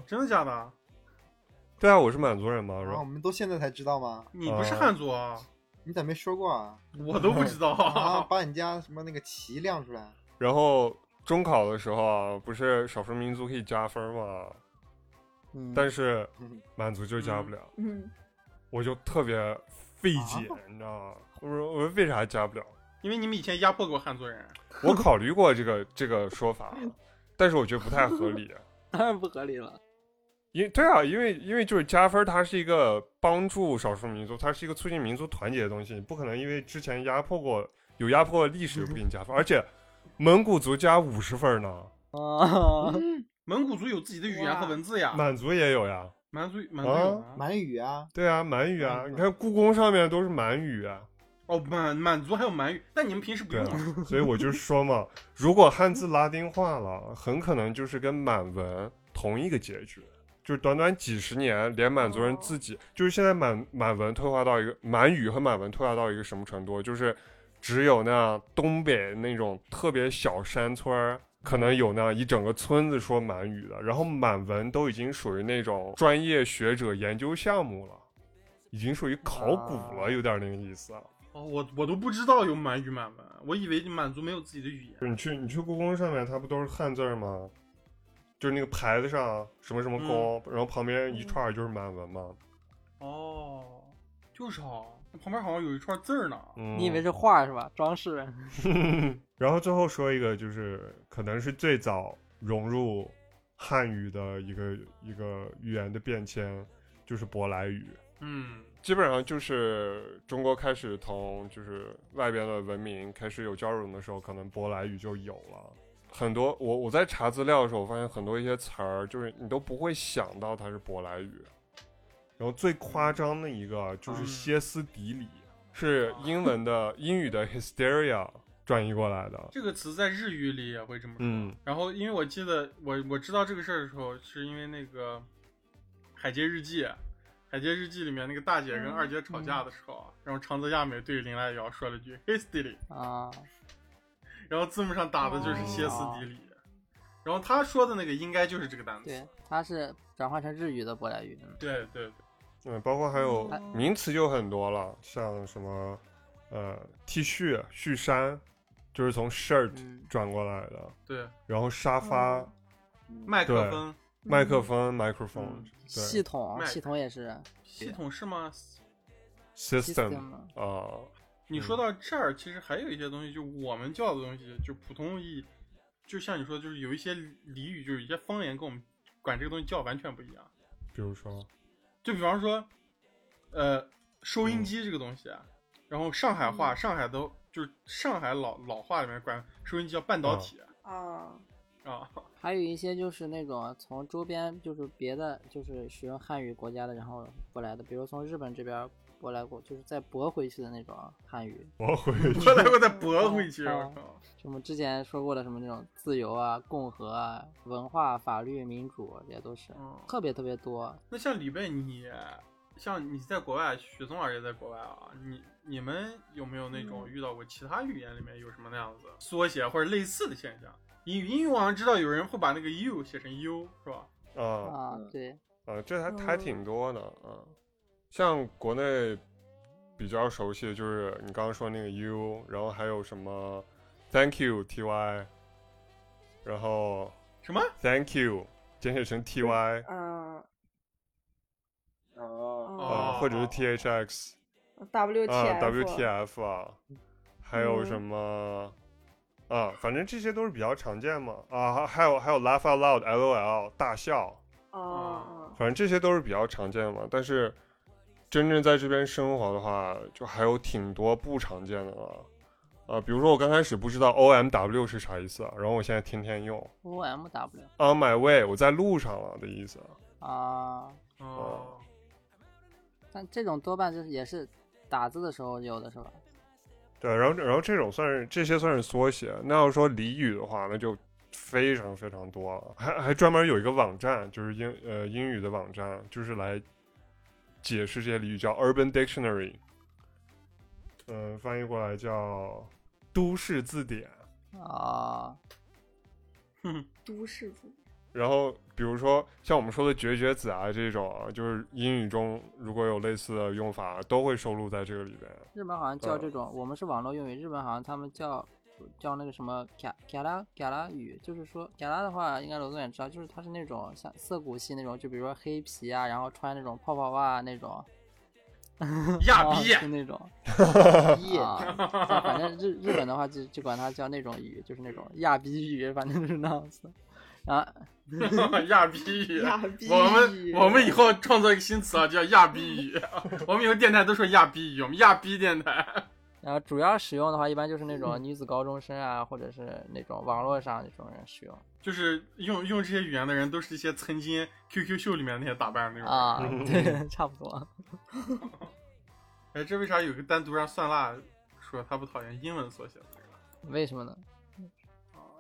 Speaker 4: 真的假的？
Speaker 3: 对啊，我是满族人嘛，然
Speaker 5: 哦
Speaker 7: 然后我
Speaker 3: 后
Speaker 7: 们都现在才知道吗？
Speaker 4: 你不是
Speaker 3: 啊
Speaker 4: 汉族啊？
Speaker 7: 你咋没说过啊？
Speaker 4: 我都不知道。
Speaker 7: (laughs)
Speaker 4: (laughs)
Speaker 7: 啊，把你家什么那个旗亮出来。
Speaker 3: 然后中考的时候啊，不是少数民族可以加分嘛，
Speaker 7: 嗯， (laughs)
Speaker 3: 但是
Speaker 7: 嗯
Speaker 3: 满族就加不了，
Speaker 5: 嗯，啊
Speaker 3: 我就特别费
Speaker 5: (laughs)
Speaker 3: 解，你知道吗？我说我说为啥加不了？
Speaker 4: 因为你们以前压迫过汉族人，
Speaker 3: 我考虑过这个这个说法，
Speaker 5: (laughs)
Speaker 3: 但是我觉得不太合理。
Speaker 2: (laughs)
Speaker 3: 啊
Speaker 2: 当然不合理了。
Speaker 3: 因对啊，因为因为就是加分儿，它是一个帮助少数民族，它是一个促进民族团结的东西，不可能因为之前压迫过有压迫的历史就不给你加分，而且蒙古族加五十分儿呢，
Speaker 2: 啊，
Speaker 4: 蒙古族有自己的语言和文字呀，
Speaker 3: 满族也有呀，
Speaker 4: 满族满族有吗
Speaker 7: 满语啊，
Speaker 3: 对啊，满语啊，你看故宫上面都是满语啊，
Speaker 4: 哦，满满族还有满语，但你们平时不
Speaker 3: 对
Speaker 4: 用
Speaker 3: 啊
Speaker 4: 啊。，
Speaker 3: 所以我就说嘛，如果汉字拉丁化了，很可能就是跟满文同一个结局。就是短短几十年，连满族人自己，就是现在满满文退化到一个满语和满文退化到一个什么程度？就是只有那样东北那种特别小山村儿，可能有那样一整个村子说满语的，然后满文都已经属于那种专业学者研究项目了，已经属于考古了，
Speaker 2: 啊
Speaker 3: 有点那个意思啊。
Speaker 4: 哦，我我都不知道有满语满文，我以为满族没有自己的语言。
Speaker 3: 就是你去你去故宫上面，它不都是汉字儿吗？就是那个牌子上什么什
Speaker 2: 嗯
Speaker 3: 么宫，然后旁边一串儿就是满文嘛。
Speaker 4: 哦，就是啊，旁边好像有一串字儿呢。
Speaker 2: (laughs)
Speaker 3: 嗯，
Speaker 2: 你以为是画儿是吧？装饰。
Speaker 3: 然后最后说一个，就是可能是最早融入汉语的一个一个语言的变迁，就是舶来语。
Speaker 4: 嗯，
Speaker 3: 基本上就是中国开始同就是外边的文明开始有交融的时候，可能舶来语就有了。很多我我在查资料的时候，我发现很多一些词儿，就是你都不会想到它是舶来语。然后最夸张的一个就是
Speaker 4: 嗯
Speaker 3: 歇斯底里，是英文的英语的 hysteria，转移过来的。
Speaker 4: 这个词在日语里也会这么说。
Speaker 3: 嗯，
Speaker 4: 然后，因为我记得我我知道这个事儿的时候，是因为那个《海街日记》，《海街日记》里面那个大姐跟二姐吵架的时候，啊然后长泽雅美对林濑遥说了句 “hastily”，
Speaker 2: 啊，
Speaker 4: 然后字幕上打的就是歇斯底里，然后他说的那个应该就是这个单
Speaker 2: 对
Speaker 4: 词。，
Speaker 2: 它是转换成日语的舶来语，嗯
Speaker 4: 对对对，
Speaker 3: 嗯，包括还有
Speaker 2: 还
Speaker 3: 名词就很多了，像什么呃 T 恤、恤衫，就是从 shirt
Speaker 2: 嗯
Speaker 3: 转过来的，
Speaker 4: 对，
Speaker 3: 然后沙发、
Speaker 5: 哦
Speaker 4: 麦克风
Speaker 3: 麦克风、microphone，、
Speaker 2: 嗯，系
Speaker 3: 对
Speaker 2: 统
Speaker 4: 麦
Speaker 2: 系统也是
Speaker 4: 系统是吗？
Speaker 3: ，system
Speaker 2: 嘛
Speaker 3: 啊、
Speaker 4: 你说到这儿，其实还有一些东西，就我们叫的东西，就普通意，就像你说，就是有一些俚语，就是有一些方言跟我们管这个东西叫完全不一样。
Speaker 3: 比如说，
Speaker 4: 就比方说，呃，收音机这个东西，啊，然后上海
Speaker 2: 嗯
Speaker 4: 话，上海都就是上海老老话里面管收音机叫半导体
Speaker 5: 啊，
Speaker 4: 啊， (laughs)
Speaker 2: 还有一些就是那种从周边，就是别的，就是使用汉语国家的，然后过来的，比如从日本这边过来过，就是再驳回去的那种汉语。
Speaker 3: 我回
Speaker 4: 后来我再驳回去，我
Speaker 2: 哦
Speaker 4: 靠，
Speaker 2: 什么之前说过的什么那种自由啊、共和啊、文化、法律、民主，这些都是
Speaker 4: 嗯
Speaker 2: 特别特别多。
Speaker 4: 那像李贝你。像你在国外，许宗老师也在国外啊，你你们有没有那
Speaker 5: 嗯
Speaker 4: 种遇到过其他语言里面有什么那样子缩写或者类似的现象？英语英语我好像知道有人会把那个 u 写成 u 是吧？哦
Speaker 3: 啊
Speaker 2: 啊
Speaker 7: 嗯，
Speaker 2: 对，
Speaker 3: 啊，这还还挺多的啊。像国内比较熟悉的就是你刚刚说那个 U，然后还有什么 Thank you TY，然后
Speaker 4: 什么？
Speaker 3: Thank you 简写成 TY
Speaker 5: 啊
Speaker 4: (laughs)
Speaker 7: 哦，
Speaker 3: 啊，
Speaker 4: 哦
Speaker 3: 或者是 THX
Speaker 5: ，W T
Speaker 3: 啊
Speaker 5: F 嗯
Speaker 3: WTF 啊，还有什么啊？反正这些都是比较常见嘛啊，还有还有 laugh out loud LOL 大笑。
Speaker 5: 啊啊
Speaker 3: 反正这些都是比较常见嘛。但是真正在这边生活的话，就还有挺多不常见的了。啊，比如说我刚开始不知道 O M W 是啥意思啊，然后我现在天天用
Speaker 2: O M W
Speaker 3: On my way，我在路上了的意思啊。
Speaker 2: 啊，
Speaker 4: 哦，
Speaker 2: 但这种多半就是也是打字的时候有的是吧？
Speaker 3: 对，然后然后这种算是这些算是缩写。那要说俚语的话，那就非常非常多了，还还专门有一个网站，就是英呃英语的网站，就是来解释这些俚语，叫 Urban Dictionary，嗯、翻译过来叫都市字典。
Speaker 2: 啊，
Speaker 5: 都市主义
Speaker 3: 然后比如说像我们说的绝绝子啊这种啊，就是英语中如果有类似的用法，都会收录在这个里边。
Speaker 2: 日本好像
Speaker 4: 嗯
Speaker 2: 叫这种，我们是网络用语，日本好像他们叫叫那个什么卡卡拉卡拉语，就是说卡拉的话，应该罗总也知道，就是它是那种像涩谷系那种，就比如说黑皮啊，然后穿那种泡泡袜啊那种，
Speaker 4: 亚
Speaker 5: 哦
Speaker 4: 逼
Speaker 2: 啊、是那
Speaker 4: (laughs)
Speaker 2: 种
Speaker 7: 耶
Speaker 2: 啊，反正日日本的话就就管它叫那种语，就是那种亚逼语，反正就是那样子。然后
Speaker 4: (laughs) 亚逼语，
Speaker 5: 亚逼语
Speaker 4: 我们我们以后创作一个新词啊，叫亚逼语。 (laughs) 我们以后电台都说亚逼语，我们亚逼电台。
Speaker 2: 然后主要使用的话，一般就是那种女子高中生啊，或者是那种网络上那种人使用
Speaker 4: 就是用用这些语言的人，都是一些曾经 QQ 秀里面那些打扮的那种人。
Speaker 2: 啊， (laughs) 对，差不多。
Speaker 4: 哎，这为啥有个单独让蒜辣说他不讨厌英文缩写的那个？
Speaker 2: 为什么呢？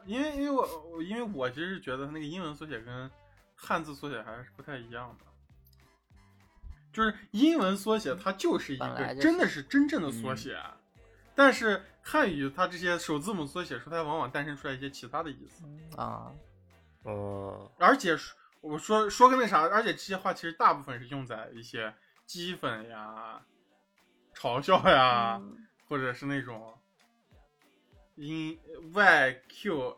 Speaker 4: 因为因为我我因为我其实是觉得他那个英文缩写跟汉字缩写还是不太一样的，就是英文缩写它就是一
Speaker 2: 本来就是嗯
Speaker 4: 个真的是真正的缩写，但是汉语它这些首字母缩写说它往往诞生出来一些其他的意思，
Speaker 2: 啊，
Speaker 3: 嗯，
Speaker 4: 而且说我说说个那啥，而且这些话其实大部分是用在一些讥讽呀、嘲笑呀，
Speaker 5: 嗯
Speaker 4: 或者是那种阴 y q，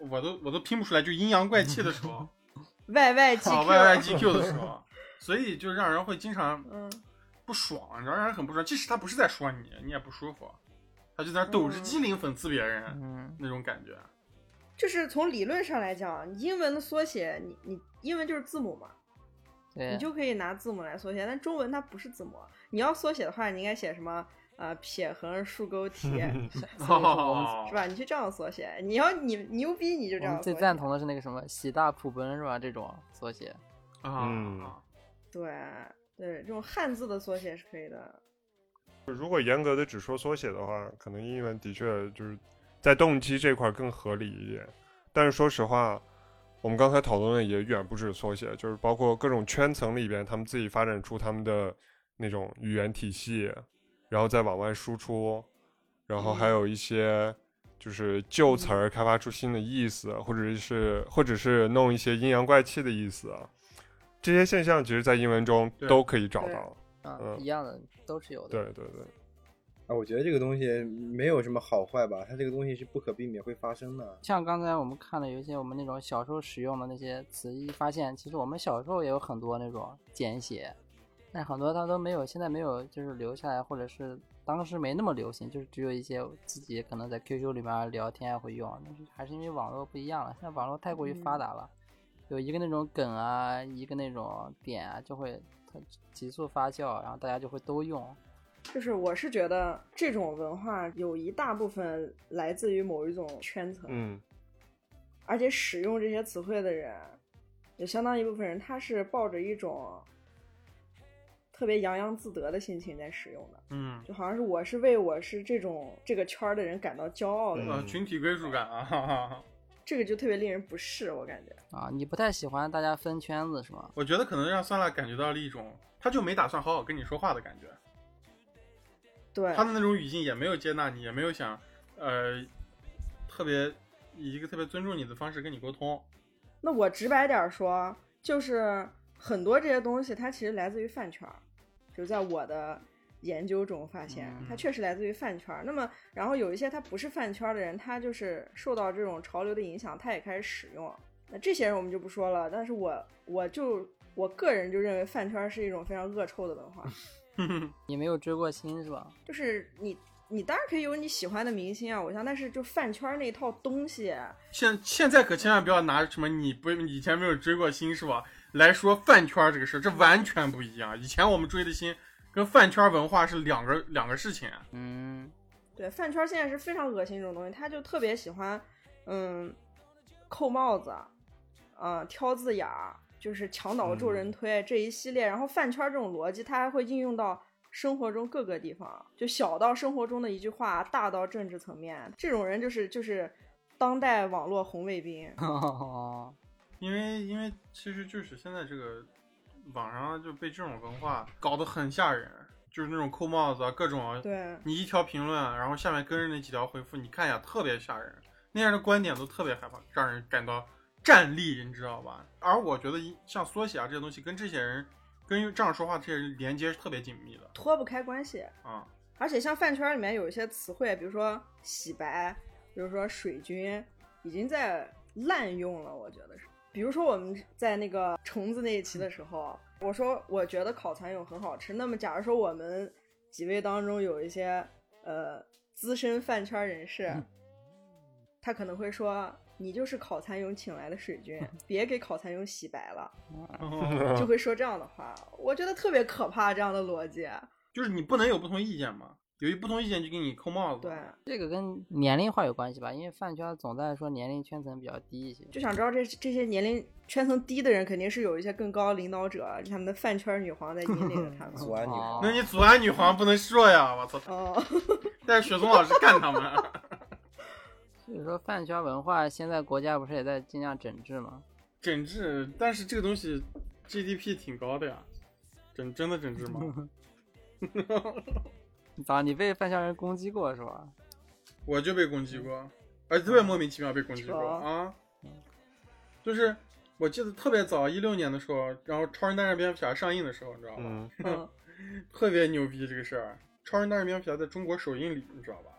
Speaker 4: 我都我都拼不出来，就阴阳怪气的时候，
Speaker 5: ，Y Y G
Speaker 4: 啊
Speaker 5: Q
Speaker 4: y y g q 的时候，所以就让人会经常
Speaker 5: 嗯
Speaker 4: 不爽，你知道让人很不爽。即使他不是在说你，你也不舒服，他就在那
Speaker 5: 嗯
Speaker 4: 抖着机灵讽刺别人
Speaker 2: 嗯，
Speaker 4: 那种感觉。
Speaker 5: 就是从理论上来讲，英文的缩写，你你英文就是字母嘛，
Speaker 2: 对，
Speaker 5: 你就可以拿字母来缩写，但中文它不是字母，你要缩写的话，你应该写什么？啊、撇横竖钩撇
Speaker 2: 所以说我们
Speaker 4: 哦
Speaker 5: 是吧？你去这样缩写，你要你牛逼你就
Speaker 2: 我
Speaker 5: 这样
Speaker 2: 们
Speaker 5: 缩
Speaker 2: 最
Speaker 5: 写。
Speaker 2: 赞同的是那个什么喜大普奔是吧？这种缩写，
Speaker 4: 啊
Speaker 3: 嗯
Speaker 5: 对对，这种汉字的缩写是可以的。
Speaker 3: 如果严格的只说缩写的话，可能英文的确就是在动机这块更合理一点。但是说实话，我们刚才讨论的也远不止缩写，就是包括各种圈层里边，他们自己发展出他们的那种语言体系，然后再往外输出，然后还有一些就是旧词儿开发出新的意思，或者是或者是弄一些阴阳怪气的意思啊。这些现象其实，在英文中
Speaker 4: 对
Speaker 3: 都可以找
Speaker 5: 对
Speaker 3: 到。
Speaker 2: 啊
Speaker 3: 嗯，
Speaker 2: 一样的都是有的。
Speaker 3: 对对对，
Speaker 1: 啊，我觉得这个东西没有什么好坏吧，它这个东西是不可避免会发生的。
Speaker 2: 像刚才我们看了有一些我们那种小时候使用的那些词，一发现其实我们小时候也有很多那种简写，但很多它都没有，现在没有就是留下来，或者是当时没那么流行，就是只有一些自己可能在 QQ 里面聊天啊会用，但是还是因为网络不一样了，现在网络太过于发达了，有一个那种梗啊，一个那种点啊，就会它急速发酵，然后大家就会都用。
Speaker 5: 就是我是觉得这种文化有一大部分来自于某一种圈层，
Speaker 3: 嗯，
Speaker 5: 而且使用这些词汇的人，有相当一部分人他是抱着一种特别洋洋自得的心情在使用的，
Speaker 4: 嗯，
Speaker 5: 就好像是我是为我是这种这个圈儿的人感到骄傲的，
Speaker 4: 呃，群体归属感啊，哈哈哈。
Speaker 5: 这个就特别令人不适，我感觉。
Speaker 2: 啊，你不太喜欢大家分圈子是吗？
Speaker 4: 我觉得可能让酸辣感觉到了一种，他就没打算好好跟你说话的感觉，
Speaker 5: 对，
Speaker 4: 他的那种语境也没有接纳你，也没有想，呃，特别以一个特别尊重你的方式跟你沟通。
Speaker 5: 那我直白点儿说，就是很多这些东西，它其实来自于饭圈儿，就是在我的研究中发现，啊
Speaker 4: 嗯
Speaker 5: 它确实来自于饭圈儿。那么，然后有一些他不是饭圈儿的人，他就是受到这种潮流的影响，他也开始使用。那这些人我们就不说了，但是我我就我个人就认为饭圈儿是一种非常恶臭的文化，
Speaker 2: 你没有追过星是吧？
Speaker 5: (laughs) 就是你。你当然可以有你喜欢的明星啊，偶像，但是就饭圈儿那一套东西，啊
Speaker 4: 现现在可千万不要拿什么你不以前没有追过星是吧来说饭圈这个事儿，这完全不一样。以前我们追的星跟饭圈文化是两个两个事情。啊
Speaker 2: (laughs) 嗯，
Speaker 5: 对，饭圈现在是非常恶心一种东西，他就特别喜欢，嗯，扣帽子，嗯、挑字眼儿，就是墙倒众人推、这一系列。然后饭圈这种逻辑，它还会应用到生活中各个地方，就小到生活中的一句话，大到政治层面。这种人就是就是当代网络红卫兵。
Speaker 2: 哦，
Speaker 4: 因为因为其实就是现在这个网上就被这种文化搞得很吓人，就是那种扣帽子啊，各种
Speaker 5: 对，
Speaker 4: 你一条评论，然后下面跟着那几条回复，你看一下特别吓人，那样的观点都特别害怕，让人感到战栗，你知道吧？而我觉得一像缩写啊这些东西，跟这些人跟这样说话这些人连接是特别紧密的
Speaker 5: 脱不开关系。
Speaker 4: 啊、 (laughs)
Speaker 5: 而且像饭圈里面有一些词汇，比如说洗白，比如说水军，已经在滥用了，我觉得是。比如说我们在那个虫子那一期的时候，我说我觉得烤蚕蛹很好吃。那么假如说我们几位当中有一些呃资深饭圈人士，他可能会说你就是烤蚕蛹请来的水军，别给烤蚕蛹洗白了，就会说这样的话。我觉得特别可怕，这样的逻辑。
Speaker 4: 就是你不能有不同意见嘛，有一不同意见就给你扣帽子。
Speaker 5: 对，
Speaker 2: 这个跟年龄化有关系吧？因为饭圈总在说年龄圈层比较低一些。
Speaker 5: 就想知道这这些年龄圈层低的人，肯定是有一些更高的领导者，啊他们的饭圈女皇在引领着他
Speaker 1: 祖
Speaker 4: (laughs)
Speaker 5: 们。
Speaker 1: 安女
Speaker 2: 哦
Speaker 4: 那你祖安女皇不能说呀，我操！ (laughs)
Speaker 5: 哦，
Speaker 4: 但是雪松老师干他们， (laughs)
Speaker 2: 所以说饭圈文化现在国家不是也在尽量整治吗？
Speaker 4: 整治，但是这个东西 GDP 挺高的呀，整真的整治吗？
Speaker 2: 咋，你被饭圈人攻击过是吧？
Speaker 4: 我就被攻击过，而且特别莫名其妙被攻击过
Speaker 5: 扯
Speaker 4: 啊！就是我记得特别早，一六年的时候，然后《超人大战蝙蝠侠》上映的时候，你知道吧？
Speaker 3: 嗯，
Speaker 5: 嗯，
Speaker 4: 特别牛逼这个事儿。超人大战蝙蝠侠在中国首映礼，你知道吧？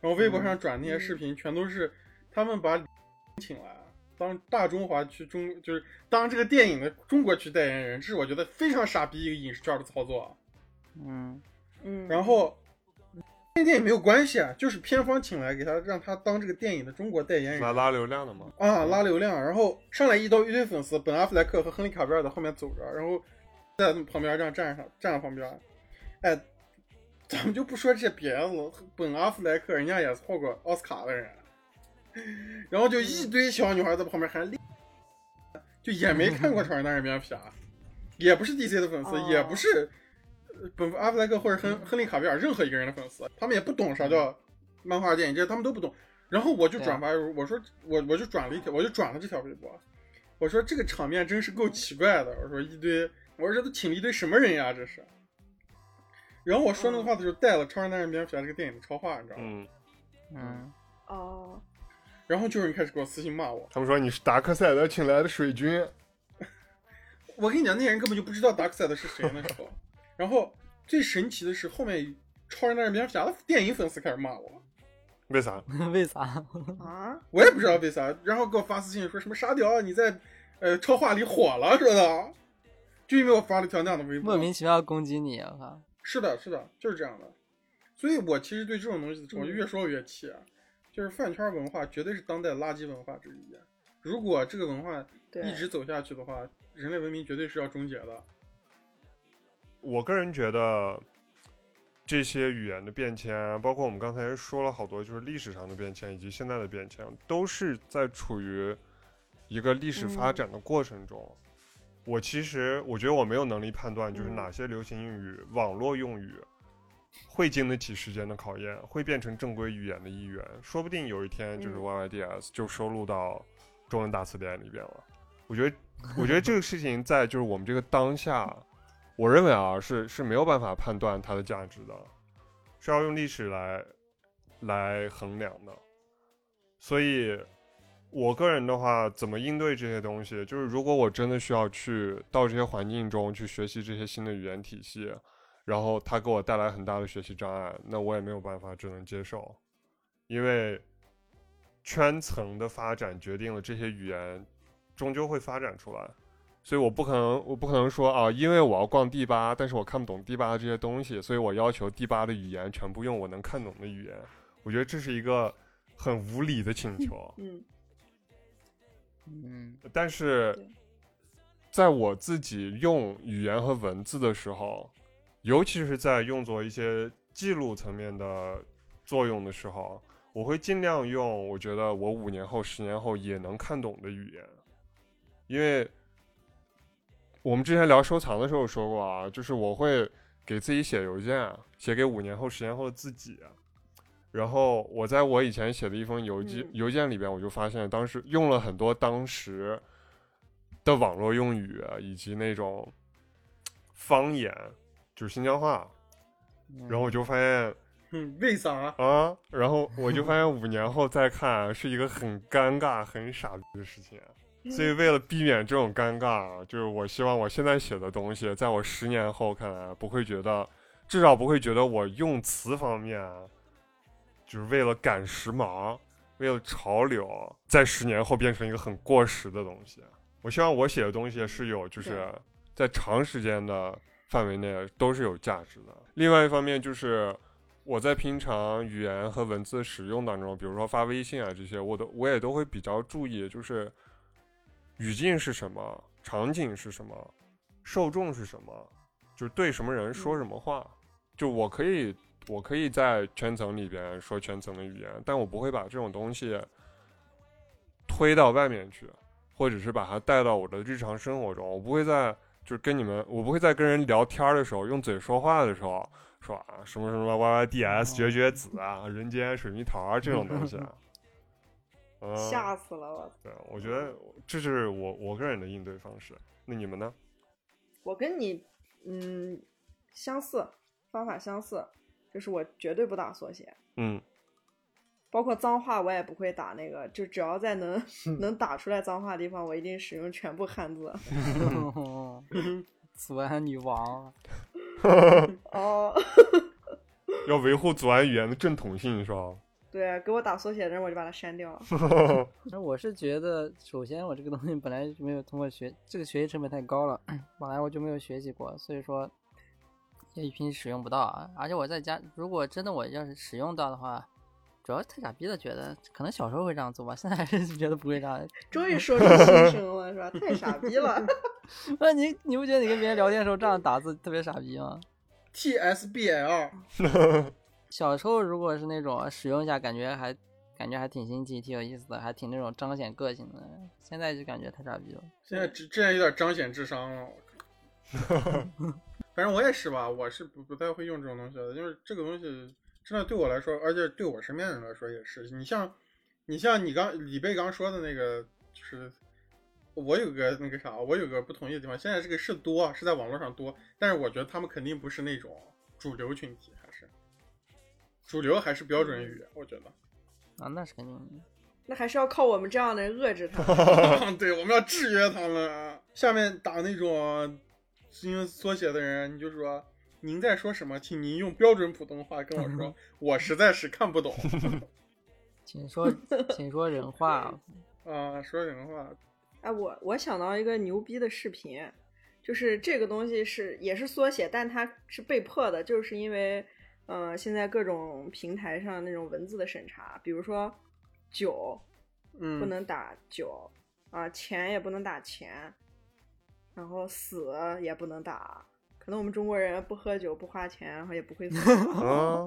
Speaker 4: 然后微博上转那些视频，全都是他们把李请来当大中华区中，就是当这个电影的中国区代言人，这是我觉得非常傻逼一个影视圈的操作。啊
Speaker 2: 嗯，
Speaker 5: 嗯，
Speaker 4: 然后跟电影没有关系啊，就是片方请来给他，让他当这个电影的中国代言
Speaker 3: 是来
Speaker 4: 人。
Speaker 3: 拉流量的嘛。
Speaker 4: 啊，拉流量，然后上来一堆一堆粉丝，本阿弗莱克和亨利卡维尔在后面走着，然后在旁边这样站上，站在旁边，哎，咱们就不说这些别的了，本阿弗莱克人家也是获过奥斯卡的人，然后就一堆小女孩在旁边喊，就也没看过《超人大战蝙蝠侠》，也不是 DC 的粉丝，
Speaker 5: 哦
Speaker 4: 也不是本阿弗莱克或者亨亨利卡维尔任何一个人的粉丝，他们也不懂啥叫漫画电影，这些他们都不懂。然后我就转发，我说我我就转了一条，我就转了这条微博，我说这个场面真是够奇怪的，我说一堆，我说这都请了一堆什么人呀，这是。然后我说那个话的时候带了《超人大战蝙蝠侠》这个电影的超话，你知道吗？
Speaker 3: 嗯，
Speaker 2: 嗯，
Speaker 5: 哦，
Speaker 4: 然后就有人开始给我私信骂我，
Speaker 3: 他们说你是达克赛德请来的水军，
Speaker 4: 我跟你讲，那些人根本就不知道达克赛德是谁那时候。然后最神奇的是，后面《超人大战蝙蝠侠》的电影粉丝开始骂我，
Speaker 3: 为啥？
Speaker 2: (laughs) 为啥？
Speaker 5: 啊，
Speaker 4: 我也不知道为啥，然后给我发私信说什么沙雕你在呃超话里火了说的，就因为我发了条那样的微博。
Speaker 2: 莫名其妙攻击你，我靠！
Speaker 4: 是的，是的，就是这样的。所以我其实对这种东西，我就越说越气啊。就是饭圈文化绝对是当代垃圾文化之一啊。如果这个文化
Speaker 5: 对，
Speaker 4: 一直走下去的话，人类文明绝对是要终结的。
Speaker 3: 我个人觉得，这些语言的变迁，啊包括我们刚才说了好多，就是历史上的变迁以及现在的变迁，都是在处于一个历史发展的过程中。我其实我觉得我没有能力判断，就是
Speaker 5: 嗯
Speaker 3: 哪些流行用语、网络用语会经得起时间的考验，会变成正规语言的一员。说不定有一天就是
Speaker 5: 嗯
Speaker 3: YYDS 就收录到中文大词典里边了。我觉得，我觉得这个事情在就是我们这个当下，我认为啊是是没有办法判断它的价值的，是要用历史来来衡量的。所以，我个人的话，怎么应对这些东西，就是如果我真的需要去到这些环境中去学习这些新的语言体系，然后它给我带来很大的学习障碍，那我也没有办法，只能接受，因为圈层的发展决定了这些语言终究会发展出来。所以我不可能，我不可能说啊，因为我要逛第八，但是我看不懂第八的这些东西，所以我要求第八的语言全部用我能看懂的语言。我觉得这是一个很无理的请求。
Speaker 5: 嗯
Speaker 2: 嗯，
Speaker 3: 但是
Speaker 5: 对，
Speaker 3: 在我自己用语言和文字的时候，尤其是在用作一些记录层面的作用的时候，我会尽量用我觉得我五年后、十年后也能看懂的语言，因为我们之前聊收藏的时候说过啊，就是我会给自己写邮件，啊写给五年后、十年后的自己。啊然后我在我以前写的一封邮件、
Speaker 5: 嗯
Speaker 3: 邮件里边，我就发现当时用了很多当时的网络用语啊以及那种方言，就是新疆话。啊然后我就发现
Speaker 4: 嗯，为啥？
Speaker 3: 啊，然后我就发现五年后再看是一个很尴尬、很傻逼的事情。所
Speaker 5: 嗯
Speaker 3: 以为了避免这种尴尬，就是我希望我现在写的东西，在我十年后看来不会觉得，至少不会觉得我用词方面，就是为了赶时髦，为了潮流，在十年后变成一个很过时的东西。我希望我写的东西是有，就是在长时间的范围内都是有价值的。另外一方面就是我在平常语言和文字使用当中，比如说发微信啊这些，我都我也都会比较注意，就是语境是什么，场景是什么，受众是什么，就是对什么人说什么话。就我可以，我可以在圈层里边说圈层的语言，但我不会把这种东西推到外面去，或者是把它带到我的日常生活中。我不会在就是跟你们，我不会在跟人聊天的时候用嘴说话的时候说啊什么什么 Y Y D S 绝绝子啊，人间水蜜桃啊这种东西啊。嗯
Speaker 5: 吓死了我！
Speaker 3: 对，我觉得这是我我个人的应对方式。那你们呢？
Speaker 5: 我跟你嗯相似，方法相似，就是我绝对不打缩写，
Speaker 3: 嗯，
Speaker 5: 包括脏话我也不会打那个，就只要在能
Speaker 4: 嗯
Speaker 5: 能打出来脏话的地方，我一定使用全部汉字。 (laughs)
Speaker 2: (laughs) 祖安女王，啊
Speaker 5: 哦， (laughs)
Speaker 3: 要维护祖安语言的正统性是吧？。
Speaker 5: 对，啊给我打缩写的人我就把它删掉。
Speaker 2: (laughs) 那我是觉得，首先我这个东西本来就没有通过学，这个学习成本太高了，本来我就没有学习过，所以说也平时使用不到啊。而且我在家，如果真的我要是使用到的话，主要是太傻逼了，觉得可能小时候会这样做吧，现在还是觉得不会这样。
Speaker 5: 终于说出心声了，是吧？太傻逼了。
Speaker 2: 那你你不觉得你跟别人聊天的时候这样打字特别傻逼吗？
Speaker 4: T S B L，
Speaker 2: 小时候如果是那种使用一下，感觉还感觉还挺新奇、挺有意思的，还挺那种彰显个性的。现在就感觉太傻逼了。
Speaker 4: 现在只这样有点彰显智商了。反正我也是吧，我是不不太会用这种东西的，因为这个东西真的对我来说，而且对我身边的人来说也是。你像，你像你刚李贝刚说的那个，就是我有个那个啥，我有个不同意的地方。现在这个是多，是在网络上多，但是我觉得他们肯定不是那种主流群体，还是主流还是标准语，我觉得。
Speaker 2: 啊，那是肯定的。
Speaker 5: 那还是要靠我们这样的人遏制他。
Speaker 4: (laughs) 对，我们要制约他们。啊下面打那种因为缩写的人，你就说您在说什么，请您用标准普通话跟我说，我实在是看不懂
Speaker 2: 请说，请说人话。
Speaker 4: 啊。说人话，
Speaker 5: 哎，我我想到一个牛逼的视频，就是这个东西是也是缩写，但它是被迫的，就是因为，呃，现在各种平台上那种文字的审查，比如说酒
Speaker 4: 嗯，
Speaker 5: 不能打酒、啊，钱也不能打钱，然后死也不能打。可能我们中国人不喝酒不花钱，然后也不会死
Speaker 3: 啊，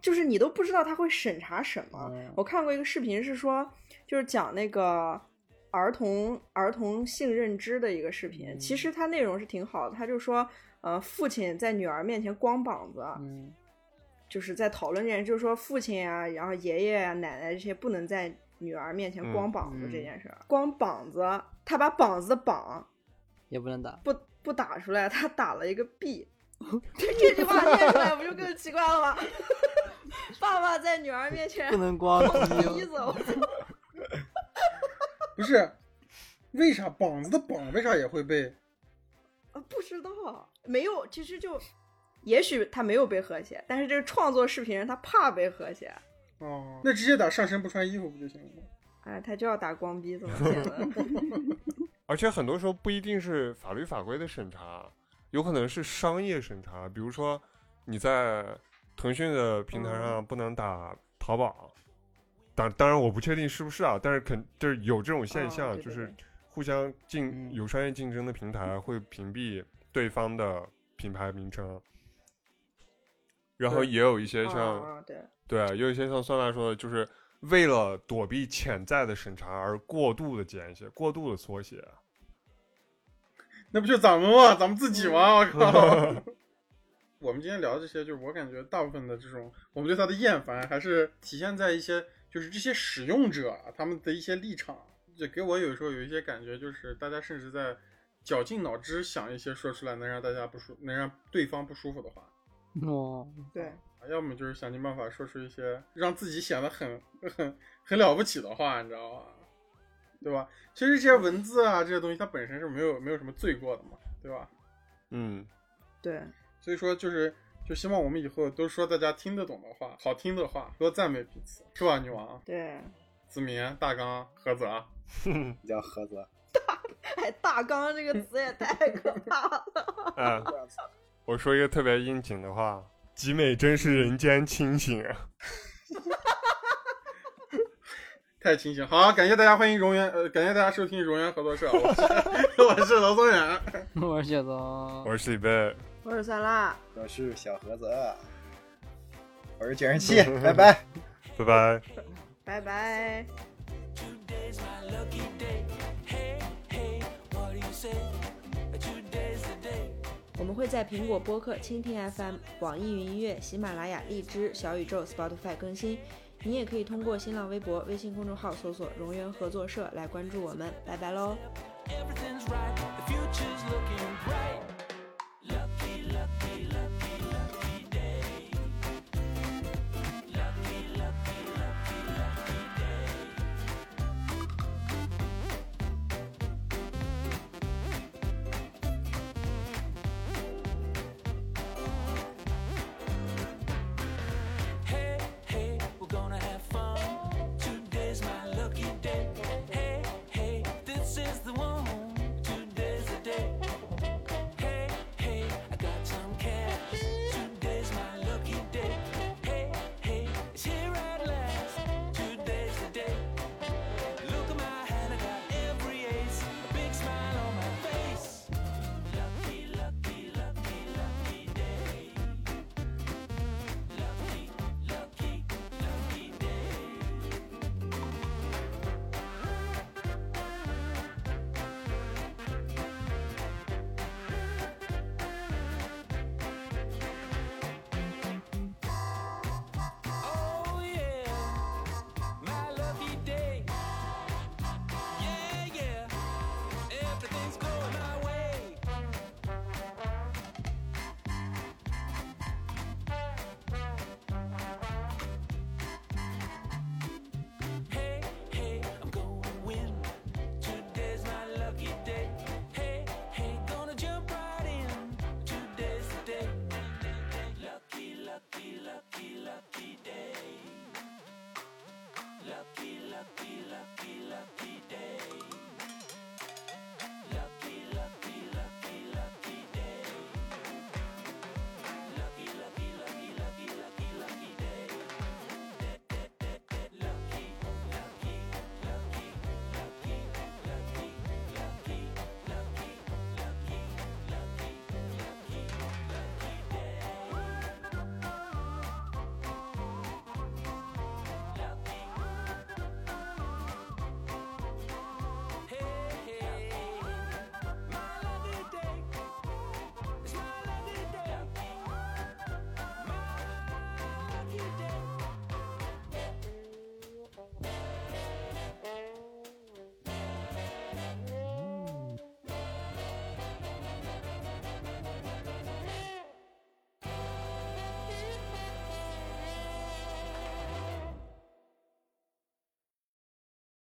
Speaker 5: 就是你都不知道他会审查什么。我看过一个视频，是说就是讲那个儿童儿童性认知的一个视频，其实它内容是挺好的，他就说，呃，父亲在女儿面前光膀子，
Speaker 4: 嗯
Speaker 5: 就是在讨论这件事，就是说父亲啊，然后爷爷啊、奶奶这些不能在女儿面前光膀子这件事儿。光膀子，他把膀子的膀
Speaker 2: 也不能打。
Speaker 5: 不不打出来，他打了一个
Speaker 2: (laughs)
Speaker 5: B。这这句话念出来不就更奇怪了吗？ (laughs) 爸爸在女儿面前
Speaker 2: 不能光
Speaker 5: 逼
Speaker 2: (laughs) 逼，
Speaker 5: 走，
Speaker 4: 不是，为啥膀子的膀为啥也会被？
Speaker 5: 呃不知道，没有，其实就，也许他没有被和谐，但是这个创作视频人他怕被和谐，
Speaker 4: 哦，那直接打上身不穿衣服不就行了吗？
Speaker 5: 哎，他就要打光逼，怎么嗯
Speaker 3: (laughs)
Speaker 5: 写的？
Speaker 3: 而且很多时候不一定是法律法规的审查，有可能是商业审查。比如说你在腾讯的平台
Speaker 5: 嗯
Speaker 3: 上不能打淘宝，当当然我不确定是不是啊，但是肯就是有这种现
Speaker 5: 哦
Speaker 3: 象，
Speaker 5: 对
Speaker 3: 就
Speaker 5: 对
Speaker 3: 是
Speaker 5: 对嗯
Speaker 3: 互相竞
Speaker 7: 嗯
Speaker 3: 有商业竞争的平台会屏蔽对方的品牌名称，然后
Speaker 4: 对
Speaker 3: 也有一些像
Speaker 5: 啊，对，
Speaker 3: 对，有一些像酸辣说的，就是为了躲避潜在的审查而过度的简写、过度的缩写。
Speaker 4: 那不就咱们吗？咱们自己吗？我靠！我们今天聊的这些，就是我感觉大部分的这种，我们对它的厌烦，还是体现在一些，就是这些使用者啊他们的一些立场，也给我有时候有一些感觉，就是大家甚至在绞尽脑汁想一些说出来能让大家不舒，能让对方不舒服的话，
Speaker 2: 哦，
Speaker 5: 嗯对，
Speaker 4: 要么就是想尽办法说出一些让自己显得很很很了不起的话，你知道吧？对吧？其实这些文字啊，这些东西它本身是没有没有什么罪过的嘛，对吧？
Speaker 3: 嗯，
Speaker 5: 对，
Speaker 4: 所以说就是就希望我们以后都说大家听得懂的话，好听的话，多赞美彼此，是吧，女王、
Speaker 5: 对， (laughs)
Speaker 4: 子明、大纲、菏泽，
Speaker 7: 比较合则。
Speaker 5: 哎，大纲这个词也太可怕了。
Speaker 3: 哎，我说一个特别应景的话：集美真是人间清醒。啊
Speaker 4: 太清醒。好，感谢大家，欢迎荣源，呃，感谢大家收听荣源合作社，我是 (laughs) 我是娄宗远，
Speaker 2: 我是雪宗，
Speaker 3: 我是李贝，
Speaker 5: 我是酸
Speaker 2: 啊
Speaker 5: 辣，
Speaker 7: 我是小盒子，我是卷人 (laughs) 气，拜拜。
Speaker 3: 拜拜。
Speaker 5: 拜拜。
Speaker 6: Today's my lucky day. Hey, hey, what do you say? Today's the day.
Speaker 8: 我们会在苹果播客、蜻蜓 FM、网易云音乐、喜马拉雅、荔枝、小宇宙、Spotify 更新。你也可以通过新浪微博、微信公众号搜索“荣源合作社”来关注我们。拜拜喽！
Speaker 6: Everything's right.